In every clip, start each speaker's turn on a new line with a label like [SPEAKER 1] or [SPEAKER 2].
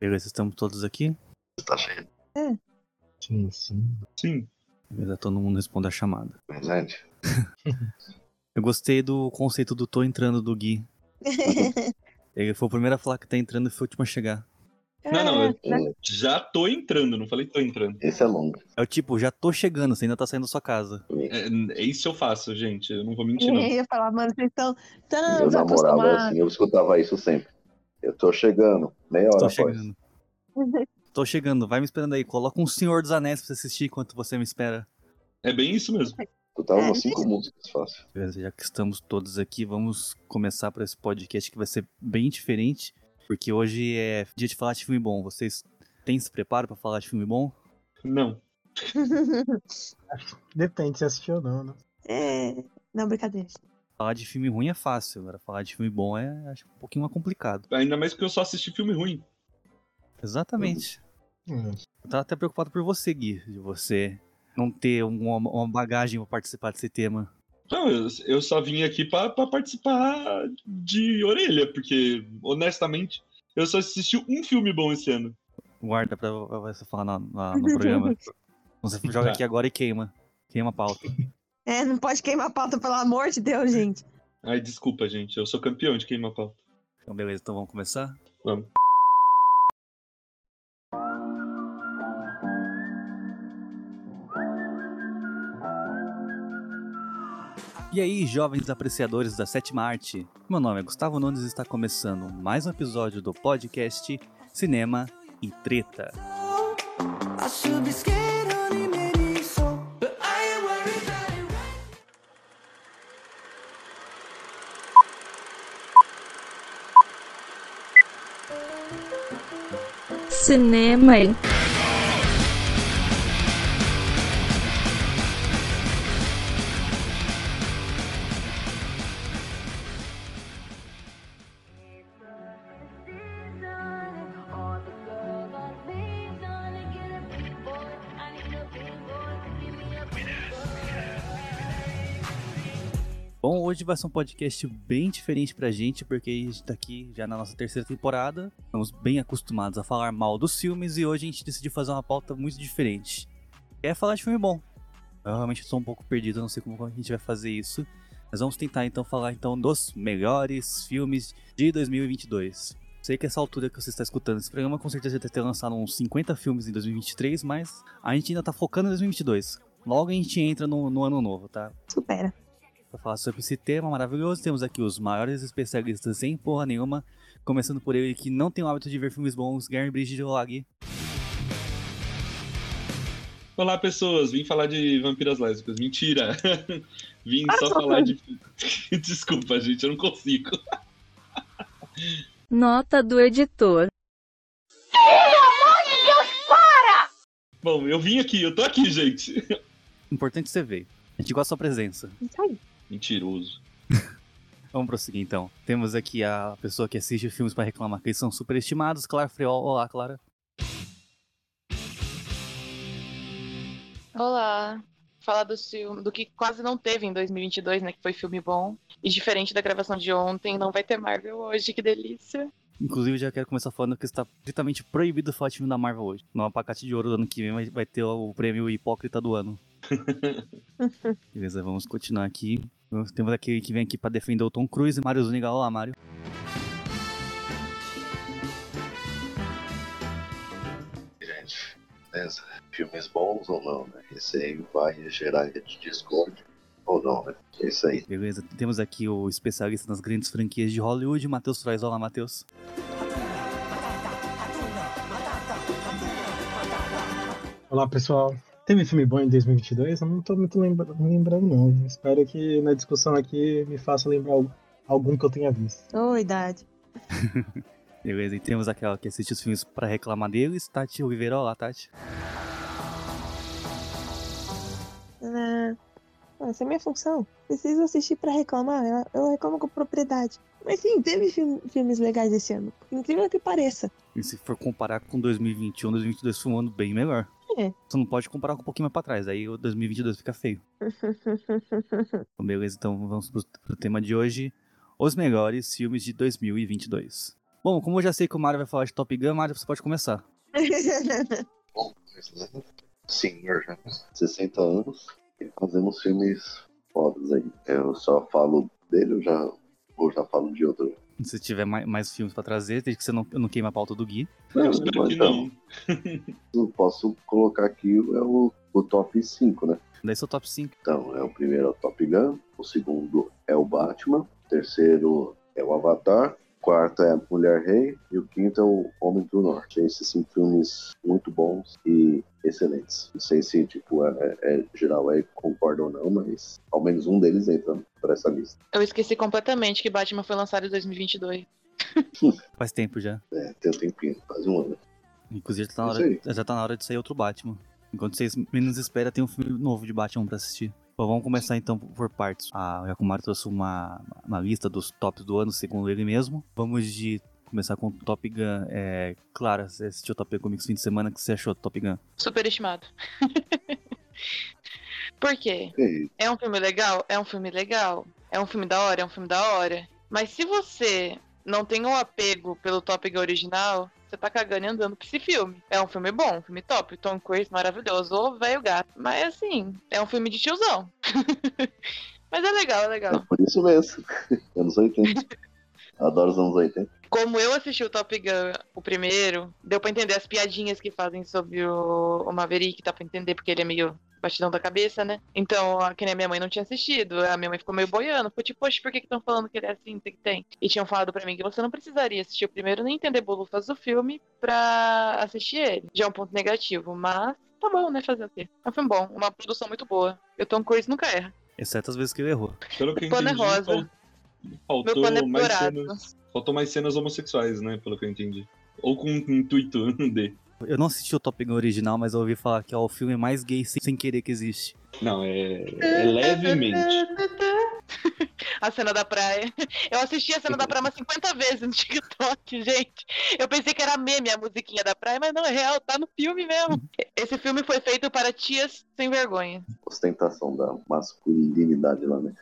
[SPEAKER 1] Beleza, estamos todos aqui?
[SPEAKER 2] Tá cheio.
[SPEAKER 3] Sim, sim.
[SPEAKER 4] Sim.
[SPEAKER 1] Beleza, todo mundo responde a chamada.
[SPEAKER 2] Verdade.
[SPEAKER 1] Eu gostei do conceito do tô entrando do Gui. Ele foi o primeiro a falar que tá entrando e foi o último a chegar.
[SPEAKER 4] Não, não, eu-
[SPEAKER 2] Hum,
[SPEAKER 5] assim,
[SPEAKER 4] Já tô entrando, não falei tô entrando.
[SPEAKER 2] Esse é longo.
[SPEAKER 1] É o tipo, já tô chegando, você ainda tá saindo da sua casa.
[SPEAKER 4] É, é isso eu faço, gente. Eu não vou mentir, não.
[SPEAKER 5] Eu ia falar, mano, vocês estão tão
[SPEAKER 2] Meu namorado era
[SPEAKER 5] acostumados.
[SPEAKER 2] assim, eu escutava isso sempre. Eu tô chegando, meia hora
[SPEAKER 1] Tô
[SPEAKER 2] após.
[SPEAKER 1] chegando. Tô chegando, vai me esperando aí. Coloca um Senhor dos Anéis pra você assistir enquanto você me espera.
[SPEAKER 4] É bem isso mesmo.
[SPEAKER 2] Escutava umas
[SPEAKER 5] É.
[SPEAKER 2] tá cinco músicas fácil.
[SPEAKER 1] Beleza, já que estamos todos aqui, vamos começar para esse podcast que vai ser bem diferente. Porque hoje é dia de falar de filme bom. Vocês têm se preparo pra falar de filme bom?
[SPEAKER 4] Não.
[SPEAKER 3] Depende se assistiu ou não, né?
[SPEAKER 5] É, Não, brincadeira.
[SPEAKER 1] Falar de filme ruim é fácil, agora falar de filme bom é acho, um pouquinho mais complicado.
[SPEAKER 4] Ainda mais porque eu só assisti filme ruim.
[SPEAKER 1] Exatamente.
[SPEAKER 3] É.
[SPEAKER 1] Eu tava até preocupado por você, Gui, de você não ter um, uma, uma bagagem pra participar desse tema.
[SPEAKER 4] Não, eu, eu só vim aqui pra, pra participar de orelha, porque, honestamente, eu só assisti um filme bom esse ano.
[SPEAKER 1] Guarda pra, pra você falar na- na- no programa. Você joga aqui agora e queima. Queima a pauta.
[SPEAKER 5] É, não pode queimar a pauta, pelo amor de Deus, gente.
[SPEAKER 4] Ai, desculpa, gente. Eu sou campeão de queima pau.
[SPEAKER 1] Então, beleza, então vamos começar?
[SPEAKER 4] Vamos.
[SPEAKER 1] E aí, jovens apreciadores da sétima arte? Meu nome é Gustavo Nunes e está começando mais um episódio do podcast Cinema e Treta.
[SPEAKER 6] I should be scared, honey, maybe so. But I ain't worried about it.
[SPEAKER 7] Cinema e
[SPEAKER 1] Bom, hoje vai ser um podcast bem diferente pra gente, porque a gente tá aqui já na nossa terceira temporada. Estamos bem acostumados a falar mal dos filmes e hoje a gente decidiu fazer uma pauta muito diferente. Que é falar de filme bom. Eu realmente estou um pouco perdido, eu não sei como a gente vai fazer isso. Mas vamos tentar então falar então dos melhores filmes de 2022. Sei que essa altura que você está escutando esse programa, com certeza já deve ter lançado uns 50 filmes em 2023, mas a gente ainda tá focando em 2022. Logo a gente entra no- no ano novo, tá?
[SPEAKER 5] Supera.
[SPEAKER 1] Para falar sobre esse tema maravilhoso, temos aqui os maiores especialistas em porra nenhuma. Começando por ele que não tem o hábito de ver filmes bons, Gary Bridge de Olag.
[SPEAKER 4] Olá, pessoas. Vim falar de vampiras lésbicas. Mentira. Vim só falar de. Desculpa, gente. Eu não consigo.
[SPEAKER 7] nota do editor.
[SPEAKER 4] Bom, eu vim aqui. Eu tô aqui, gente.
[SPEAKER 1] Importante você ver. A gente gosta da sua presença.
[SPEAKER 5] Isso aí.
[SPEAKER 4] Mentiroso.
[SPEAKER 1] Vamos prosseguir então. Temos aqui a pessoa que assiste filmes para reclamar que eles são superestimados, Clara Freol. Olá, Clara.
[SPEAKER 8] Olá. Falar do filme, do que quase não teve em 2022, né? Que foi filme bom. E diferente da gravação de ontem, não vai ter Marvel hoje, que delícia.
[SPEAKER 1] Inclusive, já quero começar falando que está estritamente proibido falar de filme da Marvel hoje. No abacate de ouro do ano que vem vai- vai ter o prêmio Hipócrita do Ano. Beleza, vamos continuar aqui. Vamos- Temos aquele que vem aqui para defender o Tom Cruise, Mário Zuniga. Olá, Mário.
[SPEAKER 2] Gente, beleza? Filmes bons ou não, né? Esse aí vai gerar de Discord ou não, né? É isso aí.
[SPEAKER 1] Beleza, temos aqui o especialista nas grandes franquias de Hollywood, Matheus Frois. Olá, Matheus.
[SPEAKER 3] Olá, pessoal. Teve filme bom em 2022? Eu não tô muito lembra- me lembrando, não. Espero que na discussão aqui me faça lembrar al- algum que eu tenha visto.
[SPEAKER 5] Ô, idade.
[SPEAKER 1] Beleza, e temos aquela que assiste os filmes pra reclamar deles, Tati Oliveira. Olá, Tati.
[SPEAKER 5] Ah, essa é a minha função. Preciso assistir pra reclamar. Eu, eu reclamo com propriedade. Mas sim, teve fil- filmes legais esse ano. Incrível que pareça.
[SPEAKER 1] E se for comparar com 2021, 2022 foi um ano bem melhor.
[SPEAKER 5] É.
[SPEAKER 1] Você não pode comparar com um pouquinho mais pra trás, aí o 2022 fica feio. Então, Beleza, então vamos pro, pro tema de hoje: os melhores filmes de 2022. Bom, como eu já sei que o Mario vai falar de Top Gun, Mario, você pode começar.
[SPEAKER 2] Mas, né, Senhor, né? já com 60 anos, e fazemos filmes fodas aí. Eu só falo dele ou já, ou já falo de outro?
[SPEAKER 1] Se tiver mai- mais, filmes pra trazer, desde que você não, não queime a pauta do Gui.
[SPEAKER 4] Eu
[SPEAKER 2] Não,
[SPEAKER 4] espero que
[SPEAKER 2] então,
[SPEAKER 4] não.
[SPEAKER 2] eu posso colocar aqui é o, o top 5, né?
[SPEAKER 1] Daí seu top 5.
[SPEAKER 2] Então, é o primeiro é o Top Gun, o segundo é o Batman, o terceiro é o Avatar, o quarto é a Mulher Rei e o quinto é o Homem do Norte. Esses cinco filmes muito bons e excelentes. Não sei se, tipo, é, é- é geral aí concorda ou não, mas ao menos um deles entra pra essa lista.
[SPEAKER 8] Eu esqueci completamente que Batman foi lançado em 2022.
[SPEAKER 1] Faz tempo já.
[SPEAKER 2] É, tem um tempinho, quase um ano.
[SPEAKER 1] Inclusive, já tá, na
[SPEAKER 2] Isso aí.
[SPEAKER 1] hora, já tá na hora de sair outro Batman. Enquanto vocês menos esperam, tem um filme novo de Batman pra assistir. Bom, vamos começar então por partes. Ah, já que o Mario trouxe uma, uma lista dos tops do ano, segundo ele mesmo. Vamos de começar com o Top Gun. É, Clara, você assistiu Top Gun comigo esse fim de semana, o que você achou do Top Gun?
[SPEAKER 8] Superestimado. Por quê?
[SPEAKER 2] E
[SPEAKER 8] É um filme legal? É um filme legal. É um filme da hora? É um filme da hora. Mas se você não tem um apego pelo Top Gun original, você tá cagando e andando pra esse filme. É um filme bom, um filme top. O Tom Cruise maravilhoso, ô velho gato. Mas assim, é um filme de tiozão. Mas é legal, é
[SPEAKER 2] é
[SPEAKER 8] legal.
[SPEAKER 2] por isso mesmo. anos 80. Adoro os anos 80.
[SPEAKER 8] Como eu assisti o Top Gun, o primeiro, deu pra entender as piadinhas que fazem sobre o, o Maverick, dá pra entender, porque ele é meio batidão da cabeça, né? Então, a, que nem a minha mãe não tinha assistido, a minha mãe ficou meio boiando, ficou tipo, poxa, por que estão falando que ele é assim, tem que tem? E tinham falado pra mim que você não precisaria assistir o primeiro, nem entender bolufas do filme pra assistir ele. Já é um ponto negativo, mas tá bom, né, fazer o quê? É um filme bom, uma produção muito boa. E o Tom Cruise nunca erra.
[SPEAKER 1] Exceto as vezes que ele errou.
[SPEAKER 4] Pelo que eu
[SPEAKER 8] Meu pano é
[SPEAKER 4] entendi,
[SPEAKER 8] rosa.
[SPEAKER 4] fal-
[SPEAKER 8] Meu
[SPEAKER 4] faltou
[SPEAKER 8] pano é
[SPEAKER 4] mais
[SPEAKER 8] dourado.
[SPEAKER 4] cenas. Faltou mais cenas homossexuais, né? Pelo que eu entendi. Ou com um intuito de.
[SPEAKER 1] Eu não assisti o Top Gun original, mas eu ouvi falar que é o filme mais gay sem, sem querer que existe.
[SPEAKER 4] Não, é, é levemente.
[SPEAKER 8] A cena da praia. Eu assisti a cena da praia umas 50 vezes no TikTok, gente. Eu pensei que era meme a musiquinha da praia, mas não, é real, tá no filme mesmo. Esse filme foi feito para tias sem vergonha.
[SPEAKER 2] Ostentação da masculinidade lá, né?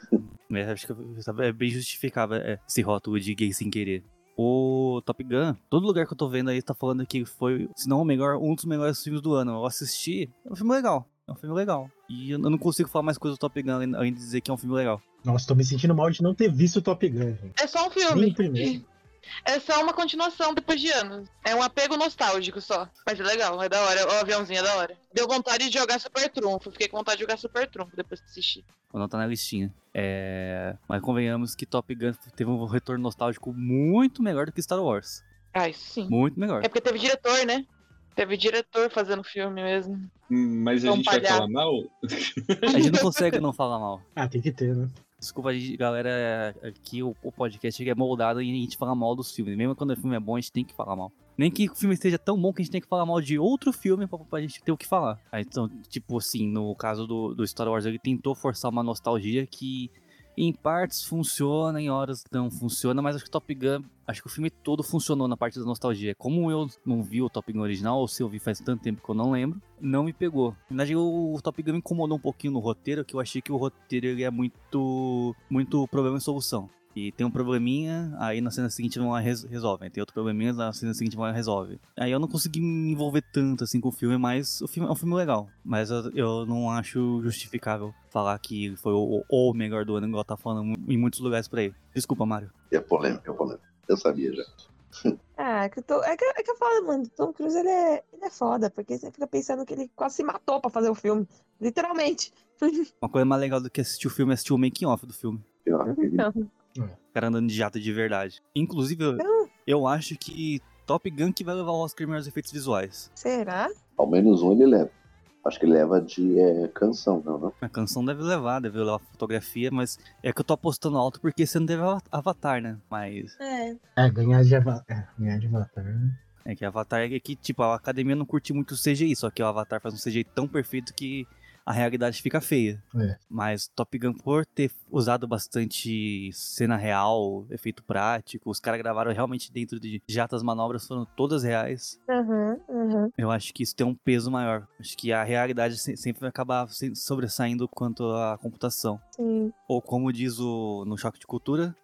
[SPEAKER 1] É, acho que eu- é bem justificável é, esse rótulo de gay sem querer. O Top Gun, todo lugar que eu tô vendo aí tá falando que foi, se não o melhor, um dos melhores filmes do ano. Eu assisti, é um filme legal. É um filme legal. E eu eu não consigo falar mais coisa do Top Gun além- além de dizer que é um filme legal.
[SPEAKER 3] Nossa, tô me sentindo mal de não ter visto o Top Gun, gente.
[SPEAKER 8] É só um
[SPEAKER 3] Nem o
[SPEAKER 8] filme.
[SPEAKER 3] primeiro.
[SPEAKER 8] É só uma continuação depois de anos. É um apego nostálgico só. Mas é legal, é da hora. O aviãozinho é da hora. Deu vontade de jogar Super Trunfo. Fiquei com vontade de jogar Super Trunfo depois que assisti.
[SPEAKER 1] Vou anotar na listinha. É, Mas convenhamos que Top Gun teve um retorno nostálgico muito melhor do que Star Wars.
[SPEAKER 8] Ah, isso sim.
[SPEAKER 1] Muito melhor.
[SPEAKER 8] É porque teve diretor, né? Teve diretor fazendo filme mesmo.
[SPEAKER 4] Hum, Mas a
[SPEAKER 8] São
[SPEAKER 4] gente vai
[SPEAKER 8] palhaços.
[SPEAKER 4] falar mal?
[SPEAKER 1] A gente não consegue não falar mal.
[SPEAKER 5] É.
[SPEAKER 3] Ah, tem que ter, né?
[SPEAKER 1] Desculpa, gente, galera, aqui o, o podcast ele é moldado e a gente fala mal dos filmes. Mesmo quando o filme é bom, a gente tem que falar mal. Nem que o filme seja tão bom que a gente tem que falar mal de outro filme pra, pra gente ter o que falar. Aí, Então, tipo assim, no caso do, do Star Wars, ele tentou forçar uma nostalgia que em partes funciona, em horas não funciona, mas acho que Top Gun, acho que o filme todo funcionou na parte da nostalgia. Como eu não vi o Top Gun original, ou se eu vi faz tanto tempo que eu não lembro, não me pegou. Na verdade, o Top Gun me incomodou um pouquinho no roteiro, que eu achei que o roteiro ele é muito, muito problema e solução. E tem um probleminha, aí na cena seguinte vão lá e res- resolvem. Tem outro probleminha, na cena seguinte vão lá e resolve. Aí eu não consegui me envolver tanto assim com o filme, mas o filme é um filme legal. Mas eu, eu não acho justificável falar que ele foi o, o- o melhor do ano, igual tá falando mu- em muitos lugares por aí. Desculpa, Mário.
[SPEAKER 2] E é polêmica, é polêmica. Eu sabia já.
[SPEAKER 5] Ah, que eu tô- é, que, é que eu falo, mano, Tom Cruise ele é, ele é foda, porque você fica pensando que ele quase se matou pra fazer o filme. Literalmente.
[SPEAKER 1] Uma coisa mais legal do que assistir o filme é assistir o making off do filme.
[SPEAKER 2] Eu, aquele
[SPEAKER 5] Então,
[SPEAKER 1] O cara andando de jato de verdade. Inclusive, eu, eu acho que Top Gun que vai levar o Oscar em melhores efeitos visuais.
[SPEAKER 5] será?
[SPEAKER 2] Ao menos um ele leva. Acho que ele leva de é, canção, não, não?
[SPEAKER 1] A canção deve levar, deve levar fotografia, mas é que eu tô apostando alto porque você não teve Ava- Avatar, né? Mas
[SPEAKER 5] É.
[SPEAKER 3] É, ganhar de avatar. É, ganhar de avatar. né?
[SPEAKER 1] é que Avatar é que, tipo, a academia não curte muito o CGI, só que o Avatar faz um CGI tão perfeito que a realidade fica feia.
[SPEAKER 3] É.
[SPEAKER 1] Mas Top Gun, por ter usado bastante cena real, efeito prático, os caras gravaram realmente dentro de jatas, manobras foram todas reais.
[SPEAKER 5] Aham, aham.
[SPEAKER 1] Eu acho que isso tem um peso maior. Acho que a realidade se- sempre vai acabar se- sobressaindo quanto à computação.
[SPEAKER 5] Sim.
[SPEAKER 1] ou como diz o no Choque de Cultura,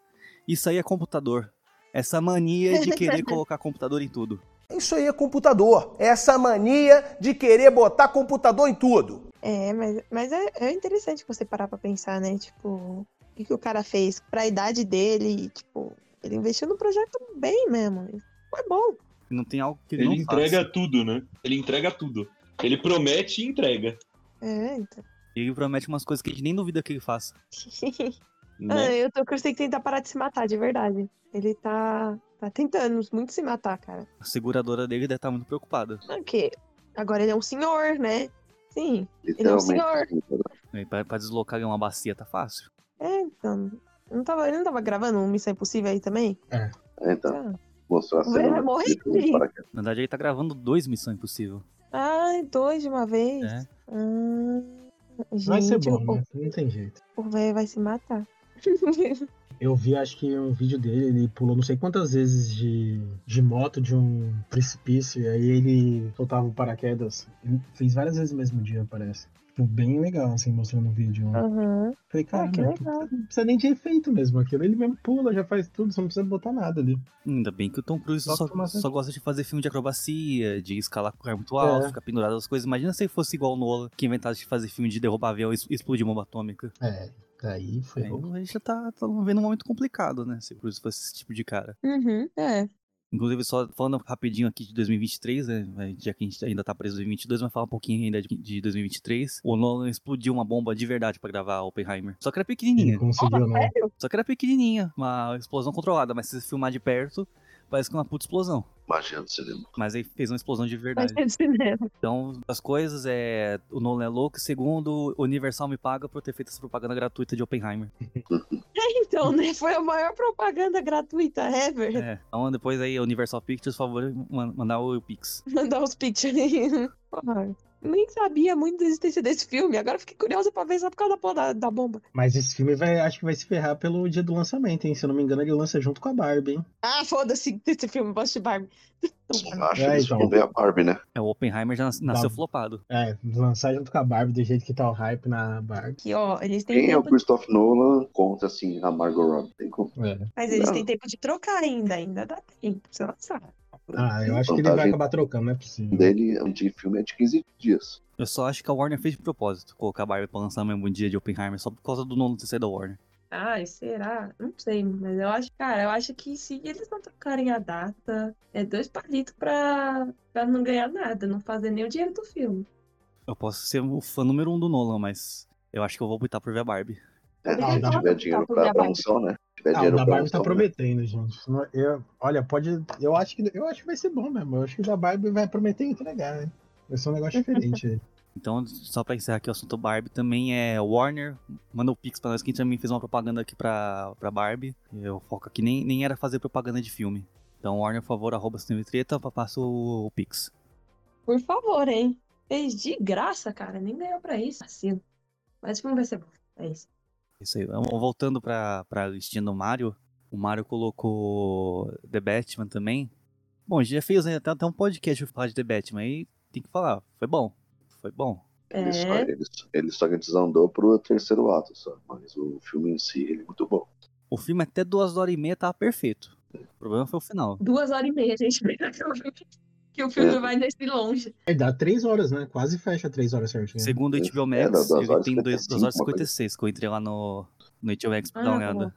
[SPEAKER 1] isso aí é computador. Essa mania de querer colocar computador em tudo.
[SPEAKER 9] Isso aí é computador. Essa mania de querer botar computador em tudo.
[SPEAKER 5] É, mas, mas é, é interessante você parar pra pensar, né? Tipo, o que, que o cara fez pra idade dele, tipo, ele investiu no projeto bem mesmo. Foi bom.
[SPEAKER 1] Não tem algo que ele,
[SPEAKER 4] Ele
[SPEAKER 1] não faça.
[SPEAKER 4] entrega tudo, né? Ele entrega tudo. Ele promete e entrega.
[SPEAKER 5] É, então.
[SPEAKER 1] Ele promete umas coisas que a gente nem duvida que ele faça.
[SPEAKER 5] Ah,
[SPEAKER 8] É.
[SPEAKER 4] Né?
[SPEAKER 5] eu tô com tem que tentar parar de se matar, de verdade. Ele tá, tá tentando muito se matar, cara.
[SPEAKER 1] A seguradora dele deve estar muito preocupada.
[SPEAKER 5] Porque agora ele é um senhor, né? Sim.
[SPEAKER 2] Literalmente. assim,
[SPEAKER 1] E Né, Pra, pra deslocar ele uma bacia tá fácil.
[SPEAKER 5] É, então. Não tava, ele não tava gravando um Missão Impossível aí também?
[SPEAKER 2] Então, mostrar a
[SPEAKER 5] Vai
[SPEAKER 2] cena
[SPEAKER 5] morrer,
[SPEAKER 2] de filme de
[SPEAKER 5] sim.
[SPEAKER 2] paraquedas.
[SPEAKER 1] Na verdade, ele tá gravando dois Missão Impossível.
[SPEAKER 5] Ah, dois de uma vez.
[SPEAKER 1] É.
[SPEAKER 5] Ah, gente,
[SPEAKER 3] Vai ser bom,
[SPEAKER 5] o-
[SPEAKER 3] né? Não tem jeito.
[SPEAKER 5] o velho vai se matar.
[SPEAKER 3] Eu vi, acho que um vídeo dele, ele pulou não sei quantas vezes de, de moto de um precipício, e aí ele soltava o paraquedas. Ele fez várias vezes no mesmo dia, parece. Tipo, bem legal, assim, mostrando o vídeo.
[SPEAKER 5] Aham.
[SPEAKER 3] Falei, cara,
[SPEAKER 5] Ah, que
[SPEAKER 3] não
[SPEAKER 5] legal.
[SPEAKER 3] precisa nem de efeito mesmo aquilo. Ele mesmo pula, já faz tudo, você não precisa botar nada ali.
[SPEAKER 1] Ainda bem que o Tom Cruise
[SPEAKER 3] Só
[SPEAKER 1] só,
[SPEAKER 3] tomar-
[SPEAKER 1] só gosta de fazer filme de acrobacia, de escalar com o ar muito alto,
[SPEAKER 3] É.
[SPEAKER 1] ficar pendurado nas coisas. Imagina se ele fosse igual o Nola, que inventasse de fazer filme de derrubar avião e es- explodir bomba atômica.
[SPEAKER 3] É, daí foi.
[SPEAKER 1] Aí a gente já tá, tá vendo um momento complicado, né? Se o Cruise fosse esse tipo de cara.
[SPEAKER 5] Uhum. É.
[SPEAKER 1] Inclusive, só falando rapidinho aqui de 2023, né? vai- Já que a gente ainda tá preso em 2022, mas falar um pouquinho ainda de- de 2023. O Nolan explodiu uma bomba de verdade pra gravar Oppenheimer. Só que era
[SPEAKER 3] Ele
[SPEAKER 1] pequenininha.
[SPEAKER 3] conseguiu, né?
[SPEAKER 2] é.
[SPEAKER 1] Só que era pequenininha. Uma explosão controlada, mas se você filmar de perto, parece que é uma puta explosão.
[SPEAKER 2] Magia do cinema.
[SPEAKER 1] Mas aí fez uma explosão de
[SPEAKER 5] Vai
[SPEAKER 1] verdade.
[SPEAKER 5] ser de cinema.
[SPEAKER 1] Então, as coisas é. O Nolan é louco. Segundo, o Universal me paga por eu ter feito essa propaganda gratuita de Oppenheimer.
[SPEAKER 5] Então, né? Foi a maior propaganda gratuita ever.
[SPEAKER 1] É. Então, depois aí, Universal Pictures, por favor, man- mandar o Pix.
[SPEAKER 3] É.
[SPEAKER 5] Mandar os pictures. Porra, Nem sabia muito da existência desse filme. Agora fiquei curiosa pra ver só por causa da, porra da, da bomba.
[SPEAKER 3] Mas esse filme vai, acho que vai se ferrar pelo dia do lançamento, hein? Se eu não me engano, ele lança junto com a Barbie, hein?
[SPEAKER 5] Ah, foda-se esse filme, Bust Barbie.
[SPEAKER 2] Acho que
[SPEAKER 3] É,
[SPEAKER 2] eles
[SPEAKER 3] então.
[SPEAKER 2] vão ver a Barbie, né?
[SPEAKER 1] É, o Oppenheimer já nas- nasceu
[SPEAKER 3] Tá.
[SPEAKER 1] flopado.
[SPEAKER 3] É, lançar junto com a Barbie do jeito que tá o hype na Barbie.
[SPEAKER 5] Que, ó, eles têm
[SPEAKER 2] Quem é o
[SPEAKER 5] tempo.
[SPEAKER 2] Christoph Nolan contra, assim, a Margot Robbie? Tem como.
[SPEAKER 3] É.
[SPEAKER 5] Mas eles
[SPEAKER 2] Não.
[SPEAKER 5] têm tempo de trocar ainda, ainda dá tempo. Você não sabe.
[SPEAKER 3] Ah, eu acho que ele vai
[SPEAKER 2] Vantagem
[SPEAKER 3] acabar trocando, não é possível.
[SPEAKER 2] dele de filme é de 15 dias.
[SPEAKER 1] Eu só acho que a Warner fez de propósito colocar a Barbie pra lançar no mesmo dia de Oppenheimer, só por causa do Nolan ter saído da Warner.
[SPEAKER 5] Ai, será? Não sei, mas eu acho, cara, eu acho que se eles não trocarem a data, é dois palitos pra, pra não ganhar nada, não fazer nem o dinheiro do filme.
[SPEAKER 1] Eu posso ser o fã número um do Nolan, mas eu acho que eu vou optar por ver a Barbie.
[SPEAKER 2] É,
[SPEAKER 5] Ah,
[SPEAKER 2] se
[SPEAKER 3] dá
[SPEAKER 2] tiver
[SPEAKER 5] pra
[SPEAKER 2] dinheiro
[SPEAKER 5] botar
[SPEAKER 2] pra
[SPEAKER 5] pra
[SPEAKER 2] promoção, né? Se tiver
[SPEAKER 3] Ah, o
[SPEAKER 2] dinheiro
[SPEAKER 3] da
[SPEAKER 2] pra
[SPEAKER 3] Barbie tá
[SPEAKER 2] promoção.
[SPEAKER 3] prometendo, gente. Não- eu- olha, pode. Eu acho, que, eu acho que vai ser bom mesmo. Eu acho que o da Barbie vai prometer entregar, né? Vai ser um negócio diferente. aí.
[SPEAKER 1] Então, só pra encerrar aqui o assunto Barbie, também é Warner, manda o Pix pra nós, que a gente também fez uma propaganda aqui pra, pra Barbie. Eu foco aqui, nem, nem era fazer propaganda de filme. Então, Warner, por favor, arroba Cinema e Treta, pa- passa o, o Pix.
[SPEAKER 5] Por favor, hein? Fez de graça, cara, nem ganhou pra isso. Assim. Mas o filme vai ser bom. É isso.
[SPEAKER 1] Isso aí. Então, Voltando pra, pra listinha do Mario, o Mario colocou The Batman também. Bom, a gente já fez né, até, até um podcast pra falar de The Batman, aí tem que falar, foi bom, foi bom.
[SPEAKER 2] Ele, só,
[SPEAKER 5] É.
[SPEAKER 2] ele, ele só desandou pro terceiro ato, só. Mas o filme em si, ele é muito bom.
[SPEAKER 1] O filme até duas horas e meia tava perfeito. O problema foi o final.
[SPEAKER 5] Duas horas e meia, gente. Que o filme vai nesse longe.
[SPEAKER 3] Aí É, dá três horas, né? Quase fecha três horas certinho.
[SPEAKER 1] Segundo o
[SPEAKER 2] É,
[SPEAKER 1] HBO
[SPEAKER 2] é,
[SPEAKER 1] Max,
[SPEAKER 2] duas
[SPEAKER 1] ele
[SPEAKER 2] horas
[SPEAKER 1] tem
[SPEAKER 2] e
[SPEAKER 1] 2
[SPEAKER 2] 55,
[SPEAKER 1] horas e
[SPEAKER 2] uma coisa
[SPEAKER 1] 56, que eu entrei lá no, no HBO Max pra
[SPEAKER 5] Ah,
[SPEAKER 1] dar uma
[SPEAKER 5] tá
[SPEAKER 1] olhada.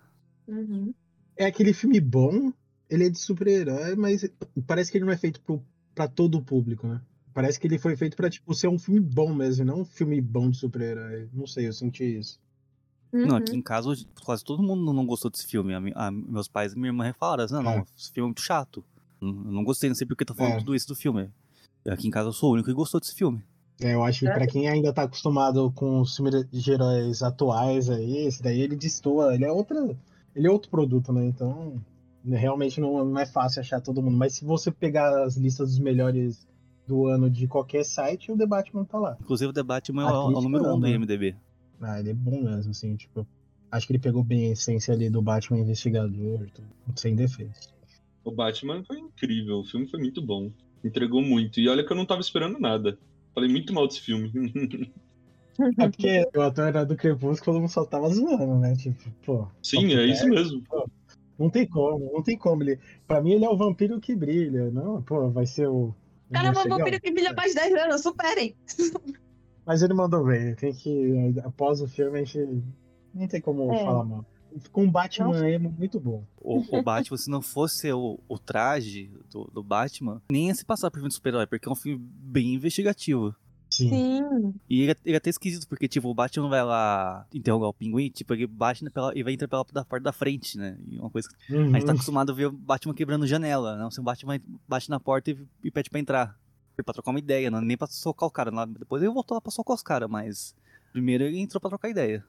[SPEAKER 5] Uhum.
[SPEAKER 3] É aquele filme bom, ele é de super-herói, mas parece que ele não é feito pro, pra todo o público, né? Parece que ele foi feito pra, tipo, ser um filme bom mesmo, e não um filme bom de super-herói. Não sei, eu senti isso.
[SPEAKER 1] Não,
[SPEAKER 5] Uhum.
[SPEAKER 1] aqui em casa hoje, quase todo mundo não gostou desse filme. A mi- a- meus pais e minha irmã falaram assim, não, não,
[SPEAKER 3] É.
[SPEAKER 1] esse filme é muito chato. Não, eu não gostei, não sei porque tá falando
[SPEAKER 3] É.
[SPEAKER 1] tudo isso do filme. Aqui em casa eu sou o único que gostou desse filme.
[SPEAKER 3] É, eu acho que
[SPEAKER 5] Certo.
[SPEAKER 3] pra quem ainda tá acostumado com os filmes de heróis atuais aí, esse daí ele destoa, ele é outra, ele é outro produto, né? Então, né, realmente não, não é fácil achar todo mundo, mas se você pegar as listas dos melhores do ano de qualquer site, o The Batman tá lá.
[SPEAKER 1] Inclusive o debate é o,
[SPEAKER 3] A
[SPEAKER 1] é o
[SPEAKER 3] crítica
[SPEAKER 1] número
[SPEAKER 3] não,
[SPEAKER 1] um do
[SPEAKER 3] né?
[SPEAKER 1] IMDB.
[SPEAKER 3] Ah, ele é bom mesmo, assim, tipo, acho que ele pegou bem a essência ali do Batman investigador, tudo, sem defeitos.
[SPEAKER 4] O Batman foi incrível. O filme foi muito bom. Entregou muito. E olha que eu não tava esperando nada. Falei muito mal desse filme.
[SPEAKER 3] É porque o ator era do Crepúsculo, não só tava zoando, né? Tipo, pô,
[SPEAKER 4] Sim, é isso mesmo.
[SPEAKER 3] Não tem como, não tem como. Ele, pra mim, ele é o vampiro que brilha. Não, pô, vai ser o.
[SPEAKER 5] Caramba,
[SPEAKER 3] o
[SPEAKER 5] o vampiro que brilha mais de 10 anos, superem!
[SPEAKER 3] Mas ele mandou bem. Tem que. Após o filme, a gente. Nem tem como
[SPEAKER 5] É.
[SPEAKER 3] falar mal. Ficou um Batman
[SPEAKER 5] Nossa.
[SPEAKER 3] emo muito bom.
[SPEAKER 1] O, o Batman, se não fosse o, o traje do, do Batman, nem ia se passar por filme de super-herói, porque é um filme bem investigativo.
[SPEAKER 3] Sim.
[SPEAKER 5] Sim.
[SPEAKER 1] E ele, é- ele é até esquisito, porque, tipo, o Batman vai lá interrogar o pinguim, tipo, ele bate na pela, e vai entrar pela da parte da frente, né? E uma coisa que
[SPEAKER 3] Uhum.
[SPEAKER 1] a gente tá acostumado a ver o Batman quebrando janela, né? Assim, o Batman bate na porta e, e pede pra entrar. Pra trocar uma ideia, não, é nem pra socar o cara. lá- Depois ele voltou lá pra socar os caras, mas primeiro ele entrou pra trocar ideia.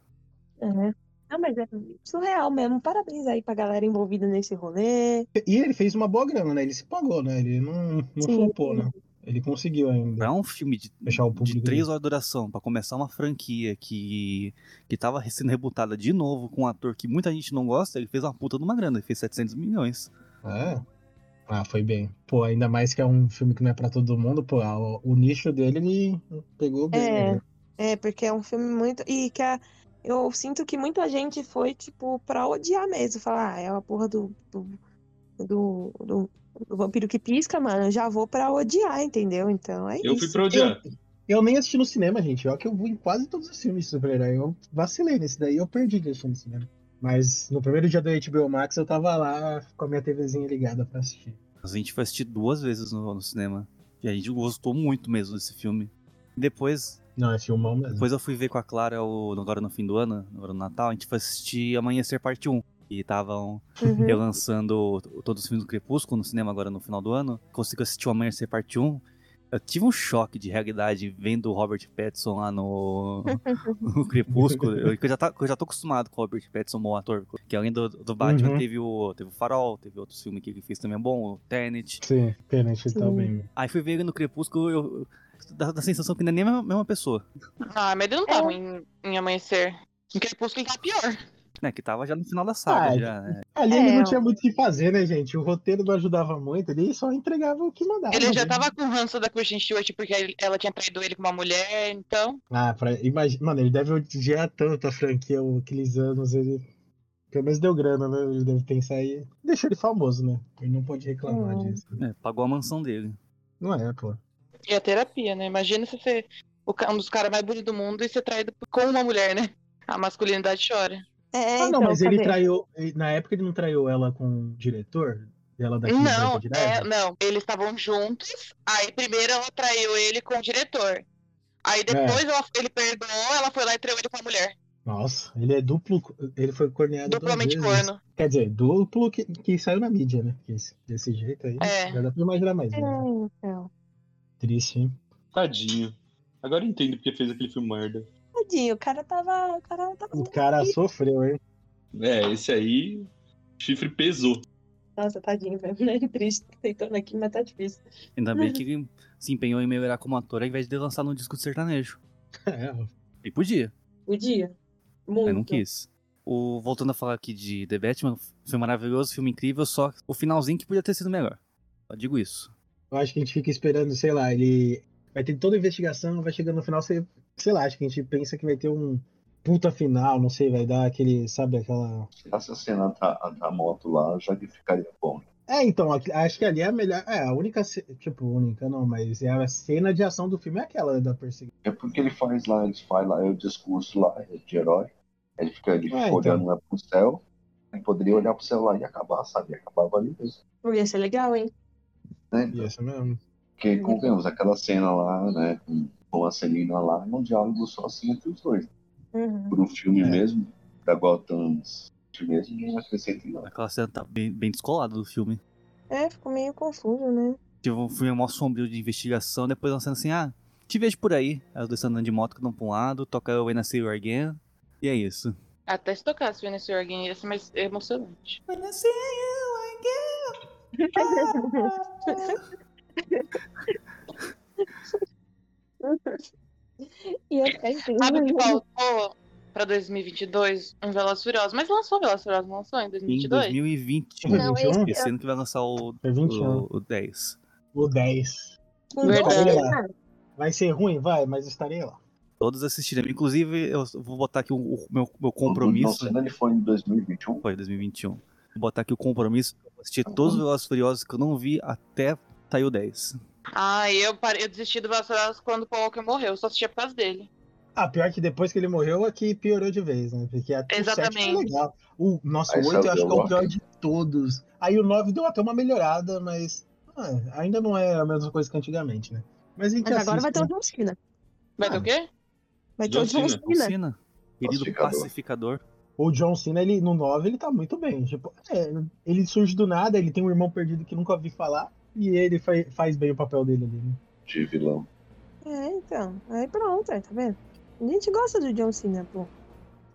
[SPEAKER 5] É. Não, mas é surreal mesmo. Parabéns aí pra galera envolvida nesse rolê.
[SPEAKER 3] E ele fez uma boa grana, né? Ele se pagou, né? Ele não, não
[SPEAKER 5] Sim.
[SPEAKER 3] flopou, né? Ele conseguiu ainda.
[SPEAKER 1] Pra um filme de,
[SPEAKER 3] Deixar o
[SPEAKER 1] de
[SPEAKER 3] público. né?
[SPEAKER 1] três horas de duração, pra começar uma franquia que, que tava sendo rebutada de novo com um ator que muita gente não gosta, ele fez uma puta de uma grana, ele fez 700 milhões.
[SPEAKER 3] É. Ah, foi bem. Pô, ainda mais que é um filme que não é pra todo mundo, pô, a- o, nicho dele ele pegou bem.
[SPEAKER 5] É.
[SPEAKER 3] né?
[SPEAKER 5] É, porque é um filme muito. E que a... eu sinto que muita gente foi, tipo, pra odiar mesmo. Falar, ah, é uma porra do. do... Do, do- do vampiro que pisca, mano, eu já vou pra odiar, entendeu? Então é
[SPEAKER 4] Eu
[SPEAKER 5] isso.
[SPEAKER 4] fui pra odiar.
[SPEAKER 3] Eu nem assisti no cinema, gente. Olha que eu vou em quase todos os filmes de super-herói. Eu vacilei nesse daí, eu perdi de assistir no cinema. Mas no primeiro dia do HBO Max eu tava lá com a minha TVzinha ligada pra assistir.
[SPEAKER 1] A gente foi assistir duas vezes no, no cinema. E a gente gostou muito mesmo desse filme. Depois,
[SPEAKER 3] Não, é filmão mesmo.
[SPEAKER 1] Depois eu fui ver com a Clara o, agora no fim do ano, agora no Natal, a gente foi assistir Amanhecer Parte 1. E estavam
[SPEAKER 5] Uhum.
[SPEAKER 1] relançando t- todos os filmes do Crepúsculo no cinema agora no final do ano. Consigo assistir o Amanhecer Parte 1. Eu tive um choque de realidade vendo o Robert Pattinson lá no, no Crepúsculo. Eu, que eu já tá- que eu já tô acostumado com o Robert Pattinson, bom ator. Que é além do, do Batman,
[SPEAKER 3] Uhum.
[SPEAKER 1] teve, o, teve o Farol, teve outros filmes que ele fez também é bom, o Tenet.
[SPEAKER 3] Sim, Tenet tá
[SPEAKER 5] Sim.
[SPEAKER 3] bem.
[SPEAKER 1] Aí fui ver ele no Crepúsculo, eu... Dá dá a sensação que não é nem a mesma- mesma pessoa,
[SPEAKER 8] Ah, mas ele não tá
[SPEAKER 5] É.
[SPEAKER 8] ruim em amanhecer. Em Crepúsculo ele tá pior.
[SPEAKER 1] né? Que tava já no final da saga,
[SPEAKER 3] Ah,
[SPEAKER 1] já, né?
[SPEAKER 3] Ali ele
[SPEAKER 5] É,
[SPEAKER 3] não
[SPEAKER 5] eu-
[SPEAKER 3] tinha muito o que fazer, né, gente? O roteiro não ajudava muito, ele só entregava o que mandava.
[SPEAKER 8] Ele já
[SPEAKER 3] né?
[SPEAKER 8] tava com ranço da Christian Stewart porque ele- ela tinha traído ele com uma mulher, então.
[SPEAKER 3] Ah, pra... imagina. Mano, ele deve odiar tanto a franquia o- aqueles anos. Ele. Pelo menos deu grana, né? Ele deve pensar aí. Deixou ele famoso, né? Ele não pode reclamar
[SPEAKER 5] É.
[SPEAKER 3] disso. né.
[SPEAKER 1] É, pagou a mansão dele.
[SPEAKER 3] Não é, pô.
[SPEAKER 8] E a terapia, né? Imagina se você. o ca- Um dos caras mais bonitos do mundo e ser traído por- com uma mulher, né? A masculinidade chora.
[SPEAKER 5] É,
[SPEAKER 3] ah, não,
[SPEAKER 5] então,
[SPEAKER 3] mas ele
[SPEAKER 5] cadê?
[SPEAKER 3] traiu. ele- Na época ele não traiu ela com o diretor? Ela daqui
[SPEAKER 8] Não,
[SPEAKER 3] de
[SPEAKER 8] é, não. Eles estavam juntos. Aí primeiro ela traiu ele com o diretor. Aí
[SPEAKER 3] É.
[SPEAKER 8] depois ela- ele perdoou, ela foi lá e traiu ele com a mulher.
[SPEAKER 3] Nossa, ele é duplo. Ele foi corneado duas
[SPEAKER 8] Duplamente
[SPEAKER 3] vezes.
[SPEAKER 8] corno.
[SPEAKER 3] Quer dizer, duplo que, que saiu na mídia, né? Porque esse- desse jeito aí.
[SPEAKER 8] É.
[SPEAKER 3] Já dá pra imaginar mais.
[SPEAKER 5] É,
[SPEAKER 3] Né?
[SPEAKER 5] então.
[SPEAKER 3] Triste, hein?
[SPEAKER 4] Tadinho. Agora eu entendo porque fez aquele filme merda.
[SPEAKER 5] Tadinho, o cara tava. O cara tava.
[SPEAKER 3] O cara sofreu, hein?
[SPEAKER 4] É, esse aí. Chifre pesou.
[SPEAKER 5] Nossa, tadinho, velho. Não é triste, tentando aqui, mas tá difícil.
[SPEAKER 1] Ainda bem que ele se empenhou em melhorar como ator ao invés de lançar num disco de sertanejo.
[SPEAKER 3] É, ó.
[SPEAKER 1] Ele podia,
[SPEAKER 5] O dia.
[SPEAKER 1] mas
[SPEAKER 5] Muito.
[SPEAKER 1] não quis. O, voltando a falar aqui de The Batman, filme maravilhoso, filme incrível, só o finalzinho que podia ter sido melhor. Só digo isso.
[SPEAKER 3] Eu acho que a gente fica esperando, sei lá, ele vai ter toda a investigação, vai chegando no final, você, sei lá, acho que a gente pensa que vai ter um puta final, não sei, vai dar aquele, sabe, aquela.
[SPEAKER 2] Tirasse a cena da, da moto lá, já que ficaria bom.
[SPEAKER 3] É, então, a- acho que ali é a melhor. É, a única. ce- Tipo, única não, mas é a cena de ação do filme é aquela da perseguição.
[SPEAKER 2] É porque ele faz lá, ele faz lá, é o discurso lá é de herói. Ele fica, ele
[SPEAKER 3] É,
[SPEAKER 2] fica
[SPEAKER 3] então.
[SPEAKER 2] olhando lá pro céu. Ele poderia olhar pro céu lá e acabar, sabe? Acabava ali mesmo.
[SPEAKER 5] Ia ser legal, hein?
[SPEAKER 2] Né?
[SPEAKER 3] E Isso mesmo.
[SPEAKER 2] Porque, convenhamos, aquela cena lá, né? Com, com a Celina lá, é um diálogo só assim entre os dois.
[SPEAKER 5] Uhum.
[SPEAKER 2] Por um filme
[SPEAKER 3] É.
[SPEAKER 2] mesmo, da Gotham City mesmo, não acrescenta em nada.
[SPEAKER 1] Aquela cena tá bem, bem descolada do filme.
[SPEAKER 5] É, ficou meio confuso, né?
[SPEAKER 1] Tipo, um filme mó sombrio de investigação, depois uma cena assim, ah, te vejo por aí. Aí os dois andando de moto, cada um pra um lado, toca o When I See You Again, e é isso.
[SPEAKER 8] Até se tocasse Venus Jorgen ia ser mais é emocionante.
[SPEAKER 5] E eu fiquei assim,
[SPEAKER 8] Sabe o que faltou pra 2022? Um Velas Furiosos. Mas lançou Velas Furiosos, não lançou em
[SPEAKER 1] Em
[SPEAKER 8] 2022?
[SPEAKER 1] 2020,
[SPEAKER 3] Foi
[SPEAKER 5] Não,
[SPEAKER 3] 21?
[SPEAKER 1] esse ano um, que vai lançar o,
[SPEAKER 3] Foi 21.
[SPEAKER 1] o, o 10.
[SPEAKER 3] O 10.
[SPEAKER 5] com
[SPEAKER 8] Verdade.
[SPEAKER 5] dois, né?
[SPEAKER 3] Vai ser ruim, vai, mas estarei lá.
[SPEAKER 1] Todos assistirem. Inclusive, eu vou botar aqui um, o, o meu, meu
[SPEAKER 2] Não
[SPEAKER 1] compromisso.
[SPEAKER 2] um sei se ele foi em 2021.
[SPEAKER 1] Foi 2021. Vou botar aqui o compromisso. Eu vou assistir todos os Velozes e Furiosos que eu não vi até sair o 10.
[SPEAKER 8] Ah, eu, parei, eu desisti do Vassouras quando o Paul Walker morreu, eu só assistia por causa dele.
[SPEAKER 3] Ah, pior que depois que ele morreu, aqui piorou de vez, né? Porque até o 7
[SPEAKER 8] Exatamente.
[SPEAKER 3] foi legal. O, nossa,
[SPEAKER 2] Aí
[SPEAKER 3] o 8
[SPEAKER 2] sabe
[SPEAKER 3] eu acho que é o
[SPEAKER 2] o
[SPEAKER 3] pior de todos. Aí o 9 deu até uma melhorada, mas ah, ainda não é a mesma coisa que antigamente, né? Mas a gente
[SPEAKER 5] Mas agora vai ter um o
[SPEAKER 3] assiste,
[SPEAKER 5] John Cena.
[SPEAKER 8] Vai
[SPEAKER 3] Ah.
[SPEAKER 8] ter o quê?
[SPEAKER 5] Vai ter o
[SPEAKER 4] John
[SPEAKER 5] John
[SPEAKER 4] Cena.
[SPEAKER 1] O
[SPEAKER 5] Cena.
[SPEAKER 1] Cena, querido
[SPEAKER 2] Pacificador.
[SPEAKER 1] pacificador.
[SPEAKER 3] O John Cena, ele, no 9, ele tá muito bem. Tipo, é, ele surge do nada, ele tem um irmão perdido que nunca ouvi falar, e ele fa- faz bem o papel dele ali, né?
[SPEAKER 2] de vilão.
[SPEAKER 5] É, então. Aí pronto, aí, tá vendo? A gente gosta do John Cena, pô.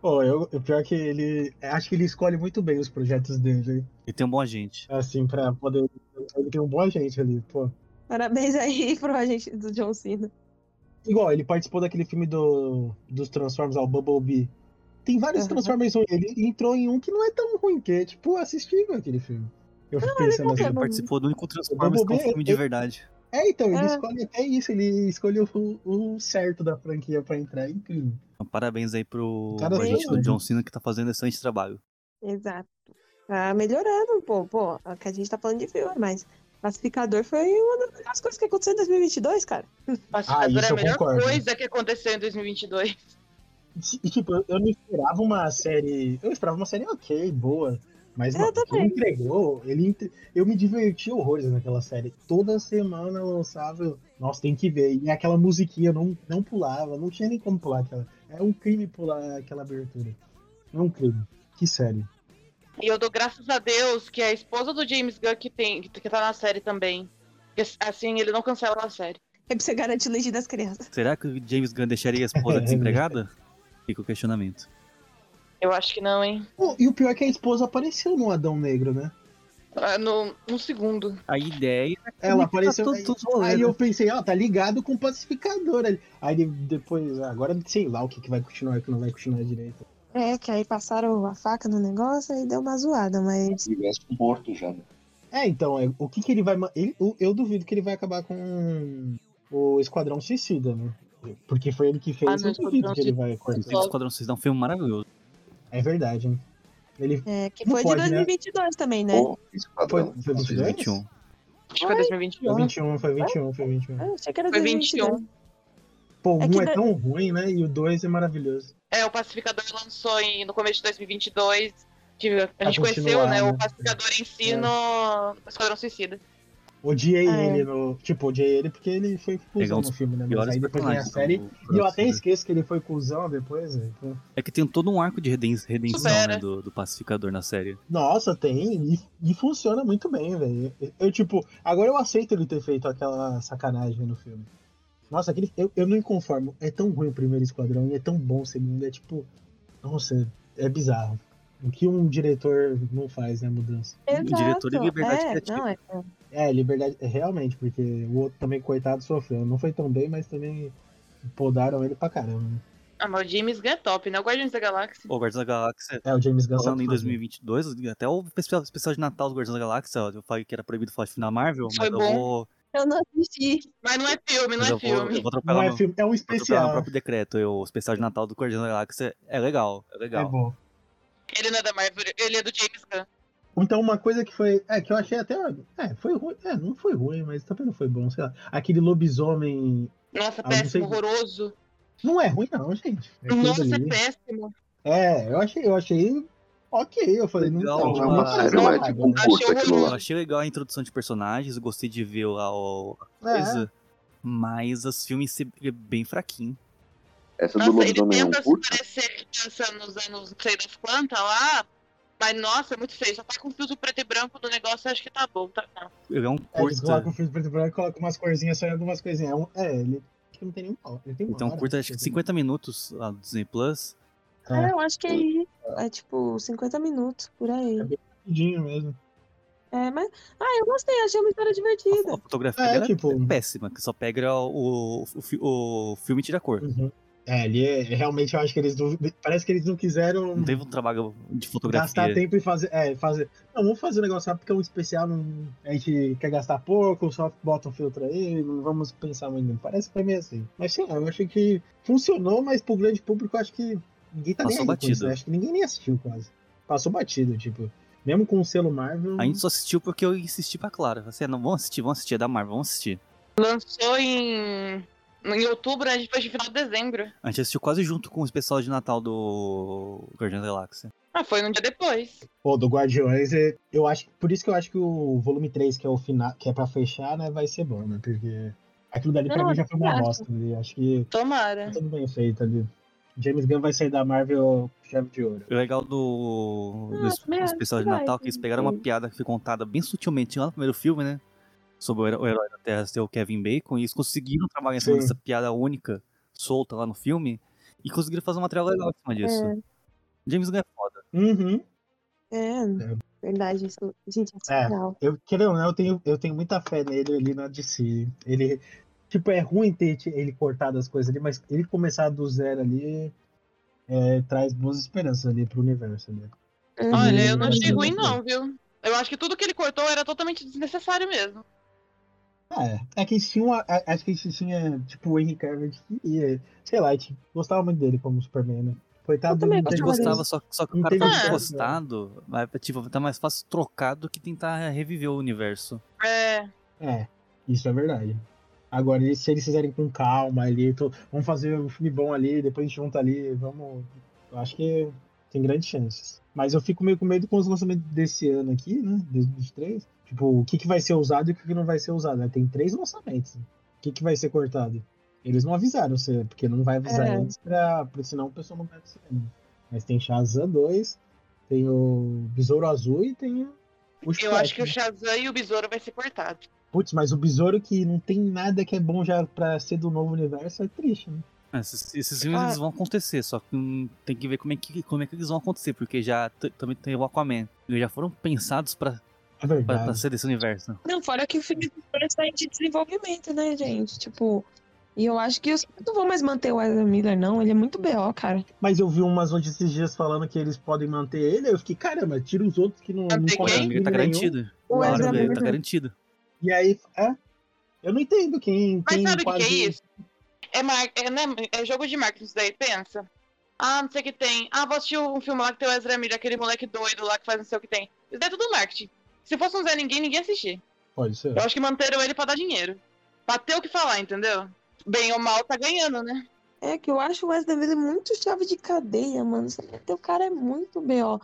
[SPEAKER 3] Pô, eu, eu- pior que ele. é, Acho que ele escolhe muito bem os projetos dele,
[SPEAKER 1] Ele tem um bom agente.
[SPEAKER 3] assim, pra poder. Ele tem um bom agente ali, pô.
[SPEAKER 5] Parabéns aí pro agente do John Cena.
[SPEAKER 3] Igual, ele participou daquele filme do, dos Transformers, ó, o Bumblebee. Tem vários
[SPEAKER 5] Aham.
[SPEAKER 3] Transformers ruins. Ele entrou em um que não é tão ruim, que é, tipo, assistível aquele filme. Eu fico pensando
[SPEAKER 5] não é
[SPEAKER 3] assim.
[SPEAKER 1] Ele participou do único Transformers
[SPEAKER 3] Bumblebee
[SPEAKER 1] que é um filme de
[SPEAKER 3] é-
[SPEAKER 1] verdade.
[SPEAKER 3] É, então, ele
[SPEAKER 5] É.
[SPEAKER 3] escolhe até isso, ele escolhe o, o certo da franquia pra entrar, é incrível.
[SPEAKER 1] Então, Parabéns aí pro
[SPEAKER 3] Cara,
[SPEAKER 1] agente
[SPEAKER 3] eu-
[SPEAKER 1] do John Cena que tá fazendo excelente trabalho.
[SPEAKER 5] Exato. Tá melhorando, pô. Pô, é que a gente tá falando de filme, mas Pacificador foi uma das coisas que aconteceu em 2022, cara.
[SPEAKER 8] Pacificador
[SPEAKER 3] Ah, isso
[SPEAKER 8] é a
[SPEAKER 3] eu
[SPEAKER 8] melhor
[SPEAKER 3] concordo.
[SPEAKER 8] coisa que aconteceu em 2022.
[SPEAKER 3] E tipo, eu- eu não esperava uma série. Eu esperava uma série ok, boa. Mas
[SPEAKER 5] Eu
[SPEAKER 3] mano, o que
[SPEAKER 5] também.
[SPEAKER 3] ele entregou, ele entre- eu me diverti horrores naquela série. Toda semana eu lançava, eu, nossa, tem que ver. E aquela musiquinha eu não, não pulava, não tinha nem como pular aquela. É um crime pular aquela abertura. É um crime. Que série.
[SPEAKER 8] E eu dou graças a Deus que é a esposa do James Gunn que, tem, que tá na série também. Porque, assim, ele não cancela a série.
[SPEAKER 5] É pra você garantir o leite das crianças.
[SPEAKER 1] Será que o James Gunn deixaria a
[SPEAKER 3] É.
[SPEAKER 1] esposa desempregada? Fica o questionamento.
[SPEAKER 8] Eu acho que não, hein?
[SPEAKER 3] Pô, e o pior é que a esposa apareceu no Adão Negro, né?
[SPEAKER 8] Ah, No, um segundo.
[SPEAKER 1] A ideia é que
[SPEAKER 3] Ela
[SPEAKER 1] tá
[SPEAKER 3] apareceu.
[SPEAKER 1] tudo-
[SPEAKER 3] aí-
[SPEAKER 1] tudo rolando.
[SPEAKER 3] Aí eu pensei, ó, tá ligado com o pacificador ali. Aí de- depois, ah, agora sei lá o que, que vai continuar e o que não vai continuar direito.
[SPEAKER 5] É, que aí passaram a faca no negócio e deu uma zoada, mas.
[SPEAKER 2] Tivesse morto já, né?
[SPEAKER 3] É, então, é, o que que ele vai. ma- ele- o- eu duvido que ele vai acabar com o Esquadrão Suicida, né? Porque foi ele que fez,
[SPEAKER 8] Ah, não,
[SPEAKER 3] eu duvido
[SPEAKER 8] Esquadrão
[SPEAKER 3] que ele vai cortar.
[SPEAKER 1] Inclusive, o Esquadrão Suicida é um filme maravilhoso.
[SPEAKER 3] É verdade, hein? Ele
[SPEAKER 5] É, que
[SPEAKER 3] Não
[SPEAKER 5] foi
[SPEAKER 3] pode, né?
[SPEAKER 5] de 2022 também,
[SPEAKER 8] É.
[SPEAKER 5] né?
[SPEAKER 2] Ou
[SPEAKER 3] foi,
[SPEAKER 2] Esquadrão.
[SPEAKER 3] foi 22?
[SPEAKER 1] 21.
[SPEAKER 8] Acho que foi 2021.
[SPEAKER 3] Foi 21, foi 21, foi 21.
[SPEAKER 5] Ah, achei que era
[SPEAKER 8] Foi
[SPEAKER 5] 2022.
[SPEAKER 8] 21.
[SPEAKER 3] Pô,
[SPEAKER 5] É
[SPEAKER 3] um
[SPEAKER 5] que
[SPEAKER 3] é
[SPEAKER 5] da-
[SPEAKER 3] tão ruim, né? E o dois é maravilhoso.
[SPEAKER 8] É, o Pacificador lançou em- no começo de 2022. Tive- a gente
[SPEAKER 3] continuar,
[SPEAKER 8] conheceu, né?
[SPEAKER 3] né?
[SPEAKER 8] O Pacificador em si
[SPEAKER 3] É.
[SPEAKER 8] no Esquadrão Suicida.
[SPEAKER 3] Odiei
[SPEAKER 5] Ah, é.
[SPEAKER 3] ele no. Tipo, odiei ele porque ele foi
[SPEAKER 1] Pegar
[SPEAKER 3] cuzão
[SPEAKER 1] uns
[SPEAKER 3] no filme, né? Mas
[SPEAKER 1] Piores
[SPEAKER 3] aí depois vem a
[SPEAKER 1] personagens
[SPEAKER 3] série.
[SPEAKER 1] do Esquadrão
[SPEAKER 3] E eu até
[SPEAKER 1] Suicida.
[SPEAKER 3] esqueço que ele foi cuzão depois. né?
[SPEAKER 1] É que tem todo um arco de reden- redenção
[SPEAKER 8] Supera.
[SPEAKER 1] né, do, do pacificador na série.
[SPEAKER 3] Nossa, tem. E, e funciona muito bem, velho. Eu, eu, tipo, agora eu aceito ele ter feito aquela sacanagem no filme. Nossa, aquele, eu, eu não me conformo. É tão ruim o primeiro esquadrão e é tão bom o segundo. É tipo. Nossa, é bizarro. O que um diretor não faz, né? Mudança.
[SPEAKER 1] O diretor
[SPEAKER 5] Exato,
[SPEAKER 1] e liberdade
[SPEAKER 5] é,
[SPEAKER 1] criativa.
[SPEAKER 5] não, é.
[SPEAKER 3] É, liberdade. é, Realmente, porque o outro também, coitado, sofreu. Não foi tão bem, mas também podaram ele pra caramba. né?
[SPEAKER 8] Ah, mas o James Gunn é top, né? O Guardiões da Galáxia.
[SPEAKER 1] O Guardiões da Galáxia,
[SPEAKER 3] É, o James Gunn.
[SPEAKER 1] falando em
[SPEAKER 3] sabe fazer.
[SPEAKER 1] 2022, até o especial, especial de Natal dos Guardiões da Galáxia, ó, eu falei que era proibido falar de filme da Marvel, mas
[SPEAKER 8] Foi
[SPEAKER 1] eu
[SPEAKER 8] bom.
[SPEAKER 1] vou,
[SPEAKER 5] Eu não assisti.
[SPEAKER 8] Mas não é filme, não
[SPEAKER 1] mas
[SPEAKER 8] é
[SPEAKER 1] eu vou, eu
[SPEAKER 8] filme.
[SPEAKER 1] vou
[SPEAKER 3] Não
[SPEAKER 1] atropelar
[SPEAKER 3] é
[SPEAKER 1] meu-
[SPEAKER 3] filme, é um
[SPEAKER 1] Vou atropelar meu
[SPEAKER 3] especial.
[SPEAKER 1] próprio decreto. Eu- o especial de Natal do Guardiões da Galáxia é legal, é
[SPEAKER 3] É
[SPEAKER 1] legal.
[SPEAKER 3] bom.
[SPEAKER 8] Ele não é da Marvel, ele é do James Gunn.
[SPEAKER 3] Então, uma coisa que foi. É, que eu achei até. É, foi ruim. É, não foi ruim, mas também não foi bom, sei lá. Aquele lobisomem.
[SPEAKER 8] Nossa,
[SPEAKER 3] Ah, não sei.
[SPEAKER 8] péssimo, horroroso.
[SPEAKER 3] Não é ruim, não, gente. É aquilo
[SPEAKER 8] Nossa, é
[SPEAKER 3] ali.
[SPEAKER 8] péssimo.
[SPEAKER 3] É, eu achei, eu achei. Ok, eu falei, não
[SPEAKER 1] Legal,
[SPEAKER 3] tá
[SPEAKER 1] uma-
[SPEAKER 3] não tá
[SPEAKER 1] série,
[SPEAKER 3] errado,
[SPEAKER 1] é
[SPEAKER 2] tipo
[SPEAKER 3] né?
[SPEAKER 2] um curto
[SPEAKER 8] Achei
[SPEAKER 2] aquilo
[SPEAKER 1] Eu
[SPEAKER 2] lá.
[SPEAKER 1] achei legal a introdução de personagens, gostei de ver lá o- a
[SPEAKER 3] É.
[SPEAKER 1] coisa, mas os filmes se- é bem fraquinho.
[SPEAKER 2] Essa do
[SPEAKER 8] Nossa, ele
[SPEAKER 2] Lobisomem é um
[SPEAKER 8] tenta se
[SPEAKER 2] curto.
[SPEAKER 8] parecer criança nos anos não sei das quantas lá. Mas nossa, é muito feio. Só tá com filtro preto e branco do negócio, acho que tá bom, tá? bom.
[SPEAKER 1] Ele é um
[SPEAKER 3] É, eles
[SPEAKER 1] curta,
[SPEAKER 3] colocam o filme preto e branco e colocam umas corzinhas, só em algumas coisinhas. É, um, é ele. Acho que não tem nenhum pau. Ele tem uma
[SPEAKER 1] então
[SPEAKER 3] hora,
[SPEAKER 1] curta acho que 50 minutos lá do Disney Plus.
[SPEAKER 3] É.
[SPEAKER 5] É, eu acho que é aí. É tipo 50 minutos por aí.
[SPEAKER 3] Rapidinho mesmo.
[SPEAKER 5] É, mas. Ah, eu gostei, achei uma história
[SPEAKER 1] A,
[SPEAKER 5] divertida.
[SPEAKER 1] fo- a fotografia
[SPEAKER 3] É,
[SPEAKER 1] dela
[SPEAKER 3] tipo-
[SPEAKER 1] é péssima, que só pega o, o, fi- o filme e tira a cor.
[SPEAKER 3] Uhum. É, ali é- realmente eu acho que eles. não- Parece que eles não quiseram.
[SPEAKER 1] Não teve um trabalho de
[SPEAKER 3] Uhum. Gastar
[SPEAKER 1] fotografia.
[SPEAKER 3] tempo e fazer. É, fazer. Não, vamos fazer um negócio rápido porque é um especial. não- a gente quer gastar pouco, só bota um filtro aí, não vamos pensar muito. nisso. Parece que foi meio assim. Mas sei lá, eu achei que funcionou, mas pro grande público eu acho que ninguém tá
[SPEAKER 1] Passou
[SPEAKER 3] nem aí com
[SPEAKER 1] batido.
[SPEAKER 3] isso, né? Acho que ninguém nem assistiu quase. Passou batido, tipo. Mesmo com o selo Marvel.
[SPEAKER 1] A gente só assistiu porque eu insisti pra Clara. Você não vão assistir, vão assistir, é da Marvel, vão assistir.
[SPEAKER 8] Lançou em. Em outubro, né? Depois de final de dezembro.
[SPEAKER 1] A gente assistiu quase junto com os pessoal de Natal do Guardiões da Galáxia.
[SPEAKER 8] Ah, foi um dia depois.
[SPEAKER 3] Pô, do Guardiões, é- eu acho. Por isso que eu acho que o volume 3, que é o final, que é pra fechar, né, vai ser bom, né? Porque aquilo dali pra
[SPEAKER 8] Não,
[SPEAKER 3] mim já foi uma
[SPEAKER 8] eu
[SPEAKER 3] bosta. né? Acho que
[SPEAKER 8] Tomara.
[SPEAKER 3] tá tudo bem feito ali. James Gunn vai sair da Marvel chave de ouro.
[SPEAKER 1] O É legal do,
[SPEAKER 5] Ah,
[SPEAKER 1] do es-
[SPEAKER 5] também
[SPEAKER 1] do
[SPEAKER 5] acho
[SPEAKER 1] especial
[SPEAKER 5] que
[SPEAKER 1] de
[SPEAKER 5] vai,
[SPEAKER 1] Natal é que eles
[SPEAKER 5] sim,
[SPEAKER 1] pegaram uma
[SPEAKER 5] sim.
[SPEAKER 1] piada que foi contada bem sutilmente lá no primeiro filme, né? Sobre o heró- o herói da Terra ser o Kevin Bacon. E eles conseguiram trabalhar em cima
[SPEAKER 3] Sim.
[SPEAKER 1] dessa piada única, solta lá no filme. E conseguiram fazer um material legal em cima disso. James Gunn é foda.
[SPEAKER 3] Uhum.
[SPEAKER 5] É, verdade. Isso, gente, é surreal.
[SPEAKER 3] Eu, querendo ou não, eu tenho, eu tenho muita fé nele ali na DC. Ele, tipo, é ruim ter ti- ele cortado as coisas ali, mas ele começar do zero ali é, traz boas esperanças ali pro universo. Né?
[SPEAKER 5] Uhum.
[SPEAKER 8] Olha, eu não
[SPEAKER 3] Mas
[SPEAKER 8] achei
[SPEAKER 3] eu
[SPEAKER 8] ruim,
[SPEAKER 3] não
[SPEAKER 8] não, viu? Eu acho que tudo que ele cortou era totalmente desnecessário mesmo.
[SPEAKER 3] Ah, é. É que eles tinham. a- a- Acho que eles tinham, tipo, o Henry Cavill e, sei lá, a gente gostava muito dele como Superman, né? Coitado
[SPEAKER 5] Eu também
[SPEAKER 1] A
[SPEAKER 3] não
[SPEAKER 1] gente
[SPEAKER 3] teve-
[SPEAKER 1] gostava,
[SPEAKER 5] Gostava dele.
[SPEAKER 1] só, só que o
[SPEAKER 3] Não
[SPEAKER 1] cara tá
[SPEAKER 8] teve
[SPEAKER 1] muito
[SPEAKER 8] chance,
[SPEAKER 1] gostado. Vai, tipo, tá mais fácil trocar do que tentar reviver o universo.
[SPEAKER 8] É.
[SPEAKER 3] É, isso é verdade. Agora, e se eles fizerem com calma ali, to- vamos fazer um filme bom ali, depois a gente junta ali, vamos. Eu acho que tem grandes chances. Mas eu fico meio com medo com os lançamentos desse ano aqui, né? 2023. Tipo, o que, que vai ser usado e o que, que não vai ser usado. né? Tem três lançamentos. O que, que vai ser cortado? Eles não avisaram, você, porque não vai avisar
[SPEAKER 5] É.
[SPEAKER 3] antes, pra, pra, senão o pessoal não vai pro cinema. Mas tem Shazam 2, tem o Besouro Azul e tem o. o
[SPEAKER 8] Eu
[SPEAKER 3] Chiclete,
[SPEAKER 8] acho que
[SPEAKER 3] né?
[SPEAKER 8] o Shazam e o Besouro vai ser cortado.
[SPEAKER 3] Putz, mas o Besouro que não tem nada que é bom já pra ser do novo universo é triste, né?
[SPEAKER 1] Esses, esses filmes
[SPEAKER 5] Ah.
[SPEAKER 1] eles vão acontecer, só que hum, tem que ver como é que, como é que eles vão acontecer, porque já t- também tem o Aquaman. Eles já foram pensados pra, pra,
[SPEAKER 3] É
[SPEAKER 1] pra
[SPEAKER 3] verdade.
[SPEAKER 1] ser desse universo. né?
[SPEAKER 5] Não, fora que o filme do Thor está em desenvolvimento, né, gente? Tipo, e eu acho que os caras não vão mais manter o Ezra Miller, não. Ele é muito B.O., cara.
[SPEAKER 3] Mas eu vi umas notícias esses dias falando que eles podem manter ele, aí eu fiquei, caramba, tira os outros que não, não
[SPEAKER 8] Manter
[SPEAKER 1] O
[SPEAKER 8] quem? é?
[SPEAKER 3] cometem
[SPEAKER 1] Aramir tá
[SPEAKER 3] crime nenhum.
[SPEAKER 1] garantido. O
[SPEAKER 5] O Ezra
[SPEAKER 1] Aramir tá
[SPEAKER 5] Miller.
[SPEAKER 1] garantido.
[SPEAKER 3] E aí, é. Eu não entendo quem.
[SPEAKER 8] Mas
[SPEAKER 3] quem
[SPEAKER 8] sabe o que que,
[SPEAKER 3] faz
[SPEAKER 8] é isso? É, mar... é, né, é jogo de marketing isso daí, pensa. Ah, não sei o que tem. Ah, vou assistir um filme lá que tem o Ezra Miller, aquele moleque doido lá que faz não sei o que tem. Isso daí é tudo marketing. Se fosse um Zé Ninguém, ninguém ia assistir.
[SPEAKER 3] Pode ser.
[SPEAKER 8] Eu acho que manteram ele pra dar dinheiro. Pra ter o que falar, entendeu? Bem ou mal, tá ganhando, né?
[SPEAKER 5] É que eu acho o Ezra Miller muito chave de cadeia, mano. Você- O cara é muito B.O.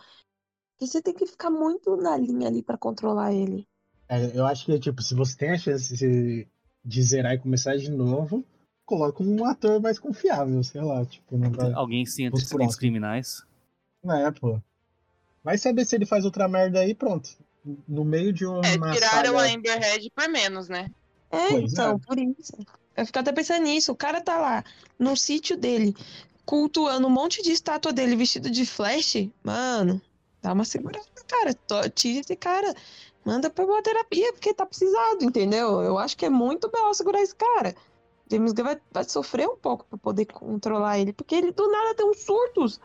[SPEAKER 5] E você tem que ficar muito na linha ali pra controlar ele.
[SPEAKER 3] É, eu acho que, tipo, se você tem a chance de, de zerar e começar de novo, coloca um ator mais confiável, sei lá, tipo, não dá.
[SPEAKER 1] Alguém sem
[SPEAKER 3] Os
[SPEAKER 1] antecedentes
[SPEAKER 3] próximos.
[SPEAKER 1] criminais.
[SPEAKER 3] É, pô. Vai saber se ele faz outra merda aí, pronto. No meio de uma.
[SPEAKER 8] É, tiraram
[SPEAKER 3] saga-
[SPEAKER 8] a Amber Heard por menos, né?
[SPEAKER 5] É,
[SPEAKER 3] Pois
[SPEAKER 5] então,
[SPEAKER 3] é.
[SPEAKER 5] por isso. Eu fico até pensando nisso. O cara tá lá, no sítio dele, cultuando um monte de estátua dele vestido de flash. Mano, dá uma segurada, cara. Tó- Tira esse cara. Manda pra uma terapia, porque tá precisado, entendeu? Eu acho que é muito belo segurar esse cara. James Gunn vai, vai sofrer um pouco pra poder controlar ele, porque ele do nada tem uns surtos.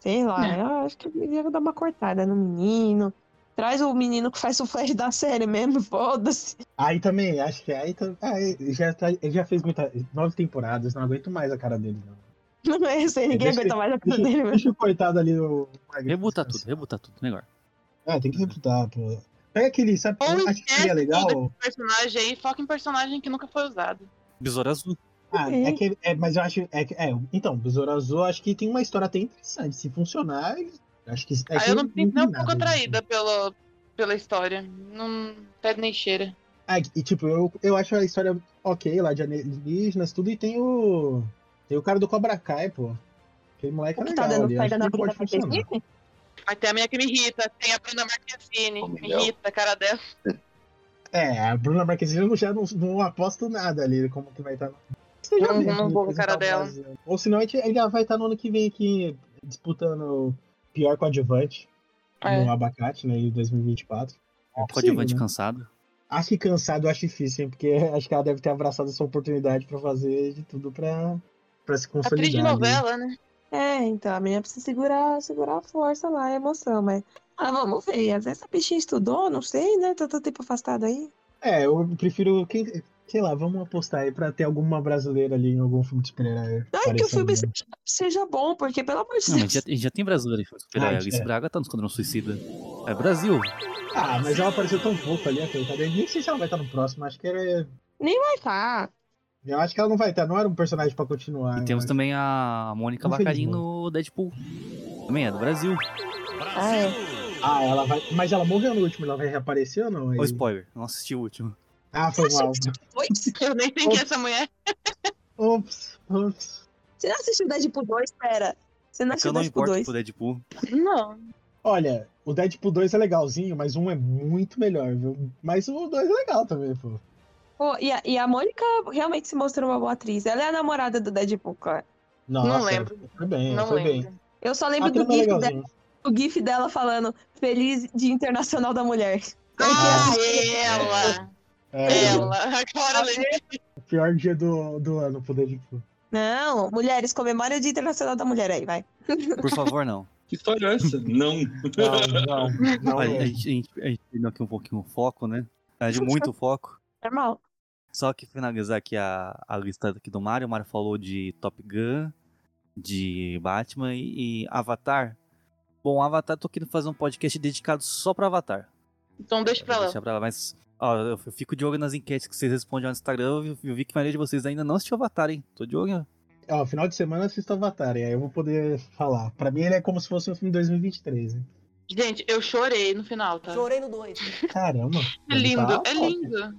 [SPEAKER 5] Sei lá,
[SPEAKER 8] É.
[SPEAKER 5] eu acho que ele ia dar uma cortada no menino. Traz o menino que faz o flash da série mesmo, foda-se.
[SPEAKER 3] Aí também, acho que aí tam- ah, ele já, tá- ele já fez muita, nove temporadas, não aguento mais a cara dele. Não.
[SPEAKER 5] Não é isso aí, ninguém
[SPEAKER 3] deixa-
[SPEAKER 5] aguenta mais a cara
[SPEAKER 3] Deixa,
[SPEAKER 5] dele, mano.
[SPEAKER 3] deixa o coitado ali. O...
[SPEAKER 1] Rebuta tudo, rebuta tudo, né, melhor.
[SPEAKER 3] É, tem que rebutar, pô. Pega aquele, sabe?
[SPEAKER 5] É um
[SPEAKER 8] Ou
[SPEAKER 3] Acho que seria
[SPEAKER 8] esquece
[SPEAKER 5] né?
[SPEAKER 3] legal.
[SPEAKER 8] Personagem aí, foca em personagem que nunca foi usado.
[SPEAKER 1] Besouro Azul.
[SPEAKER 3] Ah,
[SPEAKER 5] Ok.
[SPEAKER 3] é que, é, mas eu acho. É, que- é, então, Besouro Azul, acho que tem uma história até interessante. Se funcionar, ele- acho que.
[SPEAKER 5] Ah,
[SPEAKER 3] É
[SPEAKER 8] aí
[SPEAKER 3] que
[SPEAKER 8] eu não fico nem um
[SPEAKER 3] tem
[SPEAKER 8] pouco
[SPEAKER 3] nada, né?
[SPEAKER 8] atraída pela, pela história. Não pede nem cheira.
[SPEAKER 3] Ah, e tipo, eu, eu acho a história ok lá de alienígenas, tudo, e tem o. Tem o cara do Cobra Kai, pô. Aquele moleque é
[SPEAKER 5] O que tá
[SPEAKER 3] legal.
[SPEAKER 5] dando
[SPEAKER 3] ali, acho
[SPEAKER 5] saída na
[SPEAKER 3] que
[SPEAKER 5] vida
[SPEAKER 3] pode
[SPEAKER 5] pra quem
[SPEAKER 3] funcionar.
[SPEAKER 5] vive?
[SPEAKER 8] Mas tem a minha que me irrita, tem a Bruna Marquezine,
[SPEAKER 2] Ô,
[SPEAKER 8] me
[SPEAKER 2] Miguel.
[SPEAKER 8] irrita a cara dela.
[SPEAKER 3] É, a Bruna Marquezine eu já não, não aposto nada ali, como que vai estar. Você
[SPEAKER 8] Não- não vou com a cara dela.
[SPEAKER 3] Ou senão a gente- ele já vai estar no ano que vem aqui disputando o pior coadjuvante
[SPEAKER 8] É.
[SPEAKER 3] no abacate, né, em 2024. É
[SPEAKER 1] Pode
[SPEAKER 3] possível,
[SPEAKER 1] ir
[SPEAKER 3] né?
[SPEAKER 1] cansado.
[SPEAKER 3] Acho que cansado, acho difícil, hein, porque acho que ela deve ter abraçado essa oportunidade pra fazer de tudo pra, pra se consolidar.
[SPEAKER 8] É Atriz de
[SPEAKER 3] né?
[SPEAKER 8] novela, né?
[SPEAKER 5] É, então, a menina precisa segurar, segurar a força lá, a emoção, mas. Ah, vamos ver. Às vezes a bichinha estudou, não sei, né? Tá tanto tempo afastado aí.
[SPEAKER 3] É, eu prefiro. Quem, sei lá, vamos apostar aí pra ter alguma brasileira ali em algum filme de super-herói.
[SPEAKER 5] Ai, que o filme
[SPEAKER 3] aparecendo, né?
[SPEAKER 5] seja, seja bom, porque, pelo amor de
[SPEAKER 1] Não, mas
[SPEAKER 5] Deus.
[SPEAKER 1] já, já tem brasileiro em super-herói.
[SPEAKER 3] Ah,
[SPEAKER 1] Alice
[SPEAKER 3] é.
[SPEAKER 1] Braga tá no Esquadrão Suicida. É Brasil.
[SPEAKER 3] Ah, mas ela apareceu tão pouco ali, a coitada. Nem sei se ela vai estar no próximo. Acho que era.
[SPEAKER 5] Vai tá.
[SPEAKER 3] Eu acho que ela não vai estar. Não era um personagem pra continuar.
[SPEAKER 1] E temos
[SPEAKER 3] eu
[SPEAKER 1] também a Mônica Vacarim no Deadpool. Também é do Brasil.
[SPEAKER 5] Ah, é.
[SPEAKER 3] acho. Ah, ela vai. Mas ela morreu no último. Ela vai reaparecer ou não?
[SPEAKER 1] Ô, spoiler, não assisti o último.
[SPEAKER 3] Ah, foi mal.
[SPEAKER 5] Oi?
[SPEAKER 8] Eu nem sei quem é essa mulher.
[SPEAKER 3] Ops, ops.
[SPEAKER 5] Você não assistiu Deadpool 2? Pera. Você não
[SPEAKER 1] É que eu
[SPEAKER 5] assistiu
[SPEAKER 1] não
[SPEAKER 5] Deadpool
[SPEAKER 1] importo
[SPEAKER 5] 2?
[SPEAKER 1] pro Deadpool.
[SPEAKER 8] Não.
[SPEAKER 3] Olha, o Deadpool 2 é legalzinho, mas um é muito melhor, viu? Mas o 2 é legal também, pô.
[SPEAKER 5] Pô, e, a, e a Mônica realmente se mostrou uma boa atriz. Ela é a namorada do Deadpool, cara.
[SPEAKER 3] Nossa,
[SPEAKER 8] lembro.
[SPEAKER 3] Foi bem,
[SPEAKER 8] não
[SPEAKER 3] foi
[SPEAKER 8] lembro.
[SPEAKER 3] bem.
[SPEAKER 5] Eu só
[SPEAKER 3] A
[SPEAKER 5] lembro do
[SPEAKER 3] trama é
[SPEAKER 5] gif, dela,
[SPEAKER 3] legalzinha.
[SPEAKER 5] o gif dela falando Feliz Dia Internacional da Mulher.
[SPEAKER 8] Ah, ela!
[SPEAKER 3] É,
[SPEAKER 8] Ela! Agora eu lembrei.
[SPEAKER 3] o pior dia do, do ano pro Deadpool.
[SPEAKER 5] Não, mulheres, comemorem o Dia Internacional da Mulher aí, vai.
[SPEAKER 1] Por favor, não.
[SPEAKER 4] Que história é essa? Não.
[SPEAKER 3] Não, não, não.
[SPEAKER 1] Olha, a
[SPEAKER 3] é.
[SPEAKER 1] gente, a gente, a gente perdeu aqui um pouquinho o foco, né? Na verdade, muito foco.
[SPEAKER 5] Normal.
[SPEAKER 1] Só que finalizar aqui a, a lista aqui do Mario. O Mario falou de Top Gun, de Batman e, e Avatar. Bom, Avatar, eu tô querendo fazer um podcast dedicado só pra Avatar.
[SPEAKER 8] Então deixa pra lá.
[SPEAKER 1] Deixa pra lá, mas ó, eu fico de olho nas enquetes que vocês respondem lá no Instagram. Eu, vi- eu vi que a maioria de vocês ainda não assistiu Avatar, hein? Tô de olho.
[SPEAKER 3] Ó, final de semana eu assisto Avatar, e aí eu vou poder falar. Pra mim ele é como se fosse um filme 2023, hein?
[SPEAKER 8] Gente, eu chorei no final, tá?
[SPEAKER 9] Chorei no 2.
[SPEAKER 3] Caramba.
[SPEAKER 8] É
[SPEAKER 3] tá
[SPEAKER 8] lindo, é lindo.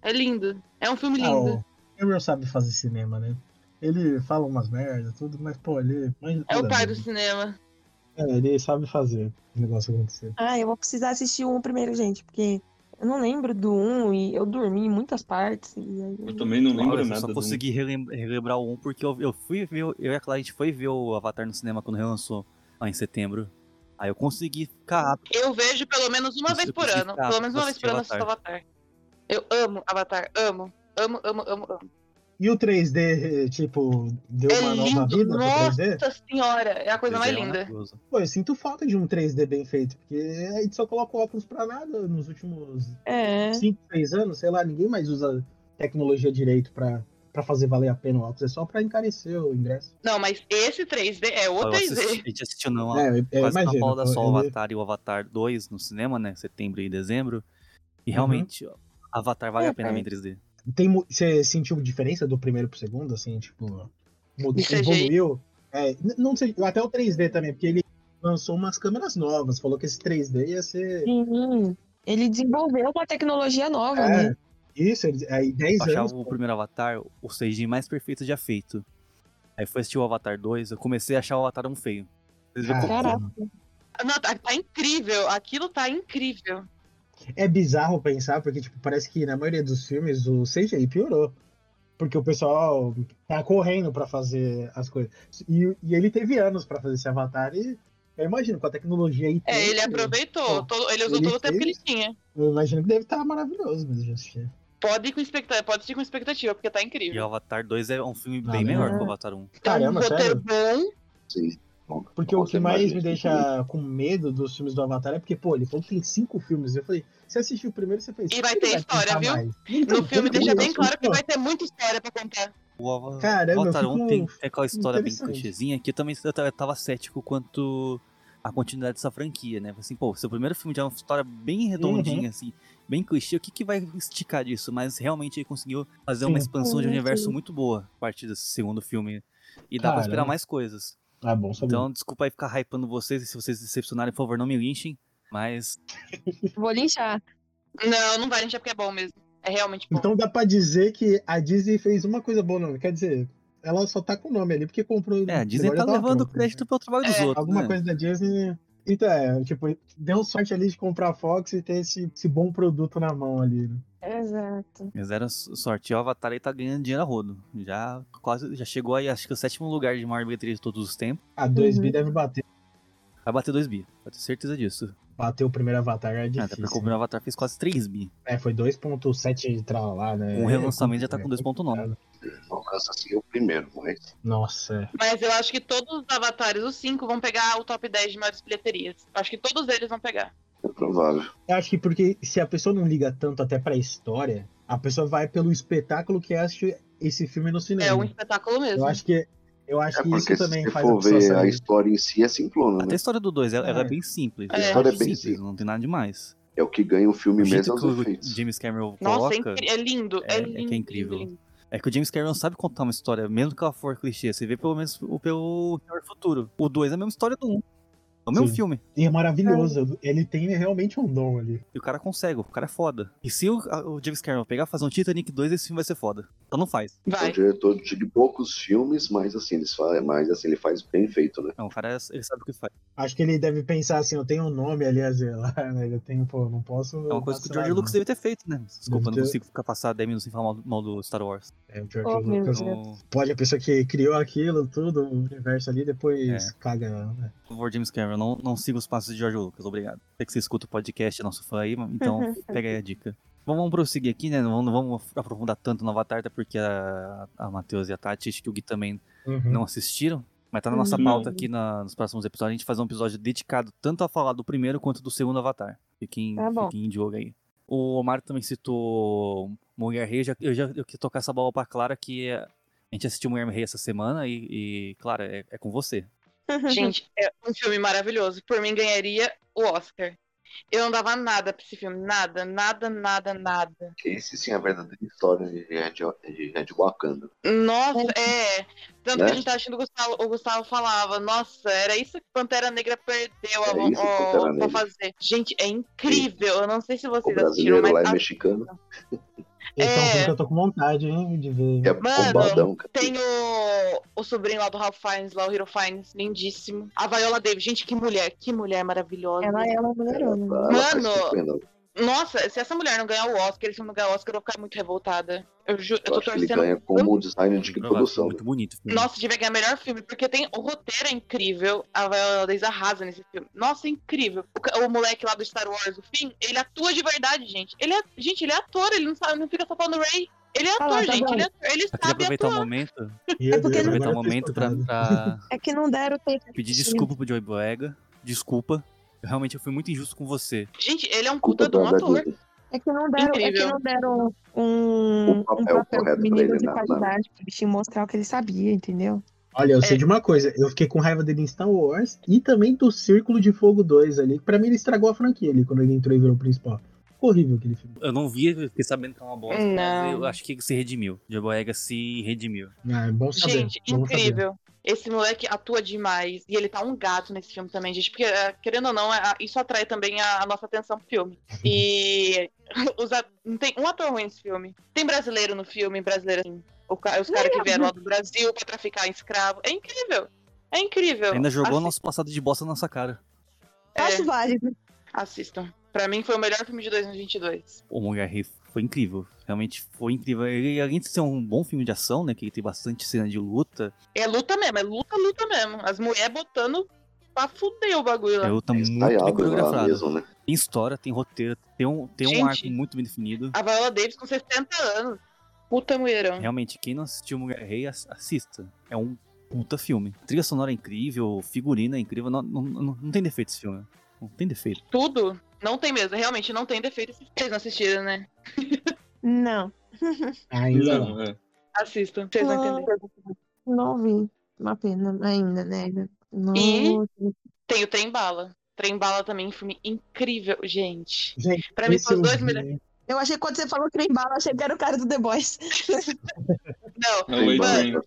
[SPEAKER 8] É lindo. É um filme
[SPEAKER 3] Ah,
[SPEAKER 8] lindo.
[SPEAKER 3] o Cameron sabe fazer cinema, né? Ele fala umas merdas, tudo, mas, pô, ele manja
[SPEAKER 8] É o
[SPEAKER 3] tudo,
[SPEAKER 8] pai
[SPEAKER 3] né?
[SPEAKER 8] do cinema.
[SPEAKER 3] É, ele sabe fazer o negócio acontecer.
[SPEAKER 5] Ah, eu vou precisar assistir o um primeiro, gente, porque eu não lembro do um e eu dormi em muitas partes. E aí...
[SPEAKER 4] Eu também não lembro
[SPEAKER 1] Olha, eu
[SPEAKER 4] nada. né?
[SPEAKER 1] só
[SPEAKER 4] do-
[SPEAKER 1] consegui relem- relembrar o 1 porque eu, eu fui ver, o- eu e a Clara, a gente foi ver o Avatar no cinema quando relançou lá em setembro. Aí eu consegui ficar apto.
[SPEAKER 8] Eu vejo pelo menos uma
[SPEAKER 1] Isso,
[SPEAKER 8] vez
[SPEAKER 1] eu
[SPEAKER 8] por
[SPEAKER 1] preciso
[SPEAKER 8] ano.
[SPEAKER 1] ficar-
[SPEAKER 8] Pelo menos uma
[SPEAKER 1] vou
[SPEAKER 8] vez por ano eu
[SPEAKER 1] assistir
[SPEAKER 8] assisto Avatar. Eu amo Avatar, amo. Amo, amo, amo, amo.
[SPEAKER 3] E o 3D, eh, tipo, deu
[SPEAKER 8] É
[SPEAKER 3] uma nova
[SPEAKER 8] lindo,
[SPEAKER 3] vida pro 3D?
[SPEAKER 8] nossa senhora, é a coisa mais linda.
[SPEAKER 3] Pô, eu sinto falta de um 3D bem feito, porque a gente só coloca o óculos pra nada nos últimos
[SPEAKER 5] É.
[SPEAKER 3] 5, 6 anos, sei lá, ninguém mais usa tecnologia direito pra, pra fazer valer a pena o óculos, é só pra encarecer o ingresso.
[SPEAKER 8] Não, mas esse 3D é o
[SPEAKER 1] Eu
[SPEAKER 8] 3D.
[SPEAKER 1] assisti, a gente assistiu não,
[SPEAKER 3] é,
[SPEAKER 1] é, quase
[SPEAKER 3] imagina,
[SPEAKER 1] na palma da
[SPEAKER 3] pô,
[SPEAKER 1] só o
[SPEAKER 3] ele-
[SPEAKER 1] Avatar e o Avatar 2 no cinema, né? Setembro e dezembro. E realmente, ó, Avatar vale
[SPEAKER 5] É,
[SPEAKER 1] a pena
[SPEAKER 5] cara.
[SPEAKER 1] ver em 3D.
[SPEAKER 3] Tem, mu- você sentiu diferença do primeiro pro segundo, assim, tipo, mudou,
[SPEAKER 8] De CGI?
[SPEAKER 3] evoluiu? É, n- não sei, até o 3D também, porque ele lançou umas câmeras novas, falou que esse 3D ia ser...
[SPEAKER 5] Sim. Ele desenvolveu uma tecnologia nova,
[SPEAKER 3] É,
[SPEAKER 5] né?
[SPEAKER 3] isso, ele- aí 10
[SPEAKER 1] Eu achava
[SPEAKER 3] anos,
[SPEAKER 1] o primeiro Avatar o CG mais perfeito já feito. Aí fui assistir o Avatar 2, eu comecei a achar o Avatar um feio. Vocês viram como-
[SPEAKER 5] Caraca.
[SPEAKER 8] Não, tá, tá incrível, aquilo tá incrível.
[SPEAKER 3] é bizarro pensar, porque tipo, parece que na maioria dos filmes o CGI piorou. Porque o pessoal tá correndo pra fazer as coisas. E, e ele teve anos pra fazer esse avatar e eu imagino, com a tecnologia aí.
[SPEAKER 8] É, ele
[SPEAKER 3] toda,
[SPEAKER 8] aproveitou,
[SPEAKER 3] Pô,
[SPEAKER 8] todo- ele usou
[SPEAKER 3] ele
[SPEAKER 8] todo o tempo que ele
[SPEAKER 3] fez-
[SPEAKER 8] tinha.
[SPEAKER 3] Eu imagino que deve estar maravilhoso mesmo de assistir.
[SPEAKER 8] um Pode ir com expectativa, pode ir com expectativa, porque tá
[SPEAKER 1] E
[SPEAKER 8] incrível.
[SPEAKER 1] o Avatar 2 é um filme
[SPEAKER 3] Ah,
[SPEAKER 1] bem
[SPEAKER 3] né?
[SPEAKER 1] melhor que o Avatar 1.
[SPEAKER 8] Tá um
[SPEAKER 3] Caramba,
[SPEAKER 8] roteiro
[SPEAKER 3] sério?
[SPEAKER 8] bom.
[SPEAKER 2] Sim. Bom,
[SPEAKER 3] Porque o
[SPEAKER 2] nossa,
[SPEAKER 3] que mais
[SPEAKER 2] imagem,
[SPEAKER 3] me deixa com medo dos filmes do Avatar é porque, pô, ele falou que tem cinco filmes. Eu falei, você assistiu o primeiro, você fez.
[SPEAKER 8] E
[SPEAKER 3] "Por
[SPEAKER 8] vai
[SPEAKER 3] que
[SPEAKER 8] ter
[SPEAKER 3] ele
[SPEAKER 8] história,
[SPEAKER 3] contar
[SPEAKER 8] viu?
[SPEAKER 3] mais?"
[SPEAKER 8] No filme deixa bem
[SPEAKER 3] isso,
[SPEAKER 8] claro que
[SPEAKER 3] pô.
[SPEAKER 8] vai ter muita história pra contar.
[SPEAKER 1] O Ava-
[SPEAKER 3] Caramba,
[SPEAKER 1] Avatar
[SPEAKER 3] eu fico
[SPEAKER 1] 1 tem, tem aquela história bem
[SPEAKER 3] É, interessante.
[SPEAKER 1] clichêzinha que eu também eu tava- eu tava cético quanto à continuidade dessa franquia, né? Falei Assim, pô, seu primeiro filme já é uma história
[SPEAKER 3] Uhum.
[SPEAKER 1] bem redondinha, assim, bem clichê, o que, que vai esticar disso? Mas realmente ele conseguiu fazer uma
[SPEAKER 3] Sim.
[SPEAKER 1] expansão de
[SPEAKER 5] Uhum,
[SPEAKER 1] universo
[SPEAKER 5] sim.
[SPEAKER 1] muito boa a partir desse segundo filme. E dá pra esperar
[SPEAKER 3] Caramba.
[SPEAKER 1] mais coisas.
[SPEAKER 3] Ah, bom, sabe?
[SPEAKER 1] Então, desculpa aí ficar hypando vocês, e se vocês decepcionarem, por favor, não me linchem. Mas
[SPEAKER 5] Vou linchar.
[SPEAKER 8] Não, não vai, gente, é porque é bom mesmo. É realmente bom.
[SPEAKER 3] Então dá pra dizer que a Disney fez uma coisa boa, não. Quer dizer, ela só tá com o nome ali porque comprou.
[SPEAKER 1] É, a Disney
[SPEAKER 3] Agora
[SPEAKER 1] tá
[SPEAKER 3] já tava
[SPEAKER 1] levando
[SPEAKER 3] pronto,
[SPEAKER 1] crédito
[SPEAKER 3] né?
[SPEAKER 1] pelo trabalho dos
[SPEAKER 8] É,
[SPEAKER 1] outros.
[SPEAKER 3] Alguma
[SPEAKER 1] né?
[SPEAKER 3] coisa da Disney. Então é, tipo, deu sorte ali de comprar a Fox e ter esse, esse bom produto na mão ali. né?
[SPEAKER 5] Exato.
[SPEAKER 1] Mas era s- sorte. O Avatar aí tá ganhando dinheiro a rodo. Já quase, já chegou aí, acho que o sétimo lugar de maior bilheteria de todos os tempos.
[SPEAKER 3] A 2B
[SPEAKER 5] Uhum.
[SPEAKER 3] deve bater.
[SPEAKER 1] Vai bater 2 bi. Pode ter certeza disso. Ah,
[SPEAKER 3] Bater o primeiro Avatar é
[SPEAKER 1] Até
[SPEAKER 3] difícil.
[SPEAKER 1] porque o primeiro Avatar fez quase 3 bi.
[SPEAKER 3] né? É, foi 2.7 de trala lá, né?
[SPEAKER 1] Com o relançamento já tá
[SPEAKER 3] É,
[SPEAKER 1] com 2.9.
[SPEAKER 2] Não alcança assim o primeiro, mas
[SPEAKER 3] Nossa, é.
[SPEAKER 8] Mas eu acho que todos os avatares, os cinco, vão pegar o top 10 de maiores bilheterias. Acho que todos eles vão pegar.
[SPEAKER 2] é provável.
[SPEAKER 3] Eu acho que porque se a pessoa não liga tanto até pra história, a pessoa vai pelo espetáculo que é assistir esse filme no cinema.
[SPEAKER 8] É um espetáculo mesmo.
[SPEAKER 3] Eu acho que Eu acho
[SPEAKER 2] É
[SPEAKER 3] que
[SPEAKER 2] porque
[SPEAKER 3] isso
[SPEAKER 2] se
[SPEAKER 3] também
[SPEAKER 2] você
[SPEAKER 3] faz a
[SPEAKER 2] for
[SPEAKER 3] pessoa
[SPEAKER 2] ver a
[SPEAKER 3] sair.
[SPEAKER 2] história em si é simplona,
[SPEAKER 1] Até a
[SPEAKER 2] né?
[SPEAKER 1] história do 2, ela, ela é.
[SPEAKER 3] É.
[SPEAKER 1] bem simples.
[SPEAKER 8] A
[SPEAKER 1] ela
[SPEAKER 8] história
[SPEAKER 2] é bem simples.
[SPEAKER 1] não tem nada demais.
[SPEAKER 2] É o que ganha o filme
[SPEAKER 1] O jeito
[SPEAKER 2] mesmo, é
[SPEAKER 1] que
[SPEAKER 2] os
[SPEAKER 1] o
[SPEAKER 2] efeitos.
[SPEAKER 1] James Cameron
[SPEAKER 8] Nossa, é,
[SPEAKER 1] coloca
[SPEAKER 8] incri- é lindo.
[SPEAKER 1] é-
[SPEAKER 8] É,
[SPEAKER 1] é que é
[SPEAKER 8] lindo, lindo,
[SPEAKER 1] incrível.
[SPEAKER 8] lindo.
[SPEAKER 1] é que o James Cameron sabe contar uma história, mesmo que ela for clichê. Você vê pelo menos o pelo Senhor Futuro. O 2 é a mesma história do 1. Um. É o mesmo
[SPEAKER 3] Sim.
[SPEAKER 1] filme.
[SPEAKER 3] E é maravilhoso. Ele tem realmente um dom ali.
[SPEAKER 1] E o cara consegue, o cara é foda. E se o, a- o James Cameron pegar e fazer um Titanic 2, esse filme vai ser foda. Então não faz.
[SPEAKER 2] É um
[SPEAKER 8] Vai.
[SPEAKER 2] diretor de poucos filmes, mas assim, eles fazem, mas assim, ele faz bem feito, né?
[SPEAKER 1] Não, o É um cara ele sabe o que faz.
[SPEAKER 3] Acho que ele deve pensar assim, eu tenho um nome ali a zelar, né? Eu tenho, pô, não posso.
[SPEAKER 1] É uma coisa que o
[SPEAKER 3] vacilar,
[SPEAKER 1] George
[SPEAKER 3] não.
[SPEAKER 1] Lucas deve ter feito, né? Desculpa,
[SPEAKER 3] Deve
[SPEAKER 1] não
[SPEAKER 3] ter.
[SPEAKER 1] consigo ficar passar 10 minutos sem falar mal, do- mal do Star Wars.
[SPEAKER 3] É, o George
[SPEAKER 5] Oh, meu
[SPEAKER 3] Lucas.
[SPEAKER 5] Deus.
[SPEAKER 1] Então,
[SPEAKER 3] Pode a pessoa que criou aquilo, tudo, o universo ali, depois
[SPEAKER 1] É.
[SPEAKER 3] caga. Né?
[SPEAKER 1] por favor, James Cameron, não, não siga os passos de George Lucas, obrigado. Sei que você escuta o podcast, é nosso fã aí, então
[SPEAKER 3] Uhum.
[SPEAKER 1] pega aí a dica. Bom, vamos prosseguir aqui, né? Não vamos, não vamos aprofundar tanto no Avatar, até porque a, a Matheus e a Tati, acho que o Gui também
[SPEAKER 3] Uhum.
[SPEAKER 1] não assistiram, mas tá na nossa
[SPEAKER 4] Não.
[SPEAKER 1] pauta aqui na- nos próximos episódios. A gente faz um episódio dedicado tanto a falar do primeiro quanto do segundo Avatar. Fiquem,
[SPEAKER 5] Tá bom.
[SPEAKER 1] fiquem em jogo aí. O Omar também citou Mulher Rei. Eu já, eu já eu quis tocar essa bola pra Clara que é- a gente assistiu Mulher Rei essa semana e, e Clara, é, é com você.
[SPEAKER 8] Gente, é um filme maravilhoso. Por mim, ganharia o Oscar. Eu não dava nada pra esse filme. Nada, nada, nada, nada.
[SPEAKER 2] Esse sim é a verdadeira história de, de, de, de Wakanda.
[SPEAKER 8] Nossa, é. Tanto que
[SPEAKER 2] Né?
[SPEAKER 8] a gente tá achando que o Gustavo, o Gustavo falava. Nossa, era isso que Pantera Negra perdeu a,
[SPEAKER 2] É isso que
[SPEAKER 8] o-
[SPEAKER 2] Pantera
[SPEAKER 8] pra
[SPEAKER 2] Negra.
[SPEAKER 8] fazer. Gente, é incrível. Eu não sei se
[SPEAKER 2] O
[SPEAKER 8] vocês
[SPEAKER 2] brasileiro
[SPEAKER 8] assistiram, mas
[SPEAKER 2] lá é
[SPEAKER 8] a-
[SPEAKER 2] mexicano,
[SPEAKER 3] Esse é um
[SPEAKER 8] É.
[SPEAKER 3] filme que eu tô com vontade, hein, de ver.
[SPEAKER 2] é
[SPEAKER 8] Mano,
[SPEAKER 2] bombadão, cara.
[SPEAKER 8] tem o, o sobrinho lá do Ralph Fiennes, lá o Hero Fiennes, lindíssimo. A Viola Davis, gente, que mulher, que mulher maravilhosa.
[SPEAKER 5] Ela é uma
[SPEAKER 2] Ela-
[SPEAKER 5] mulherona. né?
[SPEAKER 2] ela Ah, faz
[SPEAKER 8] Mano,
[SPEAKER 2] super bem, não.
[SPEAKER 8] Nossa, se essa mulher não ganhar o Oscar, se não ganhar o Oscar, eu vou ficar muito revoltada. Eu juro, eu
[SPEAKER 2] Eu acho
[SPEAKER 8] tô
[SPEAKER 2] que ele
[SPEAKER 8] torcendo.
[SPEAKER 2] ganha como design de
[SPEAKER 1] Provável,
[SPEAKER 2] produção.
[SPEAKER 1] Muito bonito. o filme.
[SPEAKER 8] Nossa, devia ganhar melhor filme, porque tem o roteiro é incrível. A Viola Davis arrasa nesse filme. Nossa, é incrível. O, ca- o moleque lá do Star Wars, o Finn, ele atua de verdade, gente. Ele é, gente, ele é ator, ele não, sabe, não fica só falando Ray. Ele é
[SPEAKER 5] Ah
[SPEAKER 8] ator,
[SPEAKER 5] lá, tá
[SPEAKER 8] gente.
[SPEAKER 5] vendo?
[SPEAKER 8] Ele, é ator, ele
[SPEAKER 1] Eu queria
[SPEAKER 8] sabe
[SPEAKER 1] aproveitar o
[SPEAKER 8] atuar.
[SPEAKER 1] momento,
[SPEAKER 3] Meu
[SPEAKER 5] É porque
[SPEAKER 3] Deus,
[SPEAKER 5] não-
[SPEAKER 1] aproveitar o
[SPEAKER 3] agora eu tô
[SPEAKER 1] momento pra,
[SPEAKER 3] espantado.
[SPEAKER 1] pra
[SPEAKER 5] É que não deram tempo. de
[SPEAKER 1] pedir
[SPEAKER 5] assistir.
[SPEAKER 1] desculpa pro Joey Boega. Desculpa. Eu realmente eu fui muito injusto com você.
[SPEAKER 8] Gente, ele é um
[SPEAKER 2] Culpa
[SPEAKER 8] puta de um
[SPEAKER 2] da- da
[SPEAKER 8] ator.
[SPEAKER 2] Disney.
[SPEAKER 5] É que não deram, é que
[SPEAKER 8] Incrível.
[SPEAKER 5] não deram um,
[SPEAKER 2] O papel
[SPEAKER 5] um papel
[SPEAKER 2] correto pra
[SPEAKER 5] feminino
[SPEAKER 2] ele né,
[SPEAKER 5] de
[SPEAKER 2] na- na-
[SPEAKER 5] qualidade pra bichinho mostrar o que ele sabia, entendeu?
[SPEAKER 3] Olha, eu sei
[SPEAKER 8] É.
[SPEAKER 3] de uma coisa, eu fiquei com raiva dele em Star Wars e também do Círculo de Fogo 2 ali, que pra mim ele estragou a franquia ali quando ele entrou e virou o principal. Ficou horrível aquele filme.
[SPEAKER 1] Eu não vi, eu fiquei sabendo que é uma bosta, mas
[SPEAKER 8] Não.
[SPEAKER 1] eu acho que ele se redimiu. Joey Boega se redimiu.
[SPEAKER 3] Ah, é bom saber.
[SPEAKER 8] Gente,
[SPEAKER 3] bom saber.
[SPEAKER 8] incrível. Esse moleque atua demais. E ele tá um gato nesse filme também, gente. Porque, é, querendo ou não, é, a- isso atrai também a, a nossa atenção pro filme. E os a- não tem um ator ruim nesse filme. Tem brasileiro no filme, brasileiro assim. O ca- os caras que vieram lá do Brasil pra traficar em escravo. É incrível. É incrível.
[SPEAKER 1] Ainda jogou
[SPEAKER 8] Assi-
[SPEAKER 1] nosso passado de bosta na nossa cara.
[SPEAKER 8] É.
[SPEAKER 5] Acho válido.
[SPEAKER 8] Assistam. Pra mim foi o melhor filme de 2022.
[SPEAKER 1] O Mulher Rei foi incrível. Realmente foi incrível. Ele, além de ser um bom filme de ação, né? Que ele tem bastante cena de luta.
[SPEAKER 8] É luta mesmo, é luta, luta mesmo. As mulheres botando pra fuder o bagulho
[SPEAKER 1] É
[SPEAKER 8] lá.
[SPEAKER 1] luta
[SPEAKER 2] É
[SPEAKER 3] Tá
[SPEAKER 1] muito bem
[SPEAKER 2] ensaiado lá
[SPEAKER 1] coreografada.
[SPEAKER 2] mesmo, né?
[SPEAKER 1] Tem história, tem roteiro, tem um, tem um
[SPEAKER 8] Gente.
[SPEAKER 1] arco muito bem definido.
[SPEAKER 8] A Viola Davis com 60 anos. Puta mulherão.
[SPEAKER 1] Realmente, quem não assistiu Mulher Rei, ass- assista. É um puta filme. Trilha sonora é incrível, figurina é incrível. Não, não, não, não tem defeito esse filme. Não tem defeito.
[SPEAKER 8] Tudo. Não tem mesmo. Realmente não tem defeito. Vocês não assistiram, né?
[SPEAKER 5] Não.
[SPEAKER 3] Ainda não.
[SPEAKER 4] Não, é.
[SPEAKER 8] Assistam. Vocês vão entender.
[SPEAKER 5] Não vi. Uma pena ainda, né? Não.
[SPEAKER 8] Tem o Trem Bala. Trem Bala também, é um filme incrível, gente.
[SPEAKER 3] Gente,
[SPEAKER 8] Pra mim,
[SPEAKER 3] esse
[SPEAKER 8] são os
[SPEAKER 3] eu
[SPEAKER 8] dois
[SPEAKER 3] vi,
[SPEAKER 8] melhores.
[SPEAKER 3] hein?
[SPEAKER 5] Eu achei que quando você falou trem bala, eu achei que era o cara do The Boys.
[SPEAKER 8] Não,
[SPEAKER 4] É o
[SPEAKER 8] Mano,
[SPEAKER 4] Adrian.
[SPEAKER 2] né?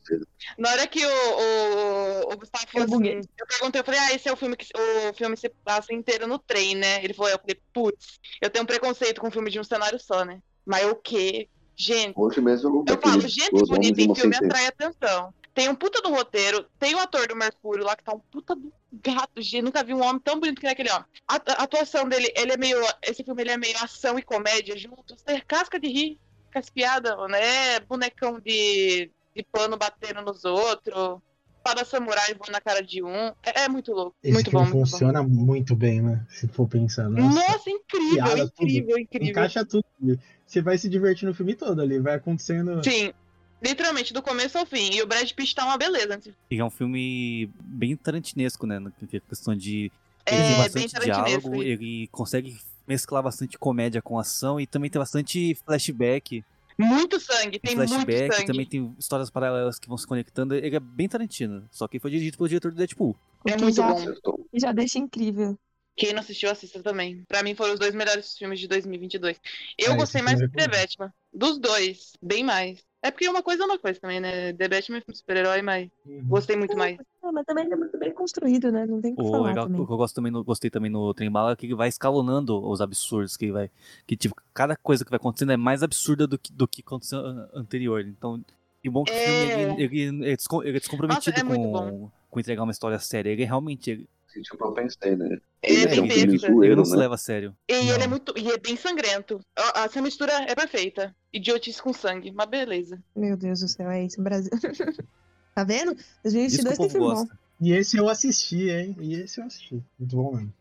[SPEAKER 8] na hora que o, o, o Gustavo falou
[SPEAKER 5] Eu buguei.
[SPEAKER 8] assim, eu perguntei, eu falei, ah, esse é o filme que o filme se passa inteiro no trem, né? Ele falou, eu falei, putz, eu tenho um preconceito com filme de um cenário só, né? Mas o quê? Gente,
[SPEAKER 2] Hoje mesmo
[SPEAKER 8] Eu falo, gente
[SPEAKER 2] dois homens
[SPEAKER 8] bonita
[SPEAKER 2] e
[SPEAKER 8] em
[SPEAKER 2] uma
[SPEAKER 8] filme
[SPEAKER 2] sentença.
[SPEAKER 8] atrai atenção. Tem um puta do roteiro, tem o ator do Mercúrio lá que tá um puta do gato, gente. Nunca vi um homem tão bonito que nem aquele homem. A, a atuação dele, ele é meio. Esse filme ele é meio ação e comédia junto. Você casca de rir, caspiada, mano. É bonecão de, de pano batendo nos outros. Espada samurai voando na cara de um. É, é muito louco.
[SPEAKER 3] Esse
[SPEAKER 8] muito bom,
[SPEAKER 3] filme
[SPEAKER 8] muito bom.
[SPEAKER 3] funciona muito bem, né? Se for pensar. Nossa,
[SPEAKER 8] Nossa, incrível,
[SPEAKER 3] piada, tudo.
[SPEAKER 8] incrível, incrível.
[SPEAKER 3] encaixa tudo. ali. Você vai se divertir no filme todo ali, vai acontecendo.
[SPEAKER 8] Sim. Literalmente, do começo ao fim. E o Brad Pitt tá uma beleza. nesse
[SPEAKER 1] E é um filme bem tarantinesco, né? Na que- questão de Ele tem
[SPEAKER 8] É, bem
[SPEAKER 1] bastante
[SPEAKER 8] tarantinesco.
[SPEAKER 1] diálogo, ele consegue mesclar bastante comédia com ação e também tem bastante flashback.
[SPEAKER 8] Muito sangue, tem muito
[SPEAKER 1] flashback,
[SPEAKER 8] sangue.
[SPEAKER 1] também tem histórias paralelas que vão se conectando. Ele é bem Tarantino, só que foi dirigido pelo diretor do Deadpool.
[SPEAKER 5] O
[SPEAKER 8] É
[SPEAKER 5] que
[SPEAKER 8] muito
[SPEAKER 5] já,
[SPEAKER 8] bom.
[SPEAKER 2] Acertou.
[SPEAKER 5] que já deixa incrível.
[SPEAKER 8] Quem não assistiu, assista também. Pra mim foram os dois melhores filmes de 2022. Eu
[SPEAKER 3] É,
[SPEAKER 8] gostei
[SPEAKER 3] esse
[SPEAKER 8] mais do
[SPEAKER 3] filme
[SPEAKER 8] que The Batman. Dos dois, bem mais. É porque uma coisa é uma coisa também, né? The Batman é filme de super-herói, mas gostei muito mais.
[SPEAKER 5] Ah, mas também ele é muito bem construído, né? Não tem o que
[SPEAKER 1] O
[SPEAKER 5] falar
[SPEAKER 1] legal que
[SPEAKER 5] também.
[SPEAKER 1] eu gosto também no- gostei também no Trem Bala é que ele vai escalonando os absurdos que ele vai. Que tipo, cada coisa que vai acontecendo é mais absurda do que, do que aconteceu an- anterior. Então, que bom que o
[SPEAKER 8] É.
[SPEAKER 1] filme ele, ele, ele é descom- ele é descomprometido
[SPEAKER 8] Nossa, é muito
[SPEAKER 1] com, com entregar uma história séria. Ele é realmente. Ele,
[SPEAKER 2] E, tipo, eu pensei, né?
[SPEAKER 8] Ele
[SPEAKER 1] é
[SPEAKER 8] tem
[SPEAKER 2] um filme
[SPEAKER 8] besta.
[SPEAKER 1] ele
[SPEAKER 2] zoeiro,
[SPEAKER 1] não se
[SPEAKER 2] né?
[SPEAKER 1] leva a sério.
[SPEAKER 8] E ele é
[SPEAKER 3] Não.
[SPEAKER 8] muito. E é bem sangrento. A- a- Essa mistura é perfeita. Idiotice com sangue, mas beleza.
[SPEAKER 5] Meu Deus do céu, é isso, Brasil. tá vendo? 2022
[SPEAKER 1] Disso que o
[SPEAKER 5] tem
[SPEAKER 1] povo
[SPEAKER 5] filme bom.
[SPEAKER 1] gosta.
[SPEAKER 3] E esse eu assisti, hein? E esse eu assisti. Muito bom mesmo.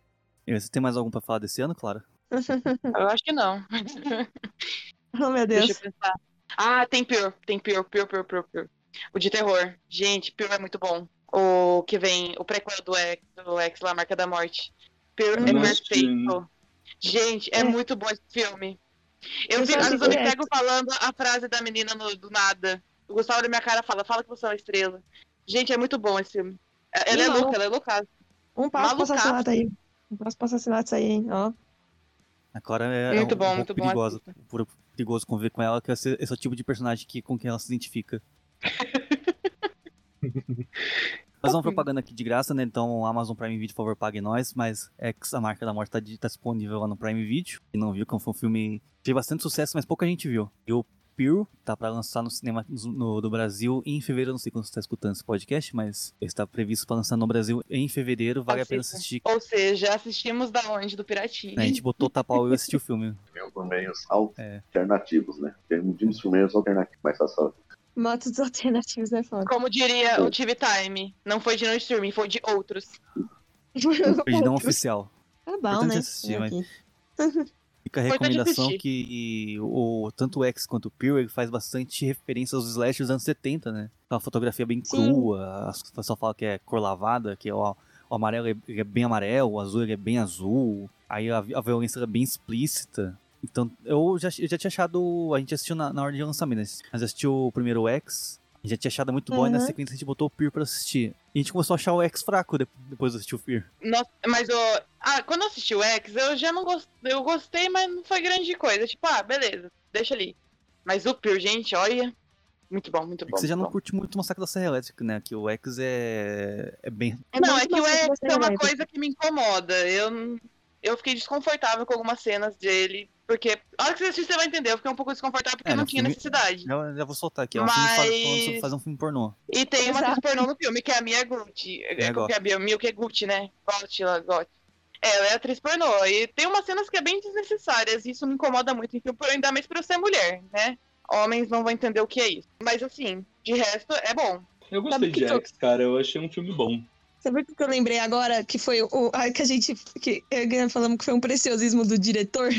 [SPEAKER 1] E Você tem mais algum pra falar desse ano, Clara?
[SPEAKER 8] Eu acho que não.
[SPEAKER 5] Oh, meu
[SPEAKER 8] Deixa eu
[SPEAKER 5] Deus.
[SPEAKER 8] pensar. Ah, tem pior, tem pior, pior, pior, pior, pior. O de terror. Gente, pior é muito bom. O que vem, o prequel do X, do X lá, Marca da Morte. Pior é
[SPEAKER 4] Eu não assisti
[SPEAKER 8] perfeito. Gente, é,
[SPEAKER 5] É.
[SPEAKER 8] muito bom esse filme. Eu,
[SPEAKER 5] Eu
[SPEAKER 8] vi,
[SPEAKER 5] só
[SPEAKER 8] às vezes eu me
[SPEAKER 5] assisti
[SPEAKER 8] pego falando a frase da menina no- do nada. O Gustavo olha na minha cara e fala, fala que você é uma estrela. Gente, é muito bom esse filme. É- Ela é
[SPEAKER 5] Não.
[SPEAKER 8] louca, ela é louca.
[SPEAKER 5] Um passo pro
[SPEAKER 8] Malucaço.
[SPEAKER 5] assassinato aí. Um passo pro assassinato aí, hein? Ó.
[SPEAKER 1] A Clara é
[SPEAKER 8] Muito
[SPEAKER 1] um
[SPEAKER 8] bom,
[SPEAKER 1] pouco
[SPEAKER 8] muito bom,
[SPEAKER 1] perigosa,
[SPEAKER 8] assista.
[SPEAKER 1] por- perigoso conviver com ela, que esse, esse é o tipo de personagem que, com quem ela se identifica. Mas é uma propaganda aqui de graça, né? Então, Amazon Prime Video, por favor, pague nós. Mas X, a marca da morte, tá, di- tá disponível lá no Prime Video. E não viu, que foi um filme que fez bastante sucesso, mas pouca gente viu. E o Pearl tá pra lançar no cinema no- no- do Brasil em fevereiro. Eu Não sei quando você tá escutando esse podcast, mas está previsto pra lançar no Brasil em fevereiro. Vale a pena
[SPEAKER 8] Assista.
[SPEAKER 1] assistir. né?
[SPEAKER 8] Ou seja, assistimos da onde? Do Piratinho.
[SPEAKER 1] A gente botou tapa e assistiu o filme.
[SPEAKER 2] Meu, por meios
[SPEAKER 1] É.
[SPEAKER 2] alternativos, né? Terminamos por meios alternativos, mas tá só.
[SPEAKER 5] Motos alternativos é foda.
[SPEAKER 8] Como diria o TV Time, não foi de no streaming, foi de outros.
[SPEAKER 1] Perdão oficial.
[SPEAKER 5] Tá bom,
[SPEAKER 1] Importante
[SPEAKER 5] né?
[SPEAKER 1] assistir,
[SPEAKER 5] É
[SPEAKER 1] mas-
[SPEAKER 5] aqui.
[SPEAKER 1] Fica a
[SPEAKER 8] Importante
[SPEAKER 1] recomendação
[SPEAKER 8] assistir.
[SPEAKER 1] que o, tanto o X quanto o Pearl ele faz bastante referência aos slashers dos anos 70, né? É uma fotografia bem
[SPEAKER 5] Sim.
[SPEAKER 1] crua, as- o pessoal fala que é cor lavada, que é o, o amarelo é, ele é bem amarelo, o azul ele é bem azul, aí a, vi- a violência é bem explícita. Então, eu já, eu já tinha achado. A gente assistiu na, na hora de lançamento, né? Mas assistiu o primeiro X, a gente tinha achado muito bom, e na
[SPEAKER 5] Uhum.
[SPEAKER 1] sequência a gente botou o Pearl pra assistir. E a gente começou a achar o X fraco de- depois de assistir o Pearl.
[SPEAKER 8] Nossa, mas eu. Ah, quando eu assisti o X, eu já não gostei. Eu gostei, mas não foi grande coisa. Tipo, ah, beleza, deixa ali. Mas o Pure, gente, olha. Muito bom,
[SPEAKER 1] É
[SPEAKER 8] muito bom.
[SPEAKER 1] que você já
[SPEAKER 8] muito
[SPEAKER 1] não
[SPEAKER 8] bom.
[SPEAKER 1] curte muito o Massacre da Serra Elétrica, né? Que o X é, é bem
[SPEAKER 8] não,
[SPEAKER 5] muito
[SPEAKER 8] é que
[SPEAKER 5] mais
[SPEAKER 8] o X
[SPEAKER 5] fácil
[SPEAKER 8] é uma
[SPEAKER 5] você
[SPEAKER 8] coisa que me incomoda. Eu, não- eu fiquei desconfortável com algumas cenas dele. Porque. A hora que você assistir, você vai entender. Eu fiquei um pouco desconfortável porque
[SPEAKER 1] É,
[SPEAKER 8] não
[SPEAKER 1] no
[SPEAKER 8] tinha
[SPEAKER 1] filme-
[SPEAKER 8] necessidade.
[SPEAKER 1] Já, já vou soltar aqui, ó. Um filme fa- falando sobre
[SPEAKER 8] Mas-
[SPEAKER 1] fazer um filme pornô.
[SPEAKER 8] E tem uma atriz
[SPEAKER 5] Exato.
[SPEAKER 8] pornô no filme, que é a Mia Gucci. É,
[SPEAKER 1] Mia
[SPEAKER 8] qual que é a Mia, Mia- que é Gucci, né? Gucci, ela, Gucci. É, Ela é atriz pornô. E tem umas cenas que é bem desnecessárias. E isso me incomoda muito em filme pornô, ainda mais por eu ser mulher, né? Homens não vão entender o que é isso. Mas assim, de resto, é bom.
[SPEAKER 4] Eu
[SPEAKER 5] Sabe
[SPEAKER 4] gostei
[SPEAKER 5] que
[SPEAKER 4] de
[SPEAKER 5] tu-
[SPEAKER 4] X, cara. Eu achei um filme bom.
[SPEAKER 5] Você viu o que eu lembrei agora? Que foi o. o- ai, que a gente. Que eu e a Guilherme falamos que foi um preciosismo do diretor.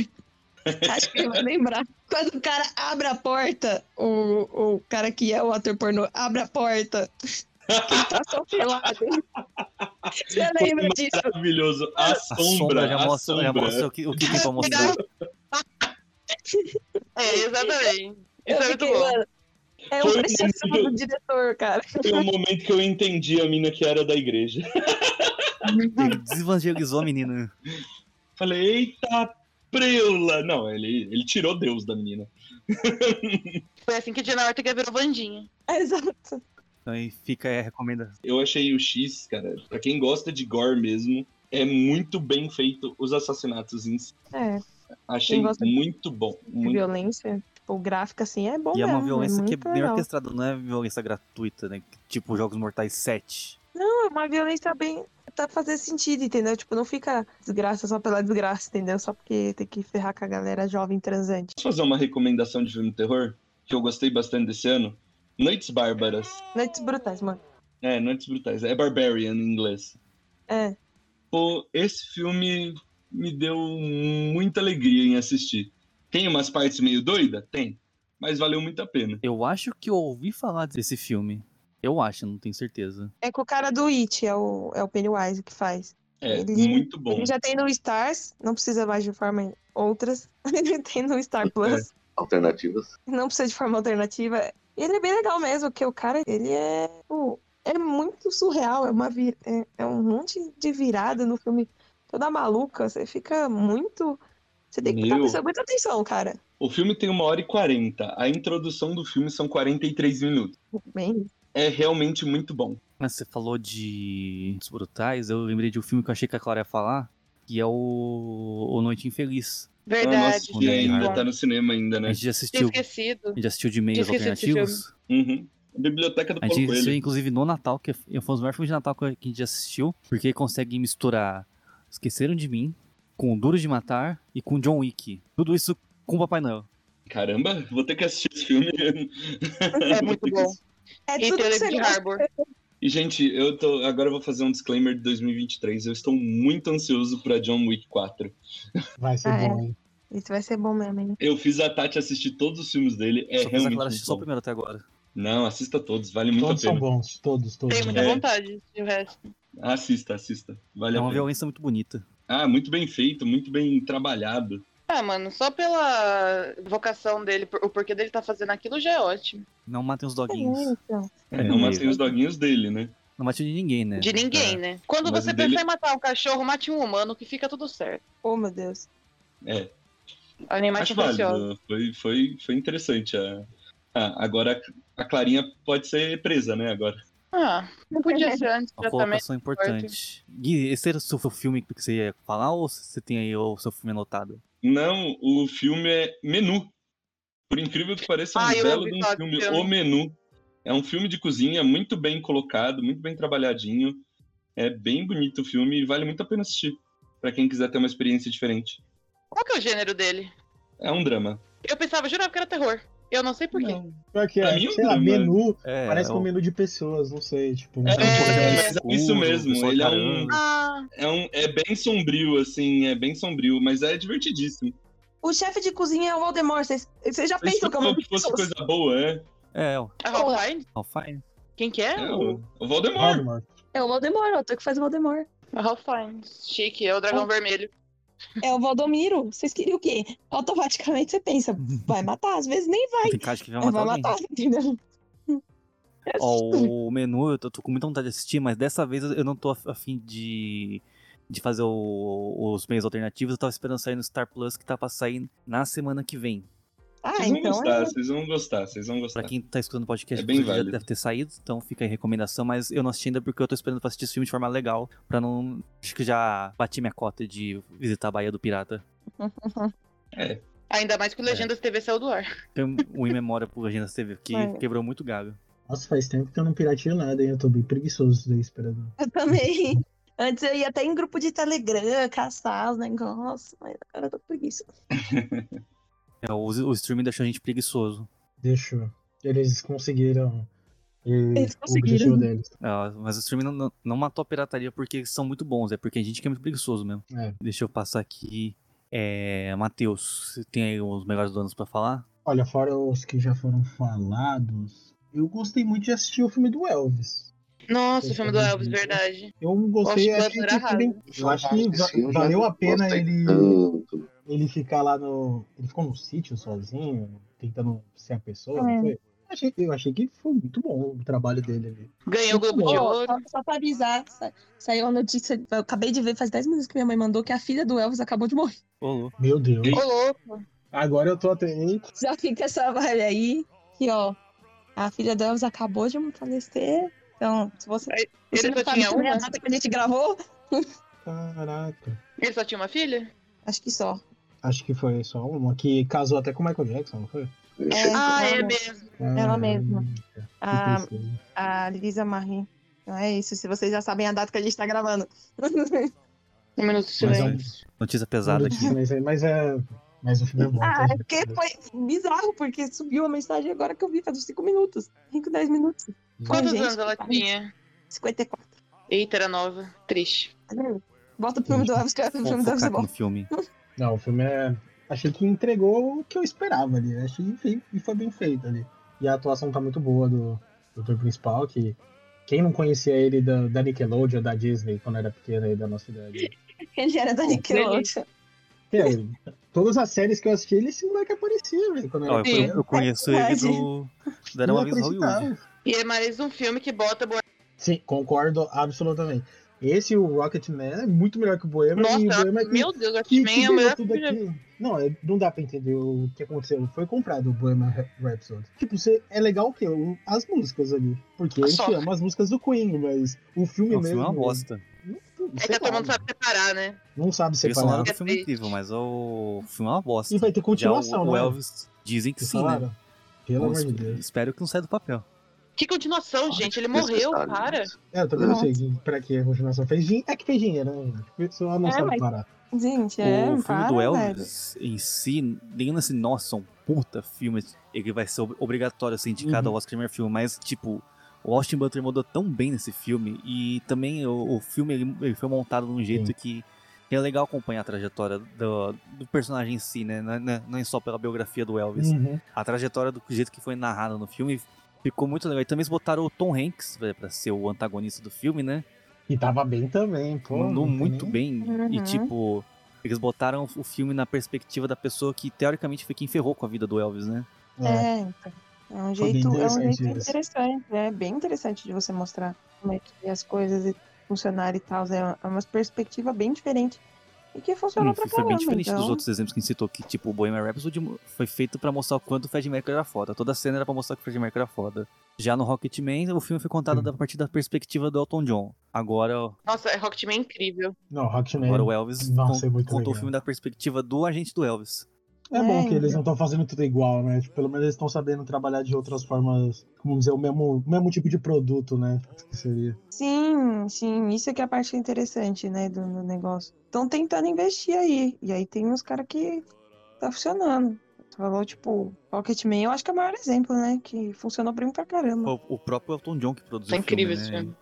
[SPEAKER 5] Acho que ele vai lembrar. Quando o cara abre a porta, o, o cara que é o ator pornô abre a porta. Ele tá só pelado. Você lembra disso?
[SPEAKER 4] Maravilhoso. A
[SPEAKER 1] A sombra,
[SPEAKER 4] sombra.
[SPEAKER 1] já,
[SPEAKER 4] a
[SPEAKER 1] mostra, já
[SPEAKER 4] sombra.
[SPEAKER 1] mostra o que, o que tem pra mostrar.
[SPEAKER 8] É, exatamente.
[SPEAKER 5] Eu
[SPEAKER 8] Isso é muito
[SPEAKER 5] fiquei,
[SPEAKER 8] bom.
[SPEAKER 5] mano, É
[SPEAKER 4] Foi
[SPEAKER 5] um
[SPEAKER 4] um
[SPEAKER 5] preciosismo
[SPEAKER 4] momento-
[SPEAKER 5] do diretor, cara.
[SPEAKER 4] Foi o momento que eu entendi a mina que era da igreja.
[SPEAKER 1] Ele desevangelizou a menina.
[SPEAKER 4] Falei, eita preula. Não, ele, ele tirou Deus da menina.
[SPEAKER 8] Foi assim que Jenna Ortega virou Vandinha.
[SPEAKER 5] Exato.
[SPEAKER 1] Então aí fica aí a recomendação.
[SPEAKER 4] Eu achei o X, cara, pra quem gosta de gore mesmo, é muito bem feito os assassinatos em si.
[SPEAKER 5] É,
[SPEAKER 4] Achei
[SPEAKER 5] Quem gosta de-
[SPEAKER 4] muito bom. Muito...
[SPEAKER 5] violência, tipo, gráfica assim, é bom
[SPEAKER 1] E é
[SPEAKER 5] mesmo.
[SPEAKER 1] uma violência que é
[SPEAKER 5] muito
[SPEAKER 1] bem
[SPEAKER 5] legal.
[SPEAKER 1] orquestrada, não é violência gratuita, né? Tipo Jogos Mortais 7.
[SPEAKER 5] Não, é uma violência bem. Tá fazendo sentido, entendeu? Tipo, não fica desgraça só pela desgraça, entendeu? Só porque tem que ferrar com a galera jovem transante.
[SPEAKER 4] Posso fazer uma recomendação de filme de terror? Que eu gostei bastante desse ano? Noites Bárbaras.
[SPEAKER 5] Noites brutais, mano.
[SPEAKER 4] É, Noites Brutais. É Barbarian em inglês.
[SPEAKER 5] É.
[SPEAKER 4] Pô, esse filme me deu muita alegria em assistir. Tem umas partes meio doida? Tem. Mas valeu muito a pena.
[SPEAKER 1] Eu acho que eu ouvi falar desse filme. Eu acho, não tenho certeza.
[SPEAKER 5] É com o cara do It, é o, é o Pennywise que faz.
[SPEAKER 4] É,
[SPEAKER 5] Ele-
[SPEAKER 4] muito bom.
[SPEAKER 5] Ele já tem no Stars, não precisa mais de forma em outras. Ele tem no Star Plus.
[SPEAKER 2] alternativas.
[SPEAKER 5] não precisa de forma alternativa. Ele é bem legal mesmo, porque o cara, ele é. pô, é muito surreal, é, uma vi- é, é um monte de virada no filme toda maluca. Você fica muito. Você tem que estar
[SPEAKER 4] Meu.
[SPEAKER 5] prestando muita atenção, cara.
[SPEAKER 4] O filme tem uma hora e quarenta. A introdução do filme são 43 minutos.
[SPEAKER 5] Bem.
[SPEAKER 4] É realmente muito bom.
[SPEAKER 1] Mas você falou de dos brutais, eu lembrei de um filme que eu achei que a Clara ia falar, que é o, o Noite Infeliz.
[SPEAKER 8] Verdade.
[SPEAKER 4] Ah, nossa, que
[SPEAKER 1] né,
[SPEAKER 8] muito
[SPEAKER 4] ainda
[SPEAKER 8] bom.
[SPEAKER 4] tá no cinema ainda,
[SPEAKER 1] A
[SPEAKER 4] né?
[SPEAKER 1] gente já
[SPEAKER 8] Tinha
[SPEAKER 1] assistiu, a
[SPEAKER 8] esquecido.
[SPEAKER 1] gente já assistiu de meios
[SPEAKER 8] Tinha esquecido esse
[SPEAKER 1] alternativos.
[SPEAKER 4] Uhum. A biblioteca do
[SPEAKER 1] A
[SPEAKER 4] Paulo
[SPEAKER 1] gente assistiu,
[SPEAKER 4] Coelho.
[SPEAKER 1] inclusive, no Natal, que foi um dos melhores filmes de Natal que a gente já assistiu, porque consegue misturar Esqueceram de Mim, com Duro de Matar e com John Wick. Tudo isso com o Papai Noel.
[SPEAKER 4] Caramba, vou ter que assistir esse filme.
[SPEAKER 8] É muito bom.
[SPEAKER 5] É
[SPEAKER 8] E
[SPEAKER 5] tudo
[SPEAKER 8] tem o
[SPEAKER 5] que você
[SPEAKER 8] David
[SPEAKER 5] gosta.
[SPEAKER 8] Harbour.
[SPEAKER 4] E, gente, eu tô. Agora eu vou fazer um disclaimer de 2023. Eu estou muito ansioso pra John Wick 4.
[SPEAKER 3] Vai ser
[SPEAKER 5] Ah, é.
[SPEAKER 3] bom, hein?
[SPEAKER 5] Isso vai ser bom mesmo, hein?
[SPEAKER 4] Eu fiz a Tati assistir todos os filmes dele. É
[SPEAKER 1] só fiz a
[SPEAKER 4] realmente.
[SPEAKER 1] Clara
[SPEAKER 4] Muito
[SPEAKER 1] assistir só o
[SPEAKER 4] bom.
[SPEAKER 1] primeiro até agora.
[SPEAKER 4] Não, assista todos, vale muito a
[SPEAKER 3] Todos são
[SPEAKER 4] pena.
[SPEAKER 3] bons, todos, todos.
[SPEAKER 8] Tenho muita
[SPEAKER 4] É.
[SPEAKER 8] vontade de o resto.
[SPEAKER 4] Assista, assista. Vale
[SPEAKER 1] É
[SPEAKER 4] a
[SPEAKER 1] uma
[SPEAKER 4] pena.
[SPEAKER 1] violência muito bonita.
[SPEAKER 4] Ah, muito bem feito, muito bem trabalhado.
[SPEAKER 8] Ah, mano, só pela vocação dele, por- o porquê dele tá fazendo aquilo já é ótimo.
[SPEAKER 1] Não matem os
[SPEAKER 5] É
[SPEAKER 1] doguinhos.
[SPEAKER 5] isso.
[SPEAKER 1] É,
[SPEAKER 4] não matem os doguinhos dele, né?
[SPEAKER 1] Não matem de ninguém, né?
[SPEAKER 8] De ninguém, né? Quando
[SPEAKER 4] É, Mas
[SPEAKER 8] você
[SPEAKER 4] o dele-
[SPEAKER 8] pensar em matar um cachorro, mate um humano que fica tudo certo.
[SPEAKER 5] Oh, meu Deus.
[SPEAKER 8] Animais
[SPEAKER 4] Acho
[SPEAKER 8] são preciosos.
[SPEAKER 4] válido. Foi, foi, foi interessante. A... Ah, agora a Clarinha pode ser presa, né? Agora.
[SPEAKER 8] Ah, não podia ser antes
[SPEAKER 1] Uma
[SPEAKER 8] tratamento.
[SPEAKER 1] colocação é importante. Gui, esse era o seu filme que você ia falar ou você tem aí o seu filme anotado?
[SPEAKER 4] Não, o filme é Menu. Por incrível que pareça, é um
[SPEAKER 8] Ah, eu
[SPEAKER 4] belo
[SPEAKER 8] ouvi
[SPEAKER 4] de um
[SPEAKER 8] falar
[SPEAKER 4] filme,
[SPEAKER 8] desse filme.
[SPEAKER 4] O Menu. É um filme de cozinha muito bem colocado, muito bem trabalhadinho. É bem bonito o filme e vale muito a pena assistir. Pra quem quiser ter uma experiência diferente.
[SPEAKER 8] Qual que é o gênero dele?
[SPEAKER 4] É um drama.
[SPEAKER 8] Eu pensava, jurava que era terror. Eu não sei porquê.
[SPEAKER 4] Não.
[SPEAKER 3] Pior que
[SPEAKER 4] Pra
[SPEAKER 3] é,
[SPEAKER 4] mim,
[SPEAKER 3] sei
[SPEAKER 4] um
[SPEAKER 3] lá,
[SPEAKER 4] drama.
[SPEAKER 3] menu,
[SPEAKER 1] É,
[SPEAKER 3] parece
[SPEAKER 1] é
[SPEAKER 3] que um
[SPEAKER 1] o-
[SPEAKER 3] menu de pessoas, não sei, tipo... um-
[SPEAKER 4] É,
[SPEAKER 1] É,
[SPEAKER 4] mas é isso
[SPEAKER 1] escuro,
[SPEAKER 4] mesmo.
[SPEAKER 1] pessoal
[SPEAKER 4] Ele é um,
[SPEAKER 1] caramba.
[SPEAKER 8] Ah,
[SPEAKER 4] é um- é bem sombrio, assim, é bem sombrio, mas é divertidíssimo.
[SPEAKER 5] O chefe de cozinha é o Voldemort. Vocês vocês já
[SPEAKER 4] Vocês
[SPEAKER 5] pensam que é
[SPEAKER 4] pensavam
[SPEAKER 5] uma
[SPEAKER 4] que fosse coisa boa, é?
[SPEAKER 1] É, o
[SPEAKER 8] a Ralphine?
[SPEAKER 1] Alfine.
[SPEAKER 8] Quem que é?
[SPEAKER 4] É o, o Voldemort.
[SPEAKER 3] Voldemort.
[SPEAKER 5] É o Voldemort, o ator que faz o Voldemort.
[SPEAKER 8] A Ralphine. É Chique, é o dragão
[SPEAKER 5] Oh.
[SPEAKER 8] vermelho.
[SPEAKER 5] É o Valdomiro. Vocês queriam o quê? Automaticamente você pensa, vai matar. Às vezes nem vai.
[SPEAKER 1] Tem cara de que vai
[SPEAKER 5] Mas
[SPEAKER 1] matar
[SPEAKER 5] vai
[SPEAKER 1] alguém.
[SPEAKER 5] matar, entendeu? É
[SPEAKER 1] Ó,
[SPEAKER 5] assim.
[SPEAKER 1] o menu, eu tô, tô com muita vontade de assistir, mas dessa vez eu não tô af- afim de, de fazer o- os meios alternativos. Eu tava esperando sair no Star Plus, que tá pra sair na semana que vem.
[SPEAKER 5] Ah,
[SPEAKER 4] Vocês vão
[SPEAKER 5] então
[SPEAKER 4] gostar,
[SPEAKER 5] é.
[SPEAKER 4] vocês vão gostar, vocês vão
[SPEAKER 1] Pra
[SPEAKER 4] gostar.
[SPEAKER 1] quem tá escutando o podcast,
[SPEAKER 4] É bem
[SPEAKER 1] inclusive, já
[SPEAKER 4] válido.
[SPEAKER 1] deve ter saído, então fica aí a recomendação. Mas eu não assisti ainda porque eu tô esperando pra assistir esse filme de forma legal, pra não... Acho que já bati minha cota de visitar a Bahia do Pirata.
[SPEAKER 8] Ainda
[SPEAKER 4] É.
[SPEAKER 8] mais que o Legendas TV saiu do ar.
[SPEAKER 1] Tem um- um In Memória pro Agenda TV, que
[SPEAKER 5] É.
[SPEAKER 1] quebrou muito galho.
[SPEAKER 3] Nossa, faz tempo que eu não pirateio nada, hein? Eu tô bem preguiçoso daí esperando.
[SPEAKER 5] Eu também. Antes eu ia até em grupo de Telegram caçar os negócios, mas agora eu tô com preguiça.
[SPEAKER 1] É, o, o streaming deixou a gente preguiçoso.
[SPEAKER 3] Deixa. Eles conseguiram. E
[SPEAKER 5] Eles
[SPEAKER 3] O
[SPEAKER 5] conseguiram.
[SPEAKER 3] objetivo deles.
[SPEAKER 1] Ah, mas o streaming não- não, não matou a pirataria porque eles são muito bons, é porque a gente que é muito preguiçoso mesmo.
[SPEAKER 3] É.
[SPEAKER 1] Deixa eu passar aqui. É, Matheus, você tem aí os melhores donos pra falar?
[SPEAKER 3] Olha, fora os que já foram falados, eu gostei muito de assistir o filme do Elvis.
[SPEAKER 8] Nossa, o
[SPEAKER 3] Esse
[SPEAKER 4] Uhum.
[SPEAKER 8] filme do
[SPEAKER 3] é
[SPEAKER 8] Elvis,
[SPEAKER 3] muito bom.
[SPEAKER 8] verdade.
[SPEAKER 3] Eu
[SPEAKER 8] Austin
[SPEAKER 3] gostei, achei
[SPEAKER 8] Butler
[SPEAKER 3] que foi bem- eu acho que va-
[SPEAKER 2] Esse eu já
[SPEAKER 3] valeu a
[SPEAKER 2] não
[SPEAKER 3] pena
[SPEAKER 2] gostei
[SPEAKER 3] ele,
[SPEAKER 2] né? tanto.
[SPEAKER 3] ele ficar lá no. Ele ficou no sítio sozinho, tentando ser a pessoa,
[SPEAKER 5] É.
[SPEAKER 3] não foi? Achei- eu achei que foi muito bom o trabalho dele ali.
[SPEAKER 8] Ganhou o Globo de
[SPEAKER 5] Ó,
[SPEAKER 8] Ouro.
[SPEAKER 5] só, só pra avisar, sa- saiu a notícia. Eu acabei de ver faz 10 minutos que minha mãe mandou que a filha do Elvis acabou de morrer.
[SPEAKER 1] Ô, Lu.
[SPEAKER 3] Meu Deus.
[SPEAKER 8] Ô, louco.
[SPEAKER 3] Agora eu tô até. Eita,
[SPEAKER 5] Já fica essa vibe aí, que ó, a filha do Elvis acabou de falecer. Então, se você,
[SPEAKER 8] Aí,
[SPEAKER 5] você
[SPEAKER 8] ele
[SPEAKER 5] não
[SPEAKER 8] só
[SPEAKER 5] sabe
[SPEAKER 8] tinha
[SPEAKER 5] também a
[SPEAKER 8] uma?
[SPEAKER 5] data que a gente gravou,
[SPEAKER 3] Caraca.
[SPEAKER 8] Ele só tinha uma filha?
[SPEAKER 5] acho que só.
[SPEAKER 3] Acho que foi só uma que casou até com o Michael Jackson, não foi?
[SPEAKER 2] Eu
[SPEAKER 5] É,
[SPEAKER 2] achei-
[SPEAKER 8] Ah, é
[SPEAKER 5] ela-
[SPEAKER 8] mesmo.
[SPEAKER 5] Ela mesma.
[SPEAKER 3] Ah,
[SPEAKER 5] A, a Lisa Marie. Então é isso, se vocês já sabem a data que a gente tá gravando.
[SPEAKER 8] Um minuto de
[SPEAKER 3] Mas é
[SPEAKER 8] silêncio.
[SPEAKER 3] um
[SPEAKER 1] Notícia pesada aqui.
[SPEAKER 3] Mas, é, mas é. Mas o filme é bom.
[SPEAKER 5] Ah,
[SPEAKER 1] então,
[SPEAKER 3] tá,
[SPEAKER 5] é porque
[SPEAKER 3] gente?
[SPEAKER 5] foi bizarro, porque subiu a mensagem agora que eu vi, faz uns 5 minutos. 5, 10 minutos.
[SPEAKER 8] Quantos
[SPEAKER 5] Gente,
[SPEAKER 8] anos ela
[SPEAKER 5] é que
[SPEAKER 8] tinha?
[SPEAKER 5] 54.
[SPEAKER 8] Eita, era nova. Triste.
[SPEAKER 5] Tá vendo? Bota o filme do Elvis, que o filme
[SPEAKER 1] Vamos
[SPEAKER 5] do
[SPEAKER 1] focar
[SPEAKER 5] Elvis é
[SPEAKER 1] aqui
[SPEAKER 5] bom.
[SPEAKER 1] no filme.
[SPEAKER 3] Não, o filme é. Achei que entregou o que eu esperava ali. Achei que fe- e foi bem feito ali. E a atuação tá muito boa do do ator principal, que quem não conhecia ele da, da Nickelodeon, da Disney, quando era pequeno aí da nossa idade.
[SPEAKER 5] Ele era da Nickelodeon.
[SPEAKER 3] É, todas as séries que eu assisti, ele esse moleque aparecia, velho. Quando eu
[SPEAKER 1] Ó,
[SPEAKER 3] era
[SPEAKER 1] eu,
[SPEAKER 8] Sim.
[SPEAKER 1] conhe- eu conheço ele do. Da Era uma vez em
[SPEAKER 3] Inacreditável.
[SPEAKER 1] Hollywood.
[SPEAKER 8] E é mais um filme que bota boa.
[SPEAKER 3] Sim, concordo absolutamente. Esse, o Rocketman, é muito melhor que o Bohemian. e o
[SPEAKER 8] Nossa,
[SPEAKER 3] Bohemian é que-
[SPEAKER 8] meu Deus, o
[SPEAKER 3] que,
[SPEAKER 8] X-Men
[SPEAKER 3] que
[SPEAKER 8] é o
[SPEAKER 3] ganhou
[SPEAKER 8] melhor
[SPEAKER 3] tudo
[SPEAKER 8] filme. já-
[SPEAKER 3] aqui. Não, é- não dá pra entender o que aconteceu. Foi comprado o Bohemian Ra- Rhapsody. Tipo, você, é legal o quê? O- As músicas ali. Porque a gente
[SPEAKER 8] Só.
[SPEAKER 3] ama as músicas do Queen, mas o filme
[SPEAKER 1] Não, o
[SPEAKER 3] mesmo...
[SPEAKER 1] filme é uma bosta.
[SPEAKER 8] É que todo mundo sabe separar, né?
[SPEAKER 3] Não sabe
[SPEAKER 1] Ele sonora
[SPEAKER 3] separar.
[SPEAKER 1] do filme é
[SPEAKER 8] Perfeito.
[SPEAKER 1] incrível, mas o filme é uma bosta.
[SPEAKER 3] E vai ter
[SPEAKER 1] Já o,
[SPEAKER 3] continuação,
[SPEAKER 1] o
[SPEAKER 3] né?
[SPEAKER 1] Elvis dizem que
[SPEAKER 3] Vocês
[SPEAKER 1] sim, né?
[SPEAKER 3] falaram? Pelo
[SPEAKER 1] Vamos-
[SPEAKER 3] amor de Deus.
[SPEAKER 1] Espero que não saia do papel.
[SPEAKER 8] Que continuação,
[SPEAKER 2] Olha,
[SPEAKER 8] gente? Ele morreu,
[SPEAKER 2] desnecessário, né?
[SPEAKER 8] para.
[SPEAKER 2] mas-
[SPEAKER 3] É, eu também não
[SPEAKER 5] Não.
[SPEAKER 3] sei que- pra que a continuação fez. Din- É que fez dinheiro, né? O pessoal não
[SPEAKER 5] É,
[SPEAKER 3] sabe
[SPEAKER 5] mas-
[SPEAKER 3] parar.
[SPEAKER 5] Gente, é.
[SPEAKER 1] o filme
[SPEAKER 5] para,
[SPEAKER 1] do
[SPEAKER 5] velho.
[SPEAKER 1] Elvis em si, nem assim, nossa, um puta filme. Ele vai ser ob- obrigatório a ser indicado
[SPEAKER 3] Uhum.
[SPEAKER 1] ao Oscar de melhor filme, mas, tipo, o Austin Butler mandou tão bem nesse filme. E também o, o filme ele, ele foi montado de um jeito
[SPEAKER 3] Sim.
[SPEAKER 1] que é legal acompanhar a trajetória do, do personagem em si, né? Não, é- não é só pela biografia do Elvis.
[SPEAKER 3] Uhum.
[SPEAKER 1] a trajetória do jeito que foi narrada no filme ficou muito legal. E também eles botaram o Tom Hanks velho, pra ser o antagonista do filme, né?
[SPEAKER 3] E tava bem também, pô.
[SPEAKER 1] Mandou
[SPEAKER 3] não tem
[SPEAKER 1] muito
[SPEAKER 3] nem-
[SPEAKER 1] bem. E
[SPEAKER 5] Uhum.
[SPEAKER 1] tipo, eles botaram o filme na perspectiva da pessoa que teoricamente foi quem ferrou com a vida do Elvis, né?
[SPEAKER 3] É.
[SPEAKER 5] É, então. É um jeito, é um
[SPEAKER 3] interessante
[SPEAKER 5] jeito
[SPEAKER 3] isso.
[SPEAKER 5] interessante, né? É bem interessante de você mostrar como é que as coisas funcionaram e tal. É é uma perspectiva bem diferente. E que funcionou
[SPEAKER 1] Hum,
[SPEAKER 5] pra
[SPEAKER 1] foi,
[SPEAKER 5] caramba,
[SPEAKER 1] bem diferente
[SPEAKER 5] então.
[SPEAKER 1] dos outros exemplos que a gente citou, que tipo, o Bohemian Rhapsody foi feito pra mostrar o quanto o Fred Mercury era foda. Toda cena era pra mostrar que o Fred Mercury era foda. Já no Rocketman, o filme foi contado
[SPEAKER 3] Sim.
[SPEAKER 1] a partir da perspectiva do Elton John. Agora,
[SPEAKER 8] Nossa, é Rocketman é incrível.
[SPEAKER 3] Não, Rocketman.
[SPEAKER 1] agora o Elvis
[SPEAKER 3] Nossa,
[SPEAKER 1] con-
[SPEAKER 3] é muito
[SPEAKER 1] contou o
[SPEAKER 3] legal.
[SPEAKER 1] filme da perspectiva do agente do Elvis.
[SPEAKER 3] É bom
[SPEAKER 5] É,
[SPEAKER 3] que eles não estão fazendo tudo igual, né? Tipo, pelo menos eles estão sabendo trabalhar de outras formas, como dizer, o mesmo, o mesmo tipo de produto, né? Que seria.
[SPEAKER 5] Sim, sim, isso é que é a parte interessante, né, do, do negócio. Estão tentando investir aí. E aí tem uns caras que tá funcionando. Tu falou, tipo, Rocketman, eu acho que é o maior exemplo, né? Que funcionou pra mim pra caramba.
[SPEAKER 1] O, o próprio Elton John que produziu
[SPEAKER 8] Tá
[SPEAKER 1] o
[SPEAKER 8] incrível
[SPEAKER 1] filme,
[SPEAKER 8] esse
[SPEAKER 1] né?
[SPEAKER 8] filme.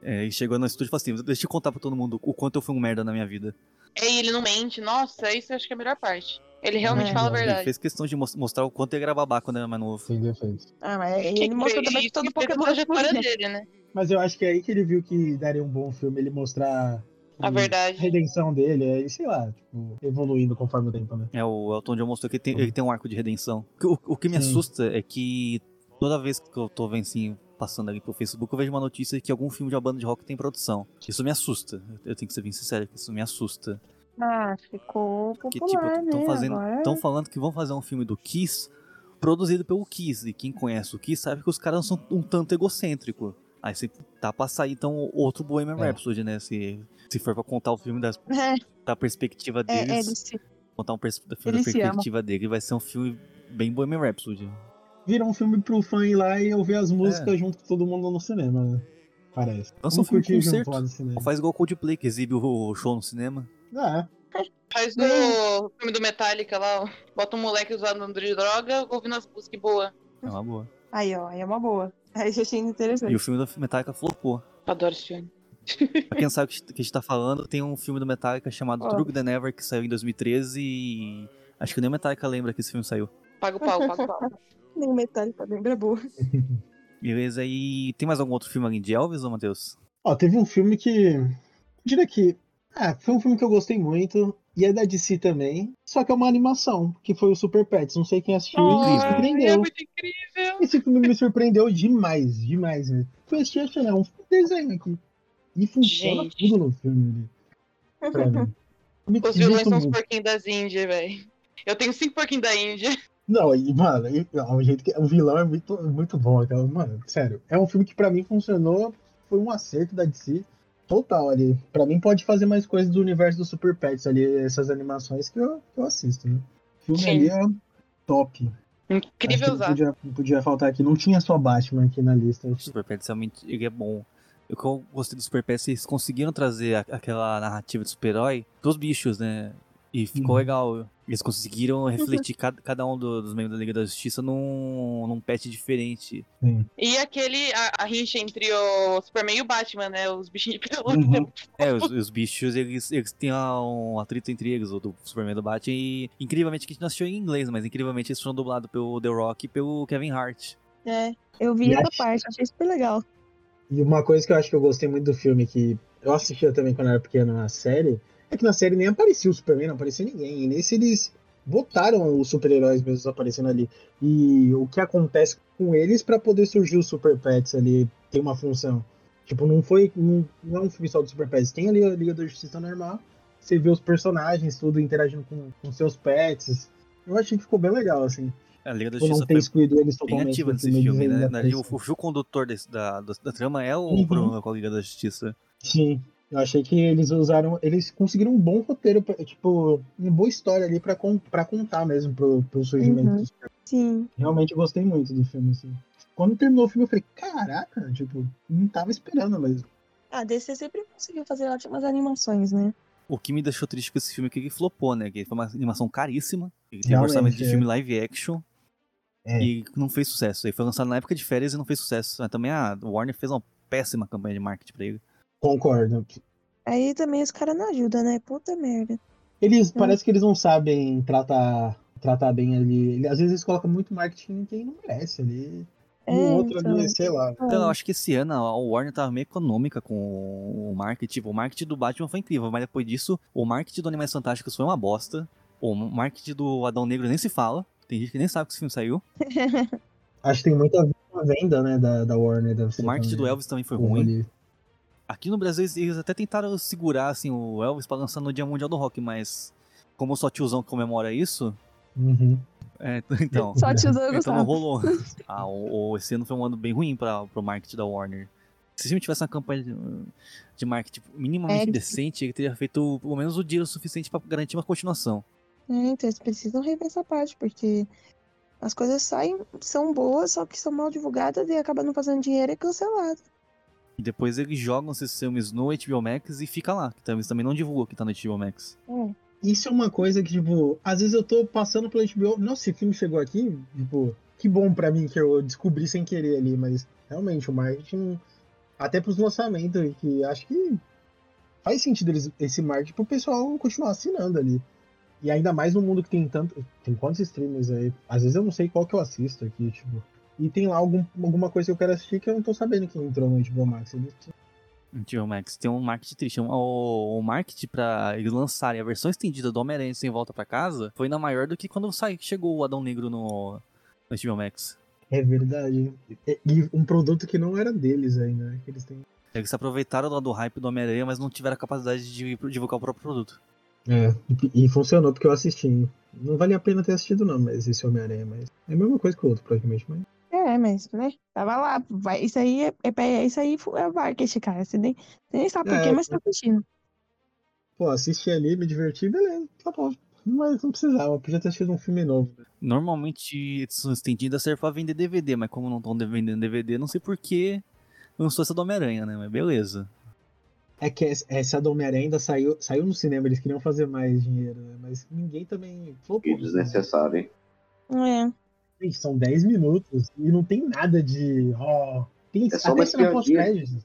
[SPEAKER 1] É, e chegou no estúdio e falou assim, deixa eu contar pra todo mundo o quanto eu fui um merda na minha vida.
[SPEAKER 8] É, e ele não mente. Nossa, isso eu acho que é a melhor parte. Ele realmente
[SPEAKER 3] É,
[SPEAKER 8] fala a
[SPEAKER 3] ele
[SPEAKER 1] Ele
[SPEAKER 8] verdade.
[SPEAKER 1] fez questão de mos- mostrar o quanto ele era babaca quando era mais novo.
[SPEAKER 3] Sem defeito.
[SPEAKER 5] Ah, mas ele
[SPEAKER 8] Que-
[SPEAKER 5] mostrou
[SPEAKER 8] que-
[SPEAKER 5] também que todo
[SPEAKER 8] que teve a
[SPEAKER 5] Pokémon é
[SPEAKER 8] trajetória
[SPEAKER 5] fluido.
[SPEAKER 8] dele, né?
[SPEAKER 3] Mas eu acho que é aí que ele viu que daria um bom filme ele mostrar
[SPEAKER 8] A
[SPEAKER 3] hum,
[SPEAKER 8] verdade.
[SPEAKER 3] a redenção dele, aí, sei lá, tipo, evoluindo conforme o tempo, né?
[SPEAKER 1] É, o Elton John mostrou que ele tem, ele tem um arco de redenção. O que- O, o que me
[SPEAKER 3] Uhum. Sim.
[SPEAKER 1] assusta é que toda vez que eu tô vendo assim, passando ali pro Facebook, eu vejo uma notícia que algum filme de uma banda de rock tem produção. Isso me assusta. Eu tenho que ser bem sincero, que isso me assusta.
[SPEAKER 5] Ah, ficou
[SPEAKER 1] Porque,
[SPEAKER 5] popular,
[SPEAKER 1] tipo,
[SPEAKER 5] né?
[SPEAKER 1] estão fazendo.
[SPEAKER 5] Agora
[SPEAKER 1] Estão falando que vão fazer um filme do Kiss produzido pelo Kiss. E quem conhece o Kiss sabe que os caras são um tanto egocêntricos. Aí se tá pra sair, então, outro Bohemian
[SPEAKER 3] É.
[SPEAKER 1] Rhapsody, né? Se, se for pra contar o filme das-
[SPEAKER 5] É,
[SPEAKER 1] da perspectiva
[SPEAKER 5] é,
[SPEAKER 1] deles.
[SPEAKER 5] eles se-
[SPEAKER 1] Contar um pers- da filme da
[SPEAKER 5] Eles se amam.
[SPEAKER 1] perspectiva dele. Vai ser um filme bem Bohemian Rhapsody.
[SPEAKER 3] Vira um filme pro fã ir lá e ouvir as músicas junto com todo mundo no cinema, né? Parece.
[SPEAKER 1] Lança um filme
[SPEAKER 3] curtir junto
[SPEAKER 1] concerto.
[SPEAKER 3] lá no cinema.
[SPEAKER 1] Ou faz igual o Coldplay, que exibe o o show no cinema.
[SPEAKER 3] Ah,
[SPEAKER 8] Faz do filme do Metallica lá, ó. Bota um moleque usando de droga, ouvindo as músicas boa.
[SPEAKER 1] É uma boa.
[SPEAKER 5] Aí, ó, aí é uma boa. Aí eu achei
[SPEAKER 1] E
[SPEAKER 5] interessante.
[SPEAKER 1] o filme do Metallica flopou.
[SPEAKER 8] Adoro esse filme.
[SPEAKER 1] Pra quem sabe o que a gente tá falando, tem um filme do Metallica chamado
[SPEAKER 5] Ó.
[SPEAKER 1] Drug Than Ever, que saiu em 2013 e... Acho que nem o Metallica lembra que esse filme saiu.
[SPEAKER 8] Paga o pau, paga o pau.
[SPEAKER 5] Nem o Metallica lembra boa.
[SPEAKER 1] Beleza, e tem mais algum outro filme além de Elvis, ô Matheus?
[SPEAKER 3] Ó, teve um filme que. eu Diria que. Ah, foi um filme que eu gostei muito. E é da DC também. Só que é uma animação, que foi o Super Pets. Não sei quem assistiu e me
[SPEAKER 1] Incrível.
[SPEAKER 8] é
[SPEAKER 3] surpreendeu.
[SPEAKER 8] muito incrível.
[SPEAKER 3] Esse filme me surpreendeu demais, demais mesmo. Foi assistir achei, né, um desenho aqui. E funciona
[SPEAKER 8] Gente.
[SPEAKER 3] tudo no filme ali. Pra mim. Me
[SPEAKER 8] Os vilões
[SPEAKER 3] divirto
[SPEAKER 8] são os
[SPEAKER 3] muito.
[SPEAKER 8] porquinhos das Índias, velho. Eu tenho cinco porquinhos da Índia.
[SPEAKER 3] Não, e, mano, e, não, o, jeito que, o vilão é muito, muito bom. Aquela, mano, sério. É um filme que pra mim funcionou. Foi um acerto da DC total ali. Pra mim pode fazer mais coisas do universo do Super Pets ali. Essas animações que eu, que eu assisto, né? O filme
[SPEAKER 8] Sim.
[SPEAKER 3] ali é top. Acho que
[SPEAKER 8] Incrível
[SPEAKER 3] não
[SPEAKER 8] usar.
[SPEAKER 3] podia, não podia faltar aqui. Não tinha só Batman aqui na lista.
[SPEAKER 1] O Super Pets realmente ele é bom. O que eu gostei do Super Pets, eles conseguiram trazer a- aquela narrativa de super-herói dos bichos, né? E ficou
[SPEAKER 3] Uhum.
[SPEAKER 1] legal. Eles conseguiram refletir cada, cada um do- dos membros da Liga da Justiça num, num pet diferente.
[SPEAKER 8] E aquele, a, a rixa entre o Superman e o Batman, né? Os bichinhos de pelúcia.
[SPEAKER 3] Uhum.
[SPEAKER 1] É, os, os bichos, eles, eles têm ah, um atrito entre eles, o do Superman e do Batman. E incrivelmente, que a gente não assistiu em inglês, mas incrivelmente eles foram dublados pelo The Rock e pelo Kevin Hart.
[SPEAKER 5] É, eu vi
[SPEAKER 3] E
[SPEAKER 5] essa
[SPEAKER 3] acho-
[SPEAKER 5] parte, achei super legal.
[SPEAKER 3] E uma coisa que eu acho que eu gostei muito do filme, que eu assistia também quando eu era pequeno na série, É que na série nem aparecia o Superman, não aparecia ninguém. E nesse eles botaram os super-heróis mesmo aparecendo ali. E o que acontece com eles pra poder surgir os Super Pets ali, tem uma função. Tipo, não foi. Não, não é um filme só do Super Pets. Tem ali a Liga da Justiça normal. Você vê os personagens, tudo interagindo com, com seus pets. Eu achei que ficou bem legal, assim.
[SPEAKER 1] A Liga da
[SPEAKER 3] Ou não
[SPEAKER 1] Justiça
[SPEAKER 3] ter
[SPEAKER 1] foi
[SPEAKER 3] excluído eles
[SPEAKER 1] bem
[SPEAKER 3] totalmente.
[SPEAKER 1] ativa
[SPEAKER 3] do
[SPEAKER 1] nesse
[SPEAKER 3] filme,
[SPEAKER 1] filme,
[SPEAKER 3] eles
[SPEAKER 1] né?
[SPEAKER 3] ainda
[SPEAKER 1] Na verdade, O
[SPEAKER 3] aparecem.
[SPEAKER 1] fio condutor desse- da, da, da trama é o
[SPEAKER 3] Uhum.
[SPEAKER 1] problema com a Liga da Justiça.
[SPEAKER 3] Sim, eu achei que eles usaram, eles conseguiram um bom roteiro, pra- tipo, uma boa história ali pra, con- pra contar mesmo pro, pro surgimento.
[SPEAKER 5] Uhum.
[SPEAKER 3] dos-
[SPEAKER 5] Sim.
[SPEAKER 3] Realmente eu gostei muito do filme, assim. Quando terminou o filme, eu falei, caraca, tipo, não tava esperando mesmo.
[SPEAKER 5] A DC Ah, sempre conseguiu fazer ótimas animações, né?
[SPEAKER 1] O que me deixou triste com esse filme é que ele flopou, né? Que foi uma animação caríssima. Ele teve um
[SPEAKER 3] Realmente,
[SPEAKER 1] orçamento de
[SPEAKER 3] é.
[SPEAKER 1] filme live action.
[SPEAKER 3] É.
[SPEAKER 1] E não fez sucesso. Ele foi lançado na época de férias e não fez sucesso. Mas também a Warner fez uma péssima campanha de marketing pra ele.
[SPEAKER 3] Concordo.
[SPEAKER 5] Aí também os caras não ajudam, né? Puta merda. Uhum.
[SPEAKER 3] Eles, parece que eles não sabem tratar, tratar bem ali. Ele- Às vezes eles colocam muito marketing em quem não merece ali. E
[SPEAKER 5] É,
[SPEAKER 3] o outro
[SPEAKER 5] então.
[SPEAKER 3] ali, é, sei lá.
[SPEAKER 1] Então eu acho que esse ano a Warner tava meio econômica com o marketing. Tipo, o marketing do Batman foi incrível, mas depois disso, o marketing do Animais Fantásticos foi uma bosta. O marketing do Adão Negro nem se fala. Tem gente que nem sabe que esse filme saiu.
[SPEAKER 3] Acho que tem muita venda, né, da, da Warner. Deve
[SPEAKER 1] O
[SPEAKER 3] ser
[SPEAKER 1] marketing do
[SPEAKER 3] também.
[SPEAKER 1] Elvis também foi ruim.
[SPEAKER 3] Ali.
[SPEAKER 1] Aqui no Brasil eles- eles até tentaram segurar assim o Elvis pra lançar no Dia Mundial do Rock, mas como só tiozão comemora isso,
[SPEAKER 3] Uhum.
[SPEAKER 1] é, então,
[SPEAKER 5] Só tiozão
[SPEAKER 1] então
[SPEAKER 5] gostava.
[SPEAKER 1] não rolou. Ah, o, o- esse ano foi um ano bem ruim para pro marketing da Warner. Se o time tivesse uma campanha de, de marketing minimamente
[SPEAKER 5] É.
[SPEAKER 1] decente, ele teria feito pelo menos o dinheiro suficiente pra garantir uma continuação.
[SPEAKER 5] É, então eles precisam rever essa parte, porque as coisas saem, são boas, só que são mal divulgadas e acaba não fazendo dinheiro e é cancelado.
[SPEAKER 1] E depois eles jogam esses filmes no HBO Max e fica lá. Que também, eles também não divulgam que tá no HBO Max.
[SPEAKER 3] Isso é uma coisa que, tipo, às vezes eu tô passando pela HBO. Nossa, esse filme chegou aqui, tipo, que bom pra mim que eu descobri sem querer ali, mas realmente o marketing, até pros lançamentos, que acho que faz sentido eles, esse marketing pro pessoal continuar assinando ali. E ainda mais no mundo que tem tanto. Tem quantos streamers aí? Às vezes eu não sei qual que eu assisto aqui, tipo. E tem lá algum, alguma coisa que eu quero assistir que eu não tô sabendo que entrou no HBO Max. Eles-
[SPEAKER 1] No HBO Max tem um marketing triste. Um- O, o marketing pra eles lançarem a versão estendida do Homem-Aranha sem volta pra casa foi ainda maior do que quando sai, chegou o Adão Negro no, no HBO Max.
[SPEAKER 3] É verdade. E, e um produto que não era deles ainda, né? Que eles têm.
[SPEAKER 1] Eles se aproveitaram do, do hype do Homem-Aranha, mas não tiveram a capacidade de divulgar o próprio produto.
[SPEAKER 3] É, e e funcionou porque eu assisti. hein? Não vale a pena ter assistido, não, mas esse Homem-Aranha, mas. É a mesma coisa que o outro, praticamente, mas.
[SPEAKER 5] É, mas, né? Tava lá. Vai, isso aí é, é, é- isso aí é marketing, cara. Você nem, você nem sabe por
[SPEAKER 3] É,
[SPEAKER 5] quê, mas tá assistindo.
[SPEAKER 3] Pô, assisti ali, me diverti, beleza, tá bom. Mas não precisava, podia ter assistido um filme novo.
[SPEAKER 1] Normalmente edição estendida serve pra vender DVD, mas como não estão vendendo DVD, não sei por que lançou essa do Homem-Aranha, né? Mas beleza.
[SPEAKER 3] É que essa- essa do Homem-Aranha ainda saiu, saiu no cinema, eles queriam fazer mais dinheiro, né? Mas ninguém também. Flopou,
[SPEAKER 2] E desnecessário, hein?
[SPEAKER 5] É.
[SPEAKER 3] Gente, São 10 minutos e não tem nada de. ó, tem
[SPEAKER 2] É só
[SPEAKER 3] até
[SPEAKER 2] uma
[SPEAKER 3] cena
[SPEAKER 2] espiadinha.
[SPEAKER 3] pós-créditos.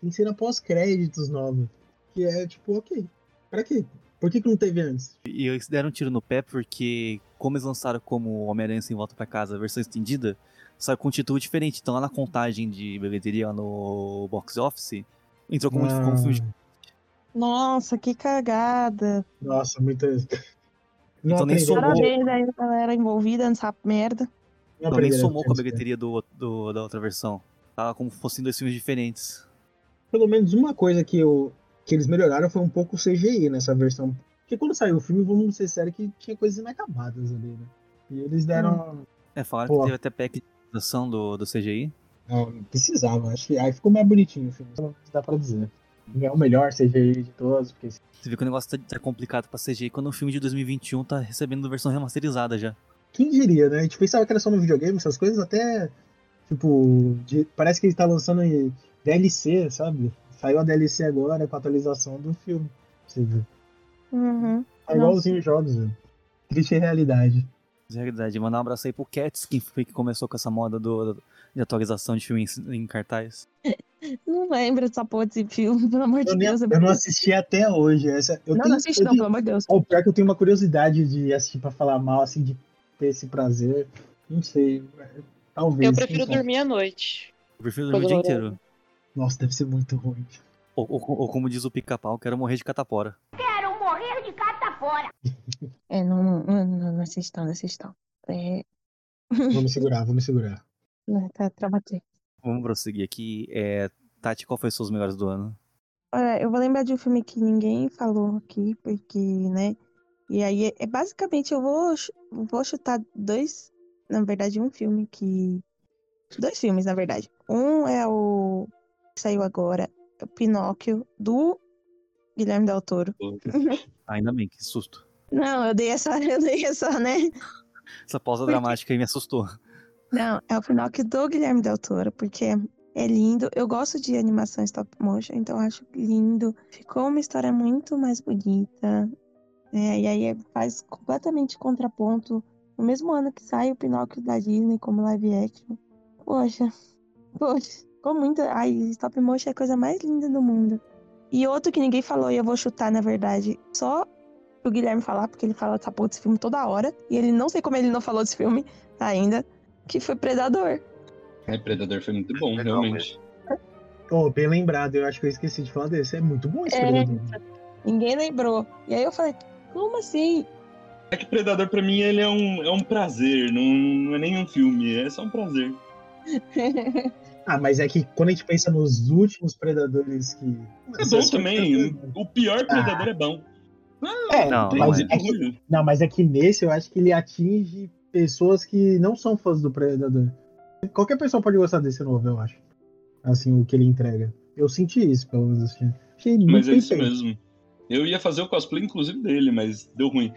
[SPEAKER 3] Tem cena pós-créditos nova. Que é tipo, ok. Pra quê? Por que, que não teve antes?
[SPEAKER 1] E eles deram um tiro no pé porque, como eles lançaram como Homem-Aranha sem volta pra casa, a versão estendida, saiu com um título diferente. Então lá na contagem de bilheteria lá no box office, entrou como,
[SPEAKER 3] Ah.
[SPEAKER 1] como um filme de...
[SPEAKER 5] Nossa, que cagada.
[SPEAKER 3] Nossa, muita. Não
[SPEAKER 1] Então nem
[SPEAKER 3] aprenderam-
[SPEAKER 1] somou.
[SPEAKER 5] Parabéns aí, pra galera envolvida nessa merda.
[SPEAKER 3] não
[SPEAKER 1] Então nem
[SPEAKER 3] aprenderam
[SPEAKER 1] somou com a
[SPEAKER 3] antes, né?
[SPEAKER 1] bilheteria do, do- da outra versão. Tava como se fossem dois filmes diferentes.
[SPEAKER 3] Pelo menos uma coisa que, eu, que eles melhoraram foi um pouco o CGI nessa versão. Porque quando saiu o filme, vamos ser sérios, que tinha coisas inacabadas ali, né? E eles deram.
[SPEAKER 1] É, falaram
[SPEAKER 3] Pô.
[SPEAKER 1] que teve até pack de atualização do, do CGI.
[SPEAKER 3] Não, não precisava. Acho que aí ficou mais bonitinho Então, o filme. Pelo menos dá pra dizer. Não é o melhor CGI de todos, porque
[SPEAKER 1] Você vê que o negócio tá, tá complicado pra CGI quando um filme de 2021 tá recebendo versão remasterizada já.
[SPEAKER 3] Quem diria, né? A gente pensava que era só no videogame, essas coisas, até. Tipo, de- parece que ele tá lançando em DLC, sabe? Saiu a DLC agora com a atualização do filme. Você vê.
[SPEAKER 5] Uhum.
[SPEAKER 3] É igualzinho os jogos, velho. Triste realidade.
[SPEAKER 1] Mas é verdade, mandar um abraço aí pro Cats, que foi que começou com essa moda do, de atualização de filme em, em cartaz.
[SPEAKER 5] Não lembro dessa porra desse filme, pelo amor de
[SPEAKER 3] Eu, nem-
[SPEAKER 5] Deus. é
[SPEAKER 3] eu não assisti até hoje. Essa, eu
[SPEAKER 5] Não,
[SPEAKER 3] tenho,
[SPEAKER 5] não assiste,
[SPEAKER 3] eu
[SPEAKER 5] não,
[SPEAKER 3] tenho-
[SPEAKER 5] pelo amor de Deus.
[SPEAKER 3] Ó, o pior é que eu tenho uma curiosidade de assistir pra falar mal, assim, de ter esse prazer. Não sei. é, Talvez.
[SPEAKER 8] Eu
[SPEAKER 3] quem
[SPEAKER 8] prefiro
[SPEAKER 3] sabe.
[SPEAKER 8] dormir à noite.
[SPEAKER 1] Eu prefiro dormir o dia
[SPEAKER 8] Coisa
[SPEAKER 1] inteiro.
[SPEAKER 3] Nossa, deve ser muito ruim.
[SPEAKER 1] Ou, ou- ou como diz o pica-pau, quero morrer de catapora.
[SPEAKER 6] Quero
[SPEAKER 10] fora!
[SPEAKER 5] É, não, não, não, não assistam, não assistam. É,
[SPEAKER 3] Vou me segurar, vou me segurar.
[SPEAKER 5] né, tá traumatizado.
[SPEAKER 1] Vamos prosseguir aqui. É, Tati, qual foi os seus melhores do ano?
[SPEAKER 5] Olha, eu vou lembrar de um filme que ninguém falou aqui, porque, né? E aí, é- é basicamente, eu vou, chu- vou chutar dois, na verdade, um filme que. Dois filmes, na verdade. Um é o que saiu agora, é o Pinóquio, do Guilherme Del Toro.
[SPEAKER 1] Ainda bem, que susto.
[SPEAKER 5] Não, eu dei essa, eu dei essa, né?
[SPEAKER 1] Essa pausa dramática aí me assustou.
[SPEAKER 5] Não, é o Pinóquio do Guilherme Del Toro, porque é lindo. Eu gosto de animação stop motion, então eu acho lindo. Ficou uma história muito mais bonita. né? E aí é- faz completamente contraponto. No mesmo ano que sai o Pinóquio da Disney como live action. Poxa, poxa, ficou muito. Ai, stop motion é a coisa mais linda do mundo. E outro que ninguém falou, e eu vou chutar, na verdade, só pro Guilherme falar, porque ele fala essa porra desse filme toda hora. E ele não sei como ele não falou desse filme ainda que foi Predador.
[SPEAKER 4] É, Predador foi muito bom,
[SPEAKER 2] Legal
[SPEAKER 4] realmente.
[SPEAKER 3] Oh, bem lembrado, eu acho que eu esqueci de falar desse. É muito bom esse
[SPEAKER 5] É.
[SPEAKER 3] Predador.
[SPEAKER 5] Ninguém lembrou. E aí eu falei, como assim?
[SPEAKER 4] É que Predador, pra mim, ele é um, é um prazer, não, não é nem um filme, é só um prazer.
[SPEAKER 3] Ah, mas é que quando a gente pensa nos últimos Predadores que.
[SPEAKER 4] É bom também, o
[SPEAKER 2] Ah.
[SPEAKER 4] pior Predador é bom.
[SPEAKER 3] um É,
[SPEAKER 1] Não,
[SPEAKER 4] tem
[SPEAKER 1] não
[SPEAKER 3] mas
[SPEAKER 1] é.
[SPEAKER 4] muito
[SPEAKER 3] é que
[SPEAKER 4] orgulho.
[SPEAKER 3] Não, mas é que nesse eu acho que ele atinge pessoas que não são fãs do Predador. Qualquer pessoa pode gostar desse novo, eu acho. Assim, o que ele entrega. Eu senti isso, pelo menos. Assim. Achei muito
[SPEAKER 4] Mas é
[SPEAKER 3] bem
[SPEAKER 4] isso
[SPEAKER 3] feito.
[SPEAKER 4] mesmo. Eu ia fazer o cosplay, inclusive, dele, mas deu ruim.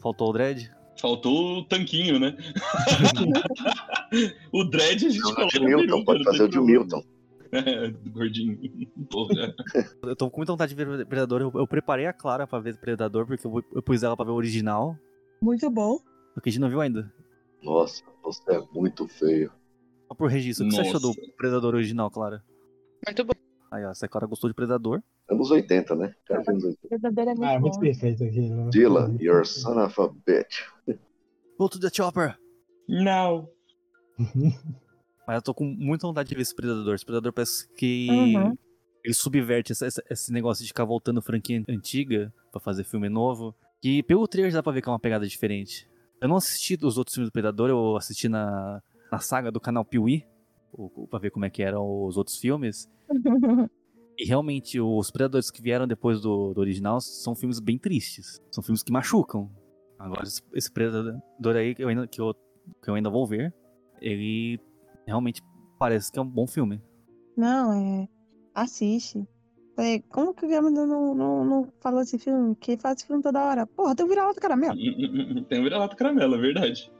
[SPEAKER 1] Faltou o Dredd?
[SPEAKER 4] Faltou o tanquinho, né? o dread a gente
[SPEAKER 2] Não, não é
[SPEAKER 4] coloca
[SPEAKER 2] de
[SPEAKER 4] no
[SPEAKER 2] Milton,
[SPEAKER 4] peru,
[SPEAKER 2] pode
[SPEAKER 4] cara,
[SPEAKER 2] fazer o de
[SPEAKER 4] não tem
[SPEAKER 2] Milton.
[SPEAKER 4] problema. É, gordinho. Porra.
[SPEAKER 1] Eu tô com muita vontade de ver Predador. Eu, eu preparei a Clara pra ver Predador, porque eu, eu pus ela pra ver o original.
[SPEAKER 5] Muito bom.
[SPEAKER 1] Só que a gente não viu ainda.
[SPEAKER 2] Nossa, você é muito feio.
[SPEAKER 1] Só por registro. O que você achou
[SPEAKER 4] Nossa.
[SPEAKER 1] do Predador original, Clara?
[SPEAKER 8] Muito bom.
[SPEAKER 1] Aí, ó, essa Clara gostou de Predador.
[SPEAKER 2] Anos 80, né? Cara, anos 80.
[SPEAKER 5] Predador é muito
[SPEAKER 3] Ah, é muito
[SPEAKER 5] bom.
[SPEAKER 3] perfeito aquilo.
[SPEAKER 2] Dila, you're son of a bitch.
[SPEAKER 1] Go to the Chopper!
[SPEAKER 4] Não.
[SPEAKER 1] Mas eu tô com muita vontade de ver esse Predador. Esse Predador parece que.
[SPEAKER 5] Uhum.
[SPEAKER 1] Ele subverte essa- essa- esse negócio de ficar voltando franquia antiga pra fazer filme novo. E pelo trailer já dá pra ver que é uma pegada diferente. Eu não assisti os outros filmes do Predador, eu assisti na, na saga do canal Piuí, pra ver como é que eram os outros filmes. E realmente, os Predadores que vieram depois do, do original são filmes bem tristes. São filmes que machucam. Agora, esse, esse Predador aí, que eu, ainda, que, eu, que eu ainda vou ver, ele realmente parece que é um bom filme.
[SPEAKER 5] Não, é. Assiste. Falei, como que o Guilherme não, não, não falou desse filme? Que faz esse filme toda hora. Porra, tem um vira-lata caramelo.
[SPEAKER 4] Tem um vira-lata caramelo, é verdade.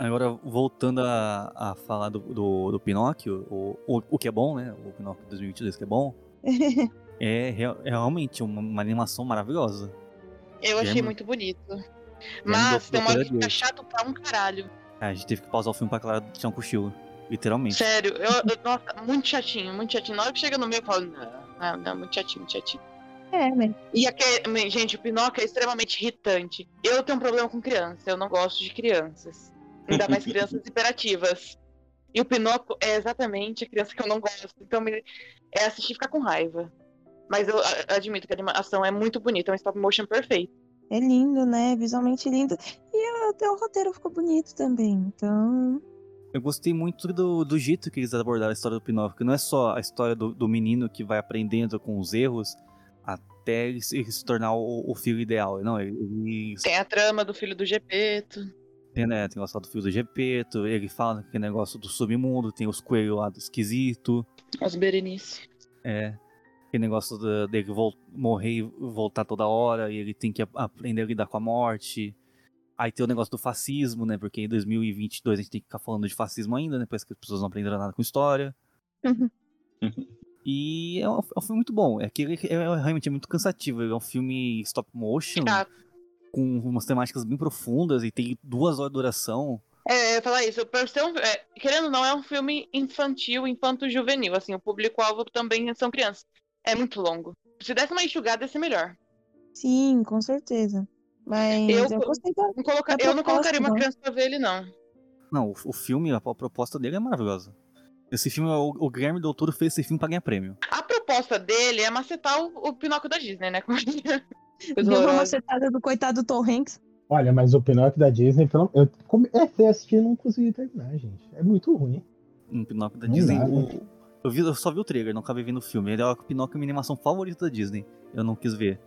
[SPEAKER 1] Agora, voltando a, a falar do, do, do Pinóquio, o, o, o que é bom, né? O Pinóquio 2022 que é bom, é, real- é realmente uma, uma animação maravilhosa.
[SPEAKER 8] Eu achei
[SPEAKER 1] Guilherme-
[SPEAKER 8] muito bonito.
[SPEAKER 1] Guilherme Del-
[SPEAKER 8] Mas tem uma
[SPEAKER 1] Del Toro é
[SPEAKER 8] hora que fica
[SPEAKER 1] Deus.
[SPEAKER 8] chato pra um caralho.
[SPEAKER 1] A gente teve que pausar o filme pra Clara tirar um cochilo, literalmente.
[SPEAKER 8] Sério, eu, eu- nossa, muito chatinho, muito chatinho. Na hora que chega no meio, eu falo, não, não, não, muito chatinho, muito chatinho.
[SPEAKER 5] É, né?
[SPEAKER 8] E aquele, gente, o Pinóquio é extremamente irritante. Eu tenho um problema com criança, eu não gosto de crianças. Ainda mais crianças hiperativas. E o Pinóquio é exatamente a criança que eu não gosto. Então me- é assistir e ficar com raiva. Mas eu a- admito que a animação é muito bonita, é um stop motion perfeito.
[SPEAKER 5] É lindo, né? Visualmente lindo. E até o roteiro ficou bonito também. Então.
[SPEAKER 1] Eu gostei muito do, do jeito que eles abordaram a história do Pinóquio, que não é só a história do, do menino que vai aprendendo com os erros até ele se, ele se tornar o, o filho ideal. Não, ele, ele
[SPEAKER 8] Tem a trama do filho do Gepeto.
[SPEAKER 1] Tem, né, tem o negócio lá do fio do Gepeto, ele fala que é negócio do submundo, tem os coelhos lá do esquisito,
[SPEAKER 8] Os Berenice.
[SPEAKER 1] é. Tem negócio da- dele vol- morrer e voltar toda hora, e ele tem que a- aprender a lidar com a morte. Aí tem o negócio do fascismo, né, porque em 2022 a gente tem que ficar falando de fascismo ainda, né, parece que as pessoas não aprenderam nada com história. E é um, é um filme muito bom, é que ele é, é realmente é muito cansativo, ele é um filme stop motion,
[SPEAKER 8] Chato.
[SPEAKER 1] com umas temáticas bem profundas, e tem duas horas de duração.
[SPEAKER 8] É, eu ia falar isso. Por ser um- é, querendo ou não, é um filme infantil, infanto-juvenil. Assim, o público-alvo também são crianças. É muito longo. Se desse uma enxugada, ia ser melhor.
[SPEAKER 5] Sim, com certeza. Mas eu,
[SPEAKER 8] Eu-
[SPEAKER 5] gostei da.
[SPEAKER 8] Não coloca-
[SPEAKER 5] É
[SPEAKER 8] Eu não
[SPEAKER 5] proposta,
[SPEAKER 8] colocaria uma
[SPEAKER 5] não.
[SPEAKER 8] criança pra ver ele, não.
[SPEAKER 1] Não, o, o filme, a, a proposta dele é maravilhosa. Esse filme, o, o Guilherme Del Toro fez esse filme pra ganhar prêmio.
[SPEAKER 8] A proposta dele é macetar o, o Pinóquio da Disney, né? Coisa
[SPEAKER 5] Deu uma
[SPEAKER 8] horrorosa.
[SPEAKER 5] macetada do coitado do Tom Hanks.
[SPEAKER 3] Olha, mas o Pinóquio da Disney, pelo eu comecei a assistir e não consegui terminar, gente. É muito ruim.
[SPEAKER 1] Um Pinóquio da
[SPEAKER 3] Não
[SPEAKER 1] Disney.
[SPEAKER 3] dá, né?
[SPEAKER 1] o- eu, vi- eu só vi o trailer, não acabei vendo o filme. Ele é o Pinóquio, minha animação favorita da Disney. Eu não quis ver.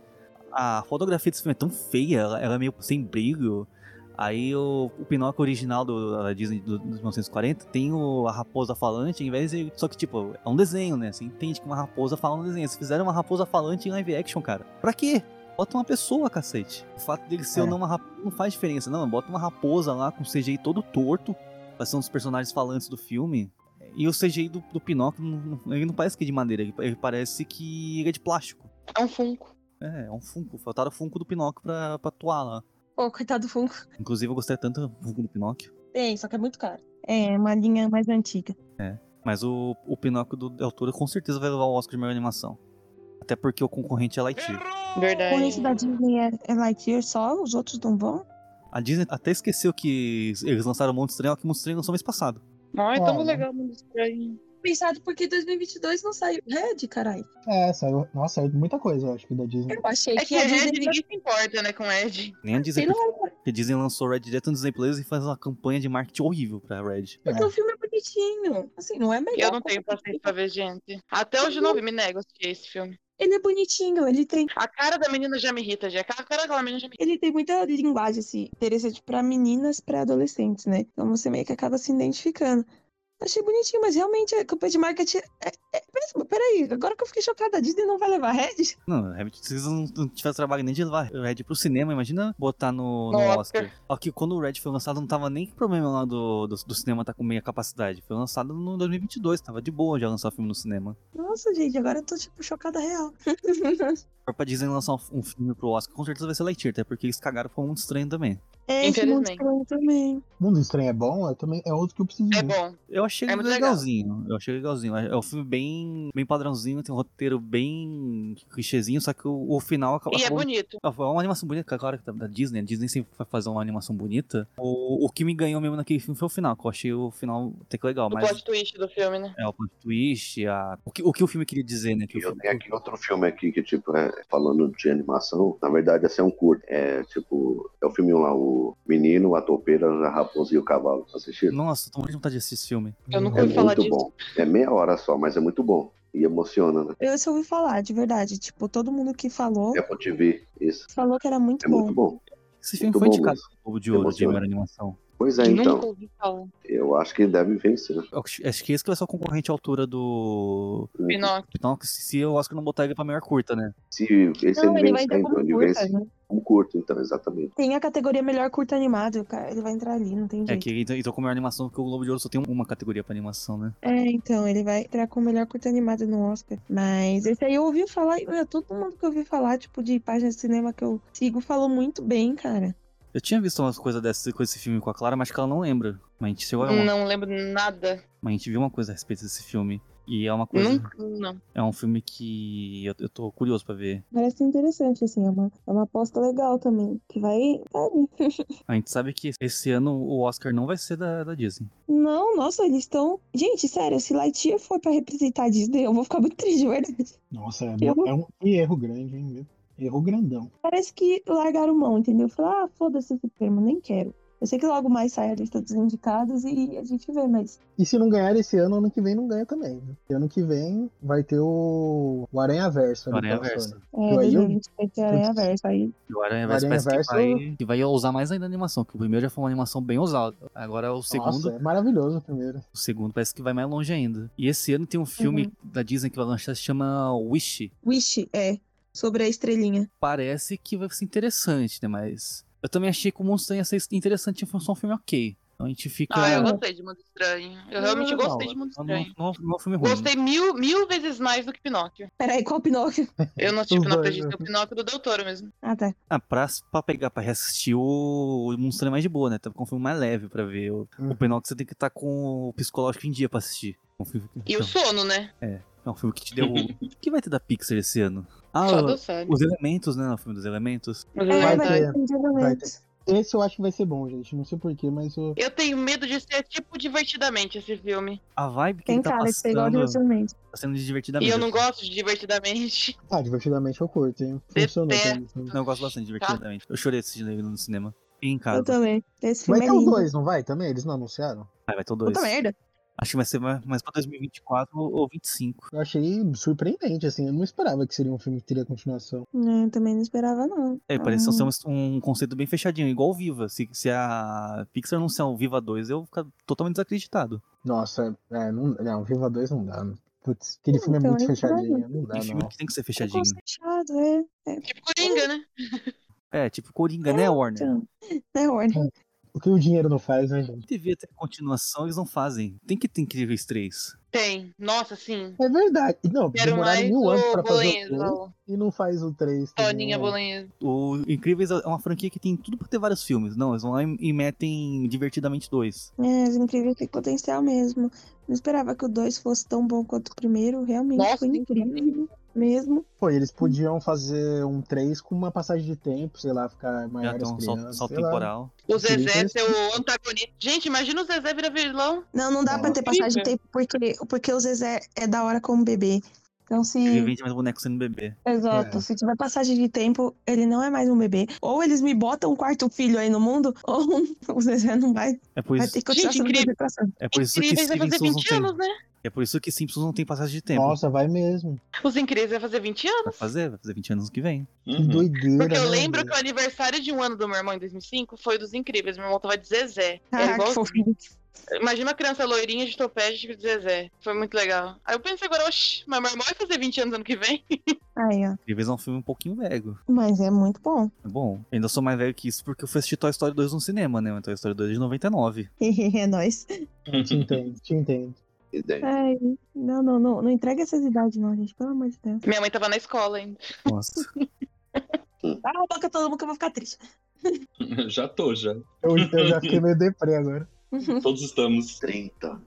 [SPEAKER 1] A fotografia desse filme é tão feia, ela, ela é meio sem brilho. Aí o, o Pinóquio original do, da Disney do- dos 1940 tem o, a raposa falante, ao invés de. Só que, tipo, é um desenho, né? Você entende que uma raposa fala no desenho. Eles fizeram uma raposa falante em live action, cara. Pra quê? Bota uma pessoa, cacete. O fato dele ser ou
[SPEAKER 3] É.
[SPEAKER 1] não uma raposa não faz diferença, não. Bota uma raposa lá com CGI todo torto. Vai ser um dos personagens falantes do filme. E o CGI do, do Pinóquio, não- não- ele não parece que é de madeira, ele, ele parece que ele é de plástico.
[SPEAKER 8] É um funko.
[SPEAKER 1] É, é um funko. Faltaram o funko do Pinóquio pra, pra atuar lá.
[SPEAKER 5] Pô, coitado do Funko.
[SPEAKER 1] Inclusive, eu gostei tanto do funko do Pinóquio.
[SPEAKER 5] Tem, só que é muito caro. É, uma linha mais antiga.
[SPEAKER 1] Mas o, o Pinóquio do Del Toro com certeza vai levar o Oscar de melhor animação. Até porque o concorrente é Lightyear.
[SPEAKER 8] Verdade.
[SPEAKER 5] O lance da Disney é, é Lightyear só, os outros não vão.
[SPEAKER 1] A Disney até esqueceu que eles lançaram o Monte Estranho, que o Monte Estranho lançou mês passado.
[SPEAKER 8] Ai, é tão
[SPEAKER 3] Olha.
[SPEAKER 8] legal no estranho.
[SPEAKER 5] Pensado porque 2022 não saiu Red, caralho.
[SPEAKER 3] É, saiu. Nossa, saiu muita coisa, eu acho que da Disney.
[SPEAKER 5] Eu achei
[SPEAKER 8] É que
[SPEAKER 5] a
[SPEAKER 8] Ed,
[SPEAKER 5] Disney
[SPEAKER 8] ninguém se importa, né, com Ed.
[SPEAKER 1] Nem a Disney,
[SPEAKER 5] Sei lá, cara,
[SPEAKER 1] porque a Disney lançou Red direto no Disney Plus e faz uma campanha de marketing horrível pra Red.
[SPEAKER 5] porque o filme é bonitinho. Assim, não é melhor.
[SPEAKER 8] Eu não tenho paciência pra ver, gente. Até hoje eu não vi, me nego a assistir esse filme.
[SPEAKER 5] Ele é bonitinho, ele tem,
[SPEAKER 8] A cara da menina já me irrita, já. A cara daquela menina já me irrita.
[SPEAKER 5] ele tem muita linguagem assim, interessante pra meninas, pra adolescentes, né? Então você meio que acaba se identificando. Achei bonitinho, mas realmente a campanha de marketing é, é mesmo. Peraí, agora que eu fiquei chocada, a Disney não vai levar Red?
[SPEAKER 1] Não, Rabbit, se eles não, não tivessem trabalho nem de levar Red pro cinema, imagina botar no, no
[SPEAKER 8] No Oscar.
[SPEAKER 1] Oscar. Ó, que quando o Red foi lançado, não tava nem problema lá do, do, do cinema tá com meia capacidade. Foi lançado no 2022, tava de boa já lançar o filme no cinema.
[SPEAKER 5] Nossa, gente, agora eu tô tipo chocada real.
[SPEAKER 1] Agora Pra Disney lançar um, um filme pro Oscar, com certeza vai ser Lightyear, até porque eles cagaram com muito estranho também.
[SPEAKER 5] é, esse mundo
[SPEAKER 8] Infelizmente.
[SPEAKER 5] estranho também.
[SPEAKER 3] Mundo Estranho é bom, é, também, é outro que eu preciso ver.
[SPEAKER 8] É bom.
[SPEAKER 1] Eu achei
[SPEAKER 8] É muito legal.
[SPEAKER 1] legalzinho. Eu achei legalzinho. É um filme bem, bem padrãozinho, tem um roteiro bem clichêzinho, só que o, o final acaba.
[SPEAKER 8] E é
[SPEAKER 1] acabou-
[SPEAKER 8] bonito.
[SPEAKER 1] Ah, foi uma animação bonita, claro que tá da Disney. A Disney sempre vai fazer uma animação bonita. O, o que me ganhou mesmo naquele filme foi o final, que eu achei o final até que legal.
[SPEAKER 8] O
[SPEAKER 1] Mas
[SPEAKER 8] plot twist do filme, né?
[SPEAKER 1] é, o plot twist, a- o, que, o que o filme queria dizer, né? Que o
[SPEAKER 2] Eu
[SPEAKER 1] filme-
[SPEAKER 2] tenho aqui outro filme aqui que, tipo, é, falando de animação, na verdade, esse é um curto. É, tipo, é o filme lá, o Menino, a Topeira, a Raposa e o Cavalo. Assistiram?
[SPEAKER 1] Nossa, tô muito de vontade de assistir esse filme.
[SPEAKER 8] Eu nunca
[SPEAKER 2] É
[SPEAKER 8] ouvi falar
[SPEAKER 2] muito
[SPEAKER 8] disso.
[SPEAKER 2] bom. É meia hora só, mas é muito bom. E emociona, né?
[SPEAKER 5] Eu só ouvi falar, de verdade. Tipo, todo mundo que falou,
[SPEAKER 2] É pra te ver isso.
[SPEAKER 5] falou que era muito
[SPEAKER 2] É
[SPEAKER 5] bom.
[SPEAKER 2] muito bom.
[SPEAKER 1] Esse filme
[SPEAKER 2] Muito
[SPEAKER 1] foi
[SPEAKER 2] bom
[SPEAKER 1] indicado
[SPEAKER 2] mesmo.
[SPEAKER 1] ao Globo de Ouro de
[SPEAKER 2] Emociona.
[SPEAKER 1] melhor animação.
[SPEAKER 2] Pois é,
[SPEAKER 8] Nunca
[SPEAKER 2] então.
[SPEAKER 8] ouvi falar.
[SPEAKER 2] Eu acho que deve vencer. né?
[SPEAKER 1] Eu acho acho que esse que vai ser o concorrente à altura do.
[SPEAKER 8] Pinóquio.
[SPEAKER 1] Então, se se o Oscar não botar ele pra melhor curta, né?
[SPEAKER 2] Se esse
[SPEAKER 5] Não,
[SPEAKER 2] ele
[SPEAKER 5] ele vai
[SPEAKER 2] vencer,
[SPEAKER 5] entrar
[SPEAKER 2] então
[SPEAKER 5] como
[SPEAKER 2] ele
[SPEAKER 5] curta,
[SPEAKER 2] vence
[SPEAKER 5] né?
[SPEAKER 2] um curto, então, exatamente.
[SPEAKER 5] Tem a categoria melhor curta animado, cara. Ele vai entrar ali, não tem
[SPEAKER 1] É
[SPEAKER 5] jeito.
[SPEAKER 1] que ele entrou com melhor animação, porque o Globo de Ouro só tem uma categoria pra animação, né?
[SPEAKER 5] É, então, ele vai entrar com o melhor curta animado no Oscar. Mas esse aí eu ouvi falar, e, meu, todo mundo que eu ouvi falar, tipo, de página de cinema que eu sigo, falou muito bem, cara.
[SPEAKER 1] Eu tinha visto umas coisas dessas com esse filme com a Clara, mas acho que ela não lembra. Mas a gente chegou
[SPEAKER 2] Hum,
[SPEAKER 1] a uma
[SPEAKER 8] Não lembro nada.
[SPEAKER 1] Mas a gente viu uma coisa a respeito desse filme. E é uma coisa.
[SPEAKER 8] Nunca, não.
[SPEAKER 1] É um filme que eu, eu tô curioso pra ver.
[SPEAKER 5] Parece interessante, assim, é uma, é uma aposta legal também. Que vai. tá sabe?
[SPEAKER 1] A gente sabe que esse ano o Oscar não vai ser da, da Disney.
[SPEAKER 5] Não, nossa, eles estão. Gente, sério, se Lightyear for pra representar a Disney, eu vou ficar muito triste, de verdade.
[SPEAKER 3] Nossa, é,
[SPEAKER 5] Eu-
[SPEAKER 3] mu- é um erro grande, hein, meu? Erro grandão.
[SPEAKER 5] Parece que largaram mão, entendeu? Falaram, ah, foda-se esse prêmio, nem quero. Eu sei que logo mais sai a lista dos indicados e a gente vê, mas
[SPEAKER 3] E se não ganhar esse ano, ano que vem não ganha também. Né? E ano que vem vai ter o, o Aranha Tá Verso.
[SPEAKER 1] O Aranhaverso.
[SPEAKER 5] É,
[SPEAKER 3] Eu aí eu-
[SPEAKER 5] 2022 é Aranha Verso. Aí
[SPEAKER 1] E o
[SPEAKER 8] é
[SPEAKER 1] Aranha Verso parece é que
[SPEAKER 3] Aranhaverso-
[SPEAKER 1] vai, que vai ousar mais ainda a animação, que o primeiro já foi uma animação bem ousada. Agora o segundo,
[SPEAKER 3] Nossa, é maravilhoso o primeiro.
[SPEAKER 1] o segundo parece que vai mais longe ainda. E esse ano tem um filme
[SPEAKER 8] Uhum.
[SPEAKER 1] da Disney que vai lançar que se chama Wish.
[SPEAKER 5] Wish, é. Sobre a estrelinha.
[SPEAKER 1] Parece que vai ser interessante, né? Mas eu também achei que o Monstro ia ser interessante, foi só um filme ok. Então a gente fica.
[SPEAKER 8] Ah, eu gostei de Mundo Estranho. Eu realmente gostei de Mundo
[SPEAKER 1] Não, não,
[SPEAKER 8] Estranho.
[SPEAKER 1] não, não é um filme ruim.
[SPEAKER 8] Gostei mil, mil vezes mais do que Pinóquio.
[SPEAKER 5] Peraí, qual o Pinóquio?
[SPEAKER 8] Eu não assisti
[SPEAKER 3] Os
[SPEAKER 8] Pinóquio da
[SPEAKER 3] dois,
[SPEAKER 8] Disney,
[SPEAKER 3] né?
[SPEAKER 8] o Pinóquio é do Del Toro mesmo.
[SPEAKER 5] Ah, tá.
[SPEAKER 1] Ah, pra, pra pegar, pra reassistir o, o Monstro é mais de boa, né? Tá com um filme mais leve pra ver. O,
[SPEAKER 3] Uhum.
[SPEAKER 1] o Penal que você tem que estar com o psicológico em dia pra assistir. É um filme, que-
[SPEAKER 8] E
[SPEAKER 3] Então.
[SPEAKER 8] o sono, né?
[SPEAKER 1] é um filme que te derruba. o que vai ter da Pixar esse ano? Ah,
[SPEAKER 8] Só
[SPEAKER 1] o-
[SPEAKER 8] Deus sabe.
[SPEAKER 1] os elementos, né? O filme dos elementos.
[SPEAKER 8] Mas
[SPEAKER 5] É,
[SPEAKER 8] é
[SPEAKER 3] vai
[SPEAKER 5] vai
[SPEAKER 8] verdade.
[SPEAKER 5] ter um dia do
[SPEAKER 3] vai
[SPEAKER 5] momento.
[SPEAKER 3] Esse eu acho que vai ser bom, gente. Não sei porquê, mas eu.
[SPEAKER 8] Eu tenho medo de ser tipo divertidamente esse filme.
[SPEAKER 1] A vibe que
[SPEAKER 5] Tem
[SPEAKER 1] ele tá
[SPEAKER 5] cara é de ser igual
[SPEAKER 1] passando
[SPEAKER 5] divertidamente.
[SPEAKER 1] tá sendo divertida
[SPEAKER 8] E
[SPEAKER 1] mesmo.
[SPEAKER 8] eu não gosto de divertidamente.
[SPEAKER 3] Ah, divertidamente eu curto, hein? Funcionou pra mim. também.
[SPEAKER 1] Não, eu gosto bastante, divertidamente. Eu chorei assistindo ele no cinema. E em casa.
[SPEAKER 5] Eu também. Esse filme
[SPEAKER 3] Vai
[SPEAKER 5] é
[SPEAKER 3] ter o
[SPEAKER 5] lindo.
[SPEAKER 3] 2, não vai? Também? Eles não anunciaram?
[SPEAKER 1] Ai, vai ter o dois.
[SPEAKER 5] Puta merda.
[SPEAKER 1] Acho que vai ser mais, mais pra 2024 ou ou 25.
[SPEAKER 3] Eu achei surpreendente, assim. Eu não esperava que seria um filme que teria continuação.
[SPEAKER 5] Não, eu também não esperava, não.
[SPEAKER 1] É, parece
[SPEAKER 5] Ah.
[SPEAKER 1] ser um, um conceito bem fechadinho, igual o Viva. Se, se a Pixar anunciar o Viva 2, eu vou ficar totalmente desacreditado.
[SPEAKER 3] Nossa, é, não, não Viva 2 não dá. né? Putz, aquele filme é
[SPEAKER 5] Então,
[SPEAKER 3] muito
[SPEAKER 5] é isso daí.
[SPEAKER 3] fechadinho. Não dá,
[SPEAKER 1] Tem filme
[SPEAKER 3] não.
[SPEAKER 1] que tem que ser
[SPEAKER 5] É
[SPEAKER 1] fechadinho.
[SPEAKER 5] fechado, é.
[SPEAKER 8] Tipo Coringa, né?
[SPEAKER 1] É, tipo Coringa, né, Warner?
[SPEAKER 5] Então, né, Warner?
[SPEAKER 3] O que o dinheiro não faz, né, gente?
[SPEAKER 1] TV até continuação, eles não fazem. Tem que ter Incríveis 3.
[SPEAKER 8] Tem. Nossa, sim.
[SPEAKER 3] É verdade. Não,
[SPEAKER 8] Quero
[SPEAKER 3] demoraram
[SPEAKER 8] mais
[SPEAKER 3] mil anos
[SPEAKER 8] o
[SPEAKER 3] pra fazer o
[SPEAKER 8] Bolenhas,
[SPEAKER 3] 3
[SPEAKER 8] o
[SPEAKER 3] e não faz o né? 3.
[SPEAKER 8] Toninha Bolenhas.
[SPEAKER 1] O Incríveis é uma franquia que tem tudo pra ter vários filmes. Não, eles vão lá e, e metem Divertidamente 2.
[SPEAKER 5] É, os incríveis têm potencial mesmo. Não esperava que o 2 fosse tão bom quanto o primeiro. Realmente
[SPEAKER 8] Nossa,
[SPEAKER 5] foi
[SPEAKER 8] incrível.
[SPEAKER 5] incrível mesmo.
[SPEAKER 3] Pô, eles podiam fazer um 3 com uma passagem de tempo, sei lá, ficar
[SPEAKER 1] Já
[SPEAKER 3] maiores
[SPEAKER 1] tem um salto,
[SPEAKER 3] É, crianças,
[SPEAKER 1] salto
[SPEAKER 3] sei lá.
[SPEAKER 1] temporal.
[SPEAKER 8] O
[SPEAKER 3] Sim,
[SPEAKER 8] Zezé
[SPEAKER 3] mas-
[SPEAKER 8] ser o antagonista. Gente, imagina o Zezé virar vilão.
[SPEAKER 5] Não, não dá pra
[SPEAKER 3] Nossa.
[SPEAKER 5] ter passagem de tempo porque, porque o Zezé é da hora como bebê. Então, se.
[SPEAKER 1] Vende mais boneco sendo bebê.
[SPEAKER 5] Exato.
[SPEAKER 3] É.
[SPEAKER 5] Se tiver passagem de tempo, ele não é mais um bebê. Ou eles me botam um quarto filho aí no mundo, ou o Zezé não vai.
[SPEAKER 1] É por
[SPEAKER 5] Vai
[SPEAKER 1] isso,
[SPEAKER 5] ter que continuar
[SPEAKER 8] Gente,
[SPEAKER 5] sendo
[SPEAKER 8] incrível.
[SPEAKER 5] bebê pra sempre.
[SPEAKER 1] é por isso que
[SPEAKER 8] Incríveis vai fazer
[SPEAKER 1] Simpsons não
[SPEAKER 8] 20
[SPEAKER 1] tem.
[SPEAKER 8] anos, né?
[SPEAKER 1] É por isso que Simpsons não tem passagem de tempo.
[SPEAKER 3] Nossa, vai mesmo.
[SPEAKER 8] Os Incríveis vai fazer 20 anos.
[SPEAKER 1] Vai fazer, vai fazer 20 anos que vem.
[SPEAKER 3] Que
[SPEAKER 4] Uhum.
[SPEAKER 3] doideira.
[SPEAKER 8] Porque eu
[SPEAKER 3] né,
[SPEAKER 8] lembro
[SPEAKER 3] gente?
[SPEAKER 8] que o aniversário de um ano do meu irmão em 2005 foi dos Incríveis. Meu irmão tava de Zezé. Era
[SPEAKER 5] Ah, que
[SPEAKER 8] igual...
[SPEAKER 5] fofinho.
[SPEAKER 8] Imagina uma criança loirinha de topete de Zezé. Foi muito legal. Aí eu pensei agora, oxi, mas meu irmão vai fazer 20 anos ano que vem?
[SPEAKER 5] Aí, ó.
[SPEAKER 1] Incríveis é um filme um pouquinho velho.
[SPEAKER 5] Mas é muito bom.
[SPEAKER 1] É Bom, eu ainda sou mais velho que isso porque eu fui assistir Toy Story 2 no cinema, né? Mas Toy Story 2 é de 99.
[SPEAKER 5] é nóis.
[SPEAKER 3] Te entendo, te entendo.
[SPEAKER 2] E daí?
[SPEAKER 5] Ai, não, não, não. Não entrega essas idades, não, gente. Pelo amor de Deus.
[SPEAKER 8] Minha mãe tava na escola ainda.
[SPEAKER 1] Nossa.
[SPEAKER 5] Ah, toca todo mundo que eu vou ficar triste.
[SPEAKER 4] Já tô, já.
[SPEAKER 3] Eu, eu já fiquei meio deprê agora.
[SPEAKER 5] Uhum.
[SPEAKER 4] Todos estamos.
[SPEAKER 2] 30.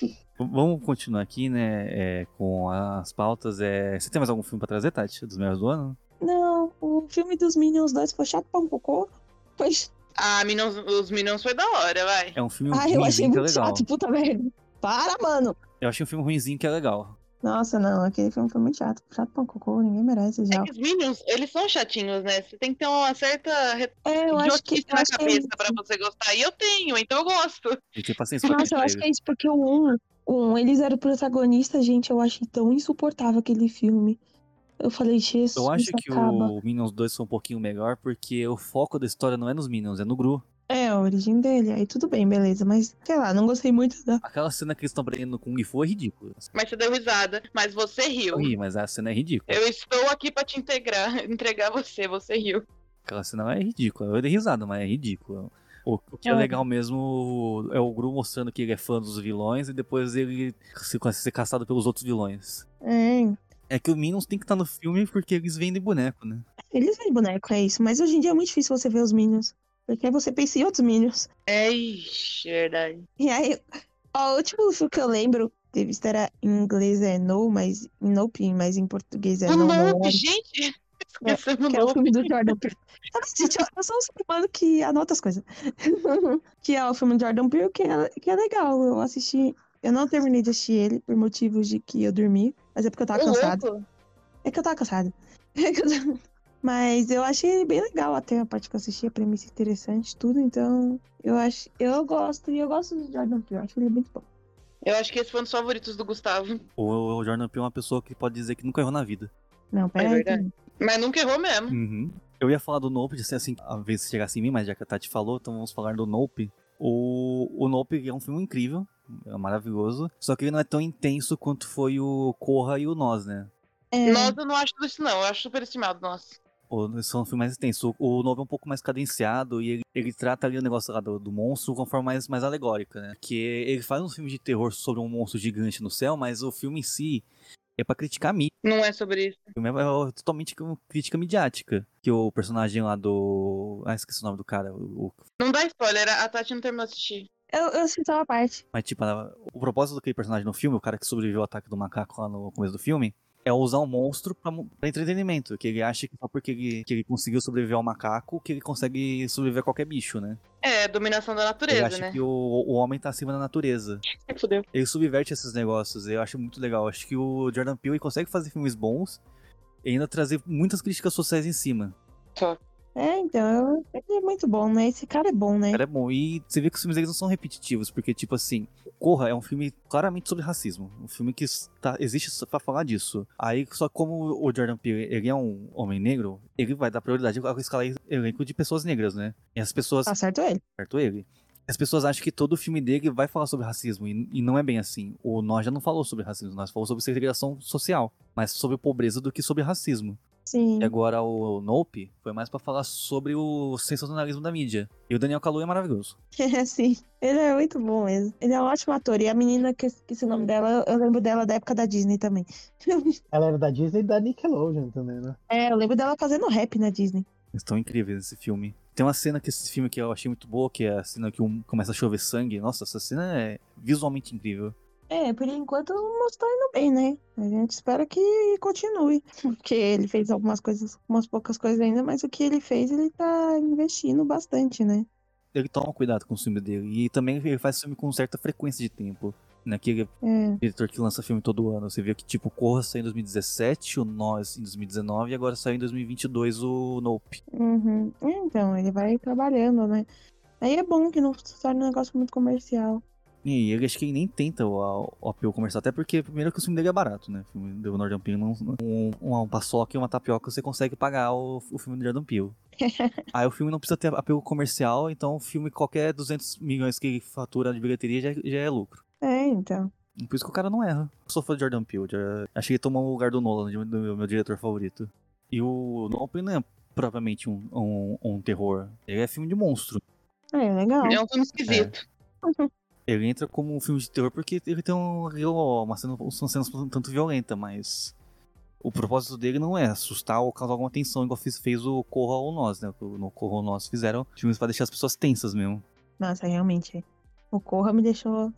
[SPEAKER 1] V- Vamos continuar aqui, né? é, com as pautas. É... Você tem mais algum filme pra trazer, Tati? Dos melhores do ano?
[SPEAKER 5] Não, o filme dos Minions 2 foi chato pra um cocô. Foi...
[SPEAKER 8] Ah, Minions, os Minions foi da hora, vai.
[SPEAKER 1] É um filme
[SPEAKER 5] Ai, Ah, eu achei
[SPEAKER 1] ruimzinho que é
[SPEAKER 5] muito
[SPEAKER 1] legal.
[SPEAKER 5] chato, puta merda. Para, mano.
[SPEAKER 1] Eu achei um filme ruimzinho que é legal.
[SPEAKER 5] Nossa, não, aquele filme foi muito chato. Chato pra um cocô, ninguém merece já.
[SPEAKER 8] É que os Minions, eles são chatinhos, né? Você tem que ter uma certa re-
[SPEAKER 5] É, eu acho que.
[SPEAKER 8] idiotice
[SPEAKER 5] Eu
[SPEAKER 8] tá na
[SPEAKER 5] acho que é
[SPEAKER 8] cabeça
[SPEAKER 5] isso.
[SPEAKER 8] pra você gostar. E eu tenho, então eu gosto.
[SPEAKER 1] Eu tenho paciência pra
[SPEAKER 5] Nossa, eu
[SPEAKER 1] assistir
[SPEAKER 5] acho que
[SPEAKER 1] ele.
[SPEAKER 5] é isso, porque o 1, o 1, eles eram protagonistas, gente. Eu achei tão insuportável aquele filme. Eu falei, Jesus,
[SPEAKER 1] Eu acho que
[SPEAKER 5] acaba.
[SPEAKER 1] o Minions 2 foi um pouquinho melhor porque o foco da história não é nos Minions, é no Gru.
[SPEAKER 5] É, a origem dele. Aí tudo bem, beleza. Mas, sei lá, não gostei muito da.
[SPEAKER 1] Aquela cena que eles estão aprendendo no Kung Fu é ridícula.
[SPEAKER 8] Mas você deu risada, mas você riu.
[SPEAKER 1] Eu ri, mas a cena é ridícula.
[SPEAKER 8] Eu estou aqui pra te integrar, entregar você, você riu.
[SPEAKER 1] Aquela cena é ridícula. Eu dei risada, mas é ridícula. O, o que é
[SPEAKER 5] É.
[SPEAKER 1] legal mesmo é o Gru mostrando que ele é fã dos vilões e depois ele se, ser caçado pelos outros vilões.
[SPEAKER 5] É,
[SPEAKER 1] É que o Minions tem que estar no filme porque eles vendem boneco, né?
[SPEAKER 5] eles vendem boneco, é isso. Mas hoje em dia é muito difícil você ver os Minions. Porque aí você pensa em outros Minions.
[SPEAKER 8] É, ixi, verdade.
[SPEAKER 5] E aí, ó, o último filme que eu lembro, de vista era em inglês é No, mas em Nope, mas em português é
[SPEAKER 8] o
[SPEAKER 5] No.
[SPEAKER 8] novo,
[SPEAKER 5] não era,
[SPEAKER 8] gente! Esquecemos o
[SPEAKER 5] que é o
[SPEAKER 8] novo.
[SPEAKER 5] filme do Jordan Peele. Sabe, gente, eu, eu sou um ser humano que anota as coisas. que é o filme do Jordan Peele, que é, que é legal. Eu assisti. Eu não terminei de assistir ele por motivos de que eu dormi, mas é porque eu tava
[SPEAKER 8] Ô,
[SPEAKER 5] cansado.
[SPEAKER 8] louco.
[SPEAKER 5] É que eu tava cansada. É que eu tava- Mas eu achei ele bem legal até a parte que eu assisti, a premissa é interessante, tudo, então eu acho. Eu gosto, e eu gosto do Jordan Peele, eu acho ele muito bom.
[SPEAKER 8] Eu acho que esse foi um dos favoritos do Gustavo.
[SPEAKER 1] O, o Jordan Peele é uma pessoa que pode dizer que nunca errou na vida.
[SPEAKER 5] Não, peraí.
[SPEAKER 8] verdade.
[SPEAKER 5] que-
[SPEAKER 8] Mas nunca errou mesmo.
[SPEAKER 1] Uhum. Eu ia falar do Nope, de ser assim, a vez se chegasse em mim, mas já que a Tati falou, então vamos falar do Nope. O, o Nope é um filme incrível, é maravilhoso, só que ele não é tão intenso quanto foi o Corra e o Nós, né?
[SPEAKER 5] É,
[SPEAKER 8] Nós eu não acho tudo isso, não. Eu acho super estimado, nossa.
[SPEAKER 1] O, são filmes mais extensos. O, o novo é um pouco mais cadenciado e ele, ele trata ali o negócio lá do, do monstro de uma forma mais, mais alegórica, né? Porque ele faz um filme de terror sobre um monstro gigante no céu, mas o filme em si é pra criticar a mídia.
[SPEAKER 8] Não é sobre isso.
[SPEAKER 1] O filme é é totalmente uma crítica midiática. Que o personagem lá do. Ah, esqueci o nome do cara. O, o-
[SPEAKER 8] Não dá spoiler, a Tati não terminou de assistir.
[SPEAKER 5] eu, eu assisti uma parte.
[SPEAKER 1] mas, tipo, a- o propósito daquele personagem no filme, o cara que sobreviveu ao ataque do macaco lá no começo do filme, é usar um monstro pra, mo- pra entretenimento. Que ele acha que só porque ele, que ele conseguiu sobreviver ao macaco, que ele consegue sobreviver a qualquer bicho, né?
[SPEAKER 8] É, dominação da
[SPEAKER 1] ele
[SPEAKER 8] natureza,
[SPEAKER 1] acha
[SPEAKER 8] né?
[SPEAKER 1] que o, o homem tá acima da natureza.
[SPEAKER 8] Ai, É Fudeu.
[SPEAKER 1] Ele subverte esses negócios, eu acho muito legal. Acho que o Jordan Peele consegue fazer filmes bons e ainda trazer muitas críticas sociais em cima.
[SPEAKER 5] É, então, eu- ele é muito bom, né? Esse cara é bom, né?
[SPEAKER 1] Era bom. E você vê que os filmes deles não são repetitivos, porque, tipo assim, Corra é um filme claramente sobre racismo. Um filme que está, existe só pra falar disso. Aí, só como o Jordan Peele ele é um homem negro, ele vai dar prioridade a escalar elenco de pessoas negras, né? E as pessoas.
[SPEAKER 5] Tá certo ele.
[SPEAKER 1] Certo ele. As pessoas acham que todo filme dele vai falar sobre racismo, e, e não é bem assim. O Nós já não falou sobre racismo, nós falou sobre segregação social, mas sobre pobreza do que sobre racismo.
[SPEAKER 5] Sim.
[SPEAKER 1] E agora o Nope foi mais pra falar sobre o sensacionalismo da mídia. E o Daniel Kaluuya é maravilhoso.
[SPEAKER 5] É, sim. Ele é muito bom mesmo. Ele é um ótimo ator. E a menina, que esqueci o nome dela, eu lembro dela da época da Disney também.
[SPEAKER 3] Ela era da Disney e da Nickelodeon também, né?
[SPEAKER 5] É, eu lembro dela fazendo rap na Disney.
[SPEAKER 1] Eles estão incríveis nesse filme. Tem uma cena que esse filme que eu achei muito boa, que é a cena que um- começa a chover sangue. Nossa, essa cena é visualmente incrível.
[SPEAKER 5] É, por enquanto não está indo bem, né? A gente espera que continue. Porque ele fez algumas coisas, umas poucas coisas ainda, mas o que ele fez, ele tá investindo bastante, né?
[SPEAKER 1] Ele toma cuidado com o filme dele. E também ele faz filme com certa frequência de tempo. né? Naquele
[SPEAKER 5] É,
[SPEAKER 1] diretor que lança filme todo ano. Você vê que, tipo, Corra saiu em 2017, o Nós em 2019 e agora saiu em 2022 o Nope.
[SPEAKER 5] uhum. É, Então, ele vai trabalhando, né? Aí é bom que não se torne um negócio muito comercial.
[SPEAKER 1] E ele acho que ele nem tenta o, o apelo comercial. Até porque, primeiro, que o filme dele é barato, né? O filme do Jordan Peele, não, um, uma paçoca e uma tapioca, você consegue pagar o, o filme do Jordan Peele. Aí o filme não precisa ter apelo comercial, então o filme qualquer 200 milhões que ele fatura de bilheteria já, já é lucro.
[SPEAKER 5] É, então.
[SPEAKER 1] Por isso que o cara não erra. Eu sou fã do Jordan Peele, já- achei que ele tomou o lugar do Nolan, de- do meu, meu diretor favorito. E o Nope não é propriamente um, um, um terror, ele é filme de monstro.
[SPEAKER 5] É, legal.
[SPEAKER 8] É um filme esquisito.
[SPEAKER 1] Ele entra como um filme de terror porque ele tem um, ele, ó, uma cena, uma cena um tanto violenta, mas o propósito dele não é assustar ou causar alguma tensão, igual fez, fez o Corra ou Nós, né? O- No Corra ou Nós fizeram filmes pra deixar as pessoas tensas mesmo.
[SPEAKER 5] Nossa, realmente. O Corra me deixou.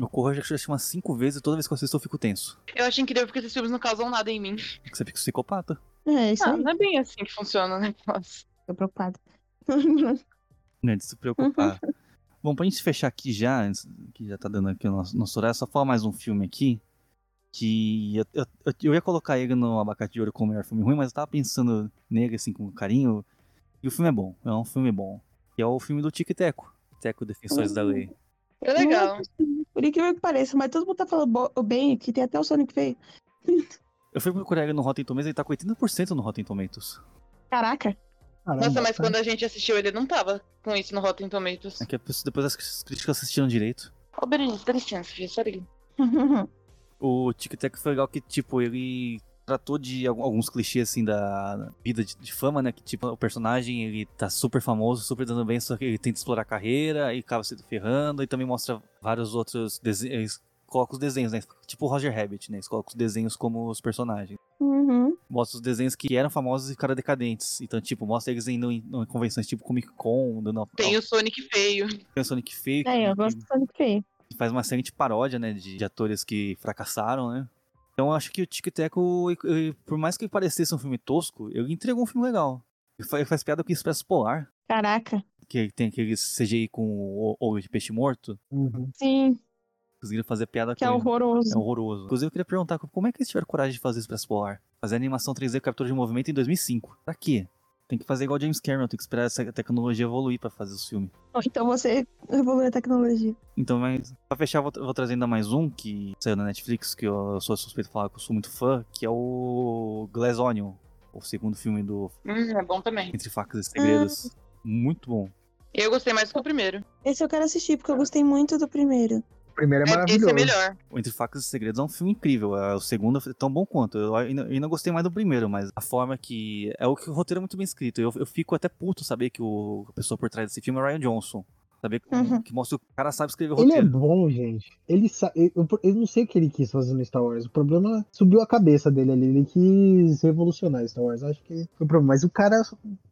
[SPEAKER 1] O Corra eu já assisti umas cinco vezes e toda vez que eu assisto eu fico tenso.
[SPEAKER 8] Eu acho incrível porque esses filmes não causam nada em mim.
[SPEAKER 1] Porque Você fica psicopata.
[SPEAKER 5] É, isso
[SPEAKER 8] Ah,
[SPEAKER 5] aí.
[SPEAKER 8] não é bem assim que funciona o negócio.
[SPEAKER 5] Tô preocupada.
[SPEAKER 1] Né, de se preocupar. Bom, pra gente fechar aqui já, antes- que já tá dando aqui o nosso, nosso horário, só falar mais um filme aqui. Que eu, eu- eu- eu ia colocar ele no Abacate de Ouro como melhor filme ruim, mas eu tava pensando nele assim com carinho. E o filme é bom, é um filme bom. Que é o filme do Tic e Teco. Teco Defensores da Lei.
[SPEAKER 8] É legal.
[SPEAKER 5] Por incrível que pareça, mas todo mundo tá falando bo- bem que tem até o Sonic feio.
[SPEAKER 1] Eu fui procurar ele no Rotten Tomatoes, ele tá com 80% no Rotten Tomatoes.
[SPEAKER 5] Caraca.
[SPEAKER 3] Caramba,
[SPEAKER 8] Nossa, mas
[SPEAKER 3] tá.
[SPEAKER 8] quando a gente assistiu ele não tava com isso no Rotten Tomatoes.
[SPEAKER 1] É que a pessoa- depois as críticas assistiram direito.
[SPEAKER 8] Ô, Berenice, dá licença, filha, só liga.
[SPEAKER 1] O Tic Tac foi legal que, tipo, ele tratou de algu- alguns clichês, assim, da vida de, de fama, né? Que, tipo, o personagem, ele tá super famoso, super dando bem, só que ele tenta explorar a carreira e acaba se ferrando. E também mostra vários outros desenhos, coloca os desenhos, né? Tipo o Roger Rabbit, né? Eles colocam os desenhos como os personagens.
[SPEAKER 5] Uhum.
[SPEAKER 1] Mostra os desenhos que eram famosos e ficaram decadentes. Então, tipo, mostra eles indo em, em convenções tipo Comic Con, dando
[SPEAKER 8] Tem
[SPEAKER 1] ao-
[SPEAKER 8] o Sonic feio.
[SPEAKER 1] ao Sonic Fake.
[SPEAKER 5] É, eu gosto do Sonic feio.
[SPEAKER 1] faz uma série de paródia, né? De, de atores que fracassaram, né? Então eu acho que o Tic e Teco, ele- ele- por mais que ele parecesse um filme tosco, ele entregou um filme legal. Ele fa- ele faz piada com o Expresso Polar,
[SPEAKER 5] Caraca.
[SPEAKER 1] que ele tem aquele CGI com o o olho de peixe morto.
[SPEAKER 3] Uhum.
[SPEAKER 5] Sim,
[SPEAKER 1] Conseguiram fazer piada
[SPEAKER 5] que é
[SPEAKER 1] com ele. É
[SPEAKER 5] horroroso.
[SPEAKER 1] horroroso. Inclusive, eu queria perguntar como é que eles tiveram coragem de fazer Expresso Polar? Fazer animação 3D captura de movimento em 2005. Pra quê? Tem que fazer igual James Cameron, tem que esperar essa tecnologia evoluir pra fazer os filmes.
[SPEAKER 8] É um
[SPEAKER 5] Ou Então você evolui a tecnologia.
[SPEAKER 1] Então, mas pra fechar, eu vou, tra- vou trazer ainda mais um que saiu na Netflix, que eu sou suspeito de falar que eu sou muito fã, que é o Glass Onion, o segundo filme do
[SPEAKER 8] Hum, é bom também.
[SPEAKER 1] Entre Facas e Segredos.
[SPEAKER 3] Ah.
[SPEAKER 1] Muito bom.
[SPEAKER 8] Eu gostei mais do que o primeiro.
[SPEAKER 5] Esse eu quero assistir, porque eu gostei muito do primeiro.
[SPEAKER 3] O primeiro é,
[SPEAKER 8] É, esse é
[SPEAKER 3] maravilhoso.
[SPEAKER 8] melhor.
[SPEAKER 1] O Entre Facas e Segredos é um filme incrível. é, O segundo é tão bom quanto. Eu ainda, eu ainda gostei mais do primeiro, mas a forma que. É o que o roteiro é muito bem escrito. Eu, eu fico até puto saber que o, a pessoa por trás desse filme é o Ryan Johnson. Saber que,
[SPEAKER 5] Uhum.
[SPEAKER 1] que mostra que o cara sabe escrever
[SPEAKER 3] Ele é
[SPEAKER 1] roteiro.
[SPEAKER 3] bom, gente. Ele sa... eu, eu não sei o que ele quis fazer no Star Wars. O problema subiu a cabeça dele ali. Ele quis revolucionar Star Wars. Acho que foi o problema. Mas o cara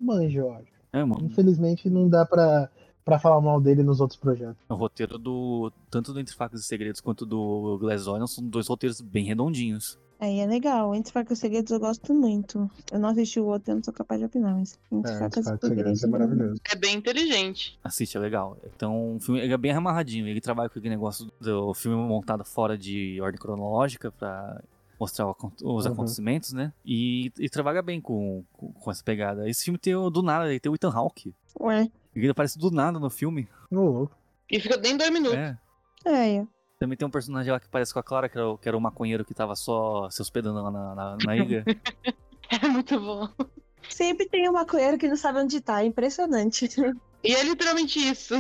[SPEAKER 3] manja, eu acho.
[SPEAKER 1] É, mano.
[SPEAKER 3] Infelizmente não dá pra, pra falar mal dele nos outros projetos.
[SPEAKER 1] O roteiro do. Tanto do Entre Facas e Segredos quanto do Glass Onion são dois roteiros bem redondinhos.
[SPEAKER 5] Aí é legal. Entre Facas e Segredos eu gosto muito. Eu não assisti o outro, eu não sou capaz de opinar, mas Entre
[SPEAKER 3] É,
[SPEAKER 5] Facas e
[SPEAKER 3] Facas e
[SPEAKER 5] Segredos.
[SPEAKER 3] Segredos é maravilhoso.
[SPEAKER 8] É bem inteligente.
[SPEAKER 1] Assiste, é legal. Então, o filme ele é bem amarradinho. Ele trabalha com aquele negócio do filme montado fora de ordem cronológica pra mostrar o acon- os
[SPEAKER 3] Uhum.
[SPEAKER 1] acontecimentos, né? E, e trabalha bem com, com, com essa pegada. Esse filme tem o do nada, ele tem o Ethan Hawke.
[SPEAKER 5] Ué.
[SPEAKER 1] Ele aparece do nada no filme.
[SPEAKER 3] Ô, louco.
[SPEAKER 8] E fica nem dois minutos.
[SPEAKER 1] É.
[SPEAKER 5] É, é.
[SPEAKER 1] Também tem um personagem lá que parece com a Clara, que era, o- que era o maconheiro que tava só se hospedando lá na, na, na ilha.
[SPEAKER 8] É muito bom.
[SPEAKER 5] Sempre tem uma coelha que não sabe onde tá. É impressionante.
[SPEAKER 8] E é literalmente isso.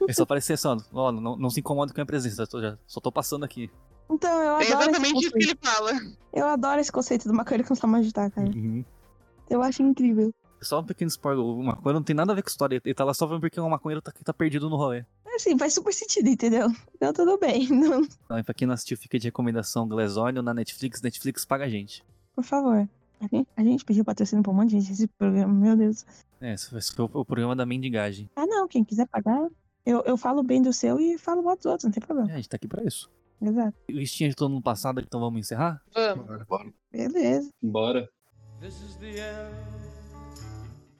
[SPEAKER 1] Ele só aparece assim, ó, ó, não, não se incomoda com a minha presença, eu tô- já- só tô passando aqui.
[SPEAKER 5] Então, eu
[SPEAKER 8] É
[SPEAKER 5] adoro
[SPEAKER 8] exatamente
[SPEAKER 5] esse
[SPEAKER 8] isso que
[SPEAKER 5] conceito.
[SPEAKER 8] ele fala.
[SPEAKER 5] Eu adoro esse conceito do maconheiro que não sabe onde tá, cara.
[SPEAKER 3] Uhum.
[SPEAKER 5] Eu acho incrível.
[SPEAKER 1] Só um pequeno spoiler, o maconheiro não tem nada a ver com história, ele tá lá só vendo porque o maconheiro tá, tá perdido no rolê.
[SPEAKER 5] Assim, faz super sentido, entendeu? Então tudo bem. Não,
[SPEAKER 1] Então, e pra quem não assistiu, fica de recomendação Glazonion na Netflix, Netflix paga a gente.
[SPEAKER 5] por favor. A gente, a gente pediu patrocínio pra um monte de gente esse programa, meu Deus.
[SPEAKER 1] É, esse foi, esse foi o, o programa da mendigagem.
[SPEAKER 5] Ah, não, quem quiser pagar, eu, eu falo bem do seu e falo mal dos outros, não tem problema.
[SPEAKER 1] É, a gente tá aqui pra isso.
[SPEAKER 5] Exato.
[SPEAKER 1] Listinha de todo mundo passado, então vamos encerrar?
[SPEAKER 8] Vamos.
[SPEAKER 5] Beleza.
[SPEAKER 4] Bora.
[SPEAKER 6] This is the end.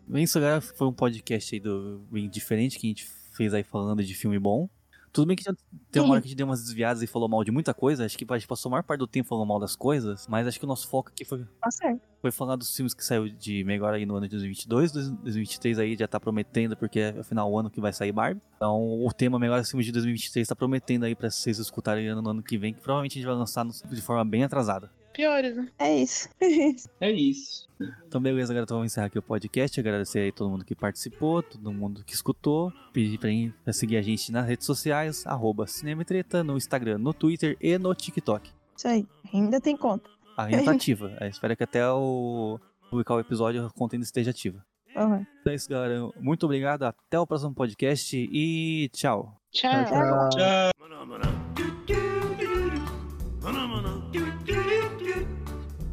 [SPEAKER 1] Bem, isso galera, foi um podcast aí do, bem diferente que a gente fez aí falando de filme bom. Tudo bem que já tem uma hora que a gente deu umas desviadas e falou mal de muita coisa. Acho que a gente passou a maior parte do tempo falando mal das coisas. Mas acho que o nosso foco aqui foi,
[SPEAKER 5] Tá certo.
[SPEAKER 1] foi falar dos filmes que saiu de melhor aí no ano de 2022. 2023 aí já tá prometendo, porque é afinal o ano que vai sair Barbie. Então o tema melhores filmes de 2023 tá prometendo aí pra vocês escutarem no ano que vem, que provavelmente a gente vai lançar no- de forma bem atrasada.
[SPEAKER 8] Piores, né?
[SPEAKER 5] É isso.
[SPEAKER 4] É isso.
[SPEAKER 1] Então, beleza, galera. Então, vamos encerrar aqui o podcast. Agradecer aí todo mundo que participou, todo mundo que escutou. Pedir pra, ir- pra seguir a gente nas redes sociais, arroba Cinema e Treta, no Instagram, no Twitter e no TikTok.
[SPEAKER 5] Isso aí. Ainda tem conta.
[SPEAKER 1] Ainda tá ativa. Eu espero que até o publicar o episódio a conta ainda esteja ativa.
[SPEAKER 5] Vamos lá.
[SPEAKER 1] Então é isso, galera. Muito obrigado. Até o próximo podcast e tchau.
[SPEAKER 8] Tchau.
[SPEAKER 3] Tchau.
[SPEAKER 6] Manamana. Do-do-do-do-do. Manamana. Do-do-do-do.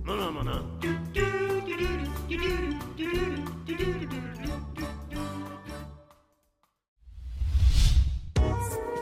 [SPEAKER 6] Manamana. Do-do-do-do-do. Do-do-do-do-do-do-do-do-do-do-do.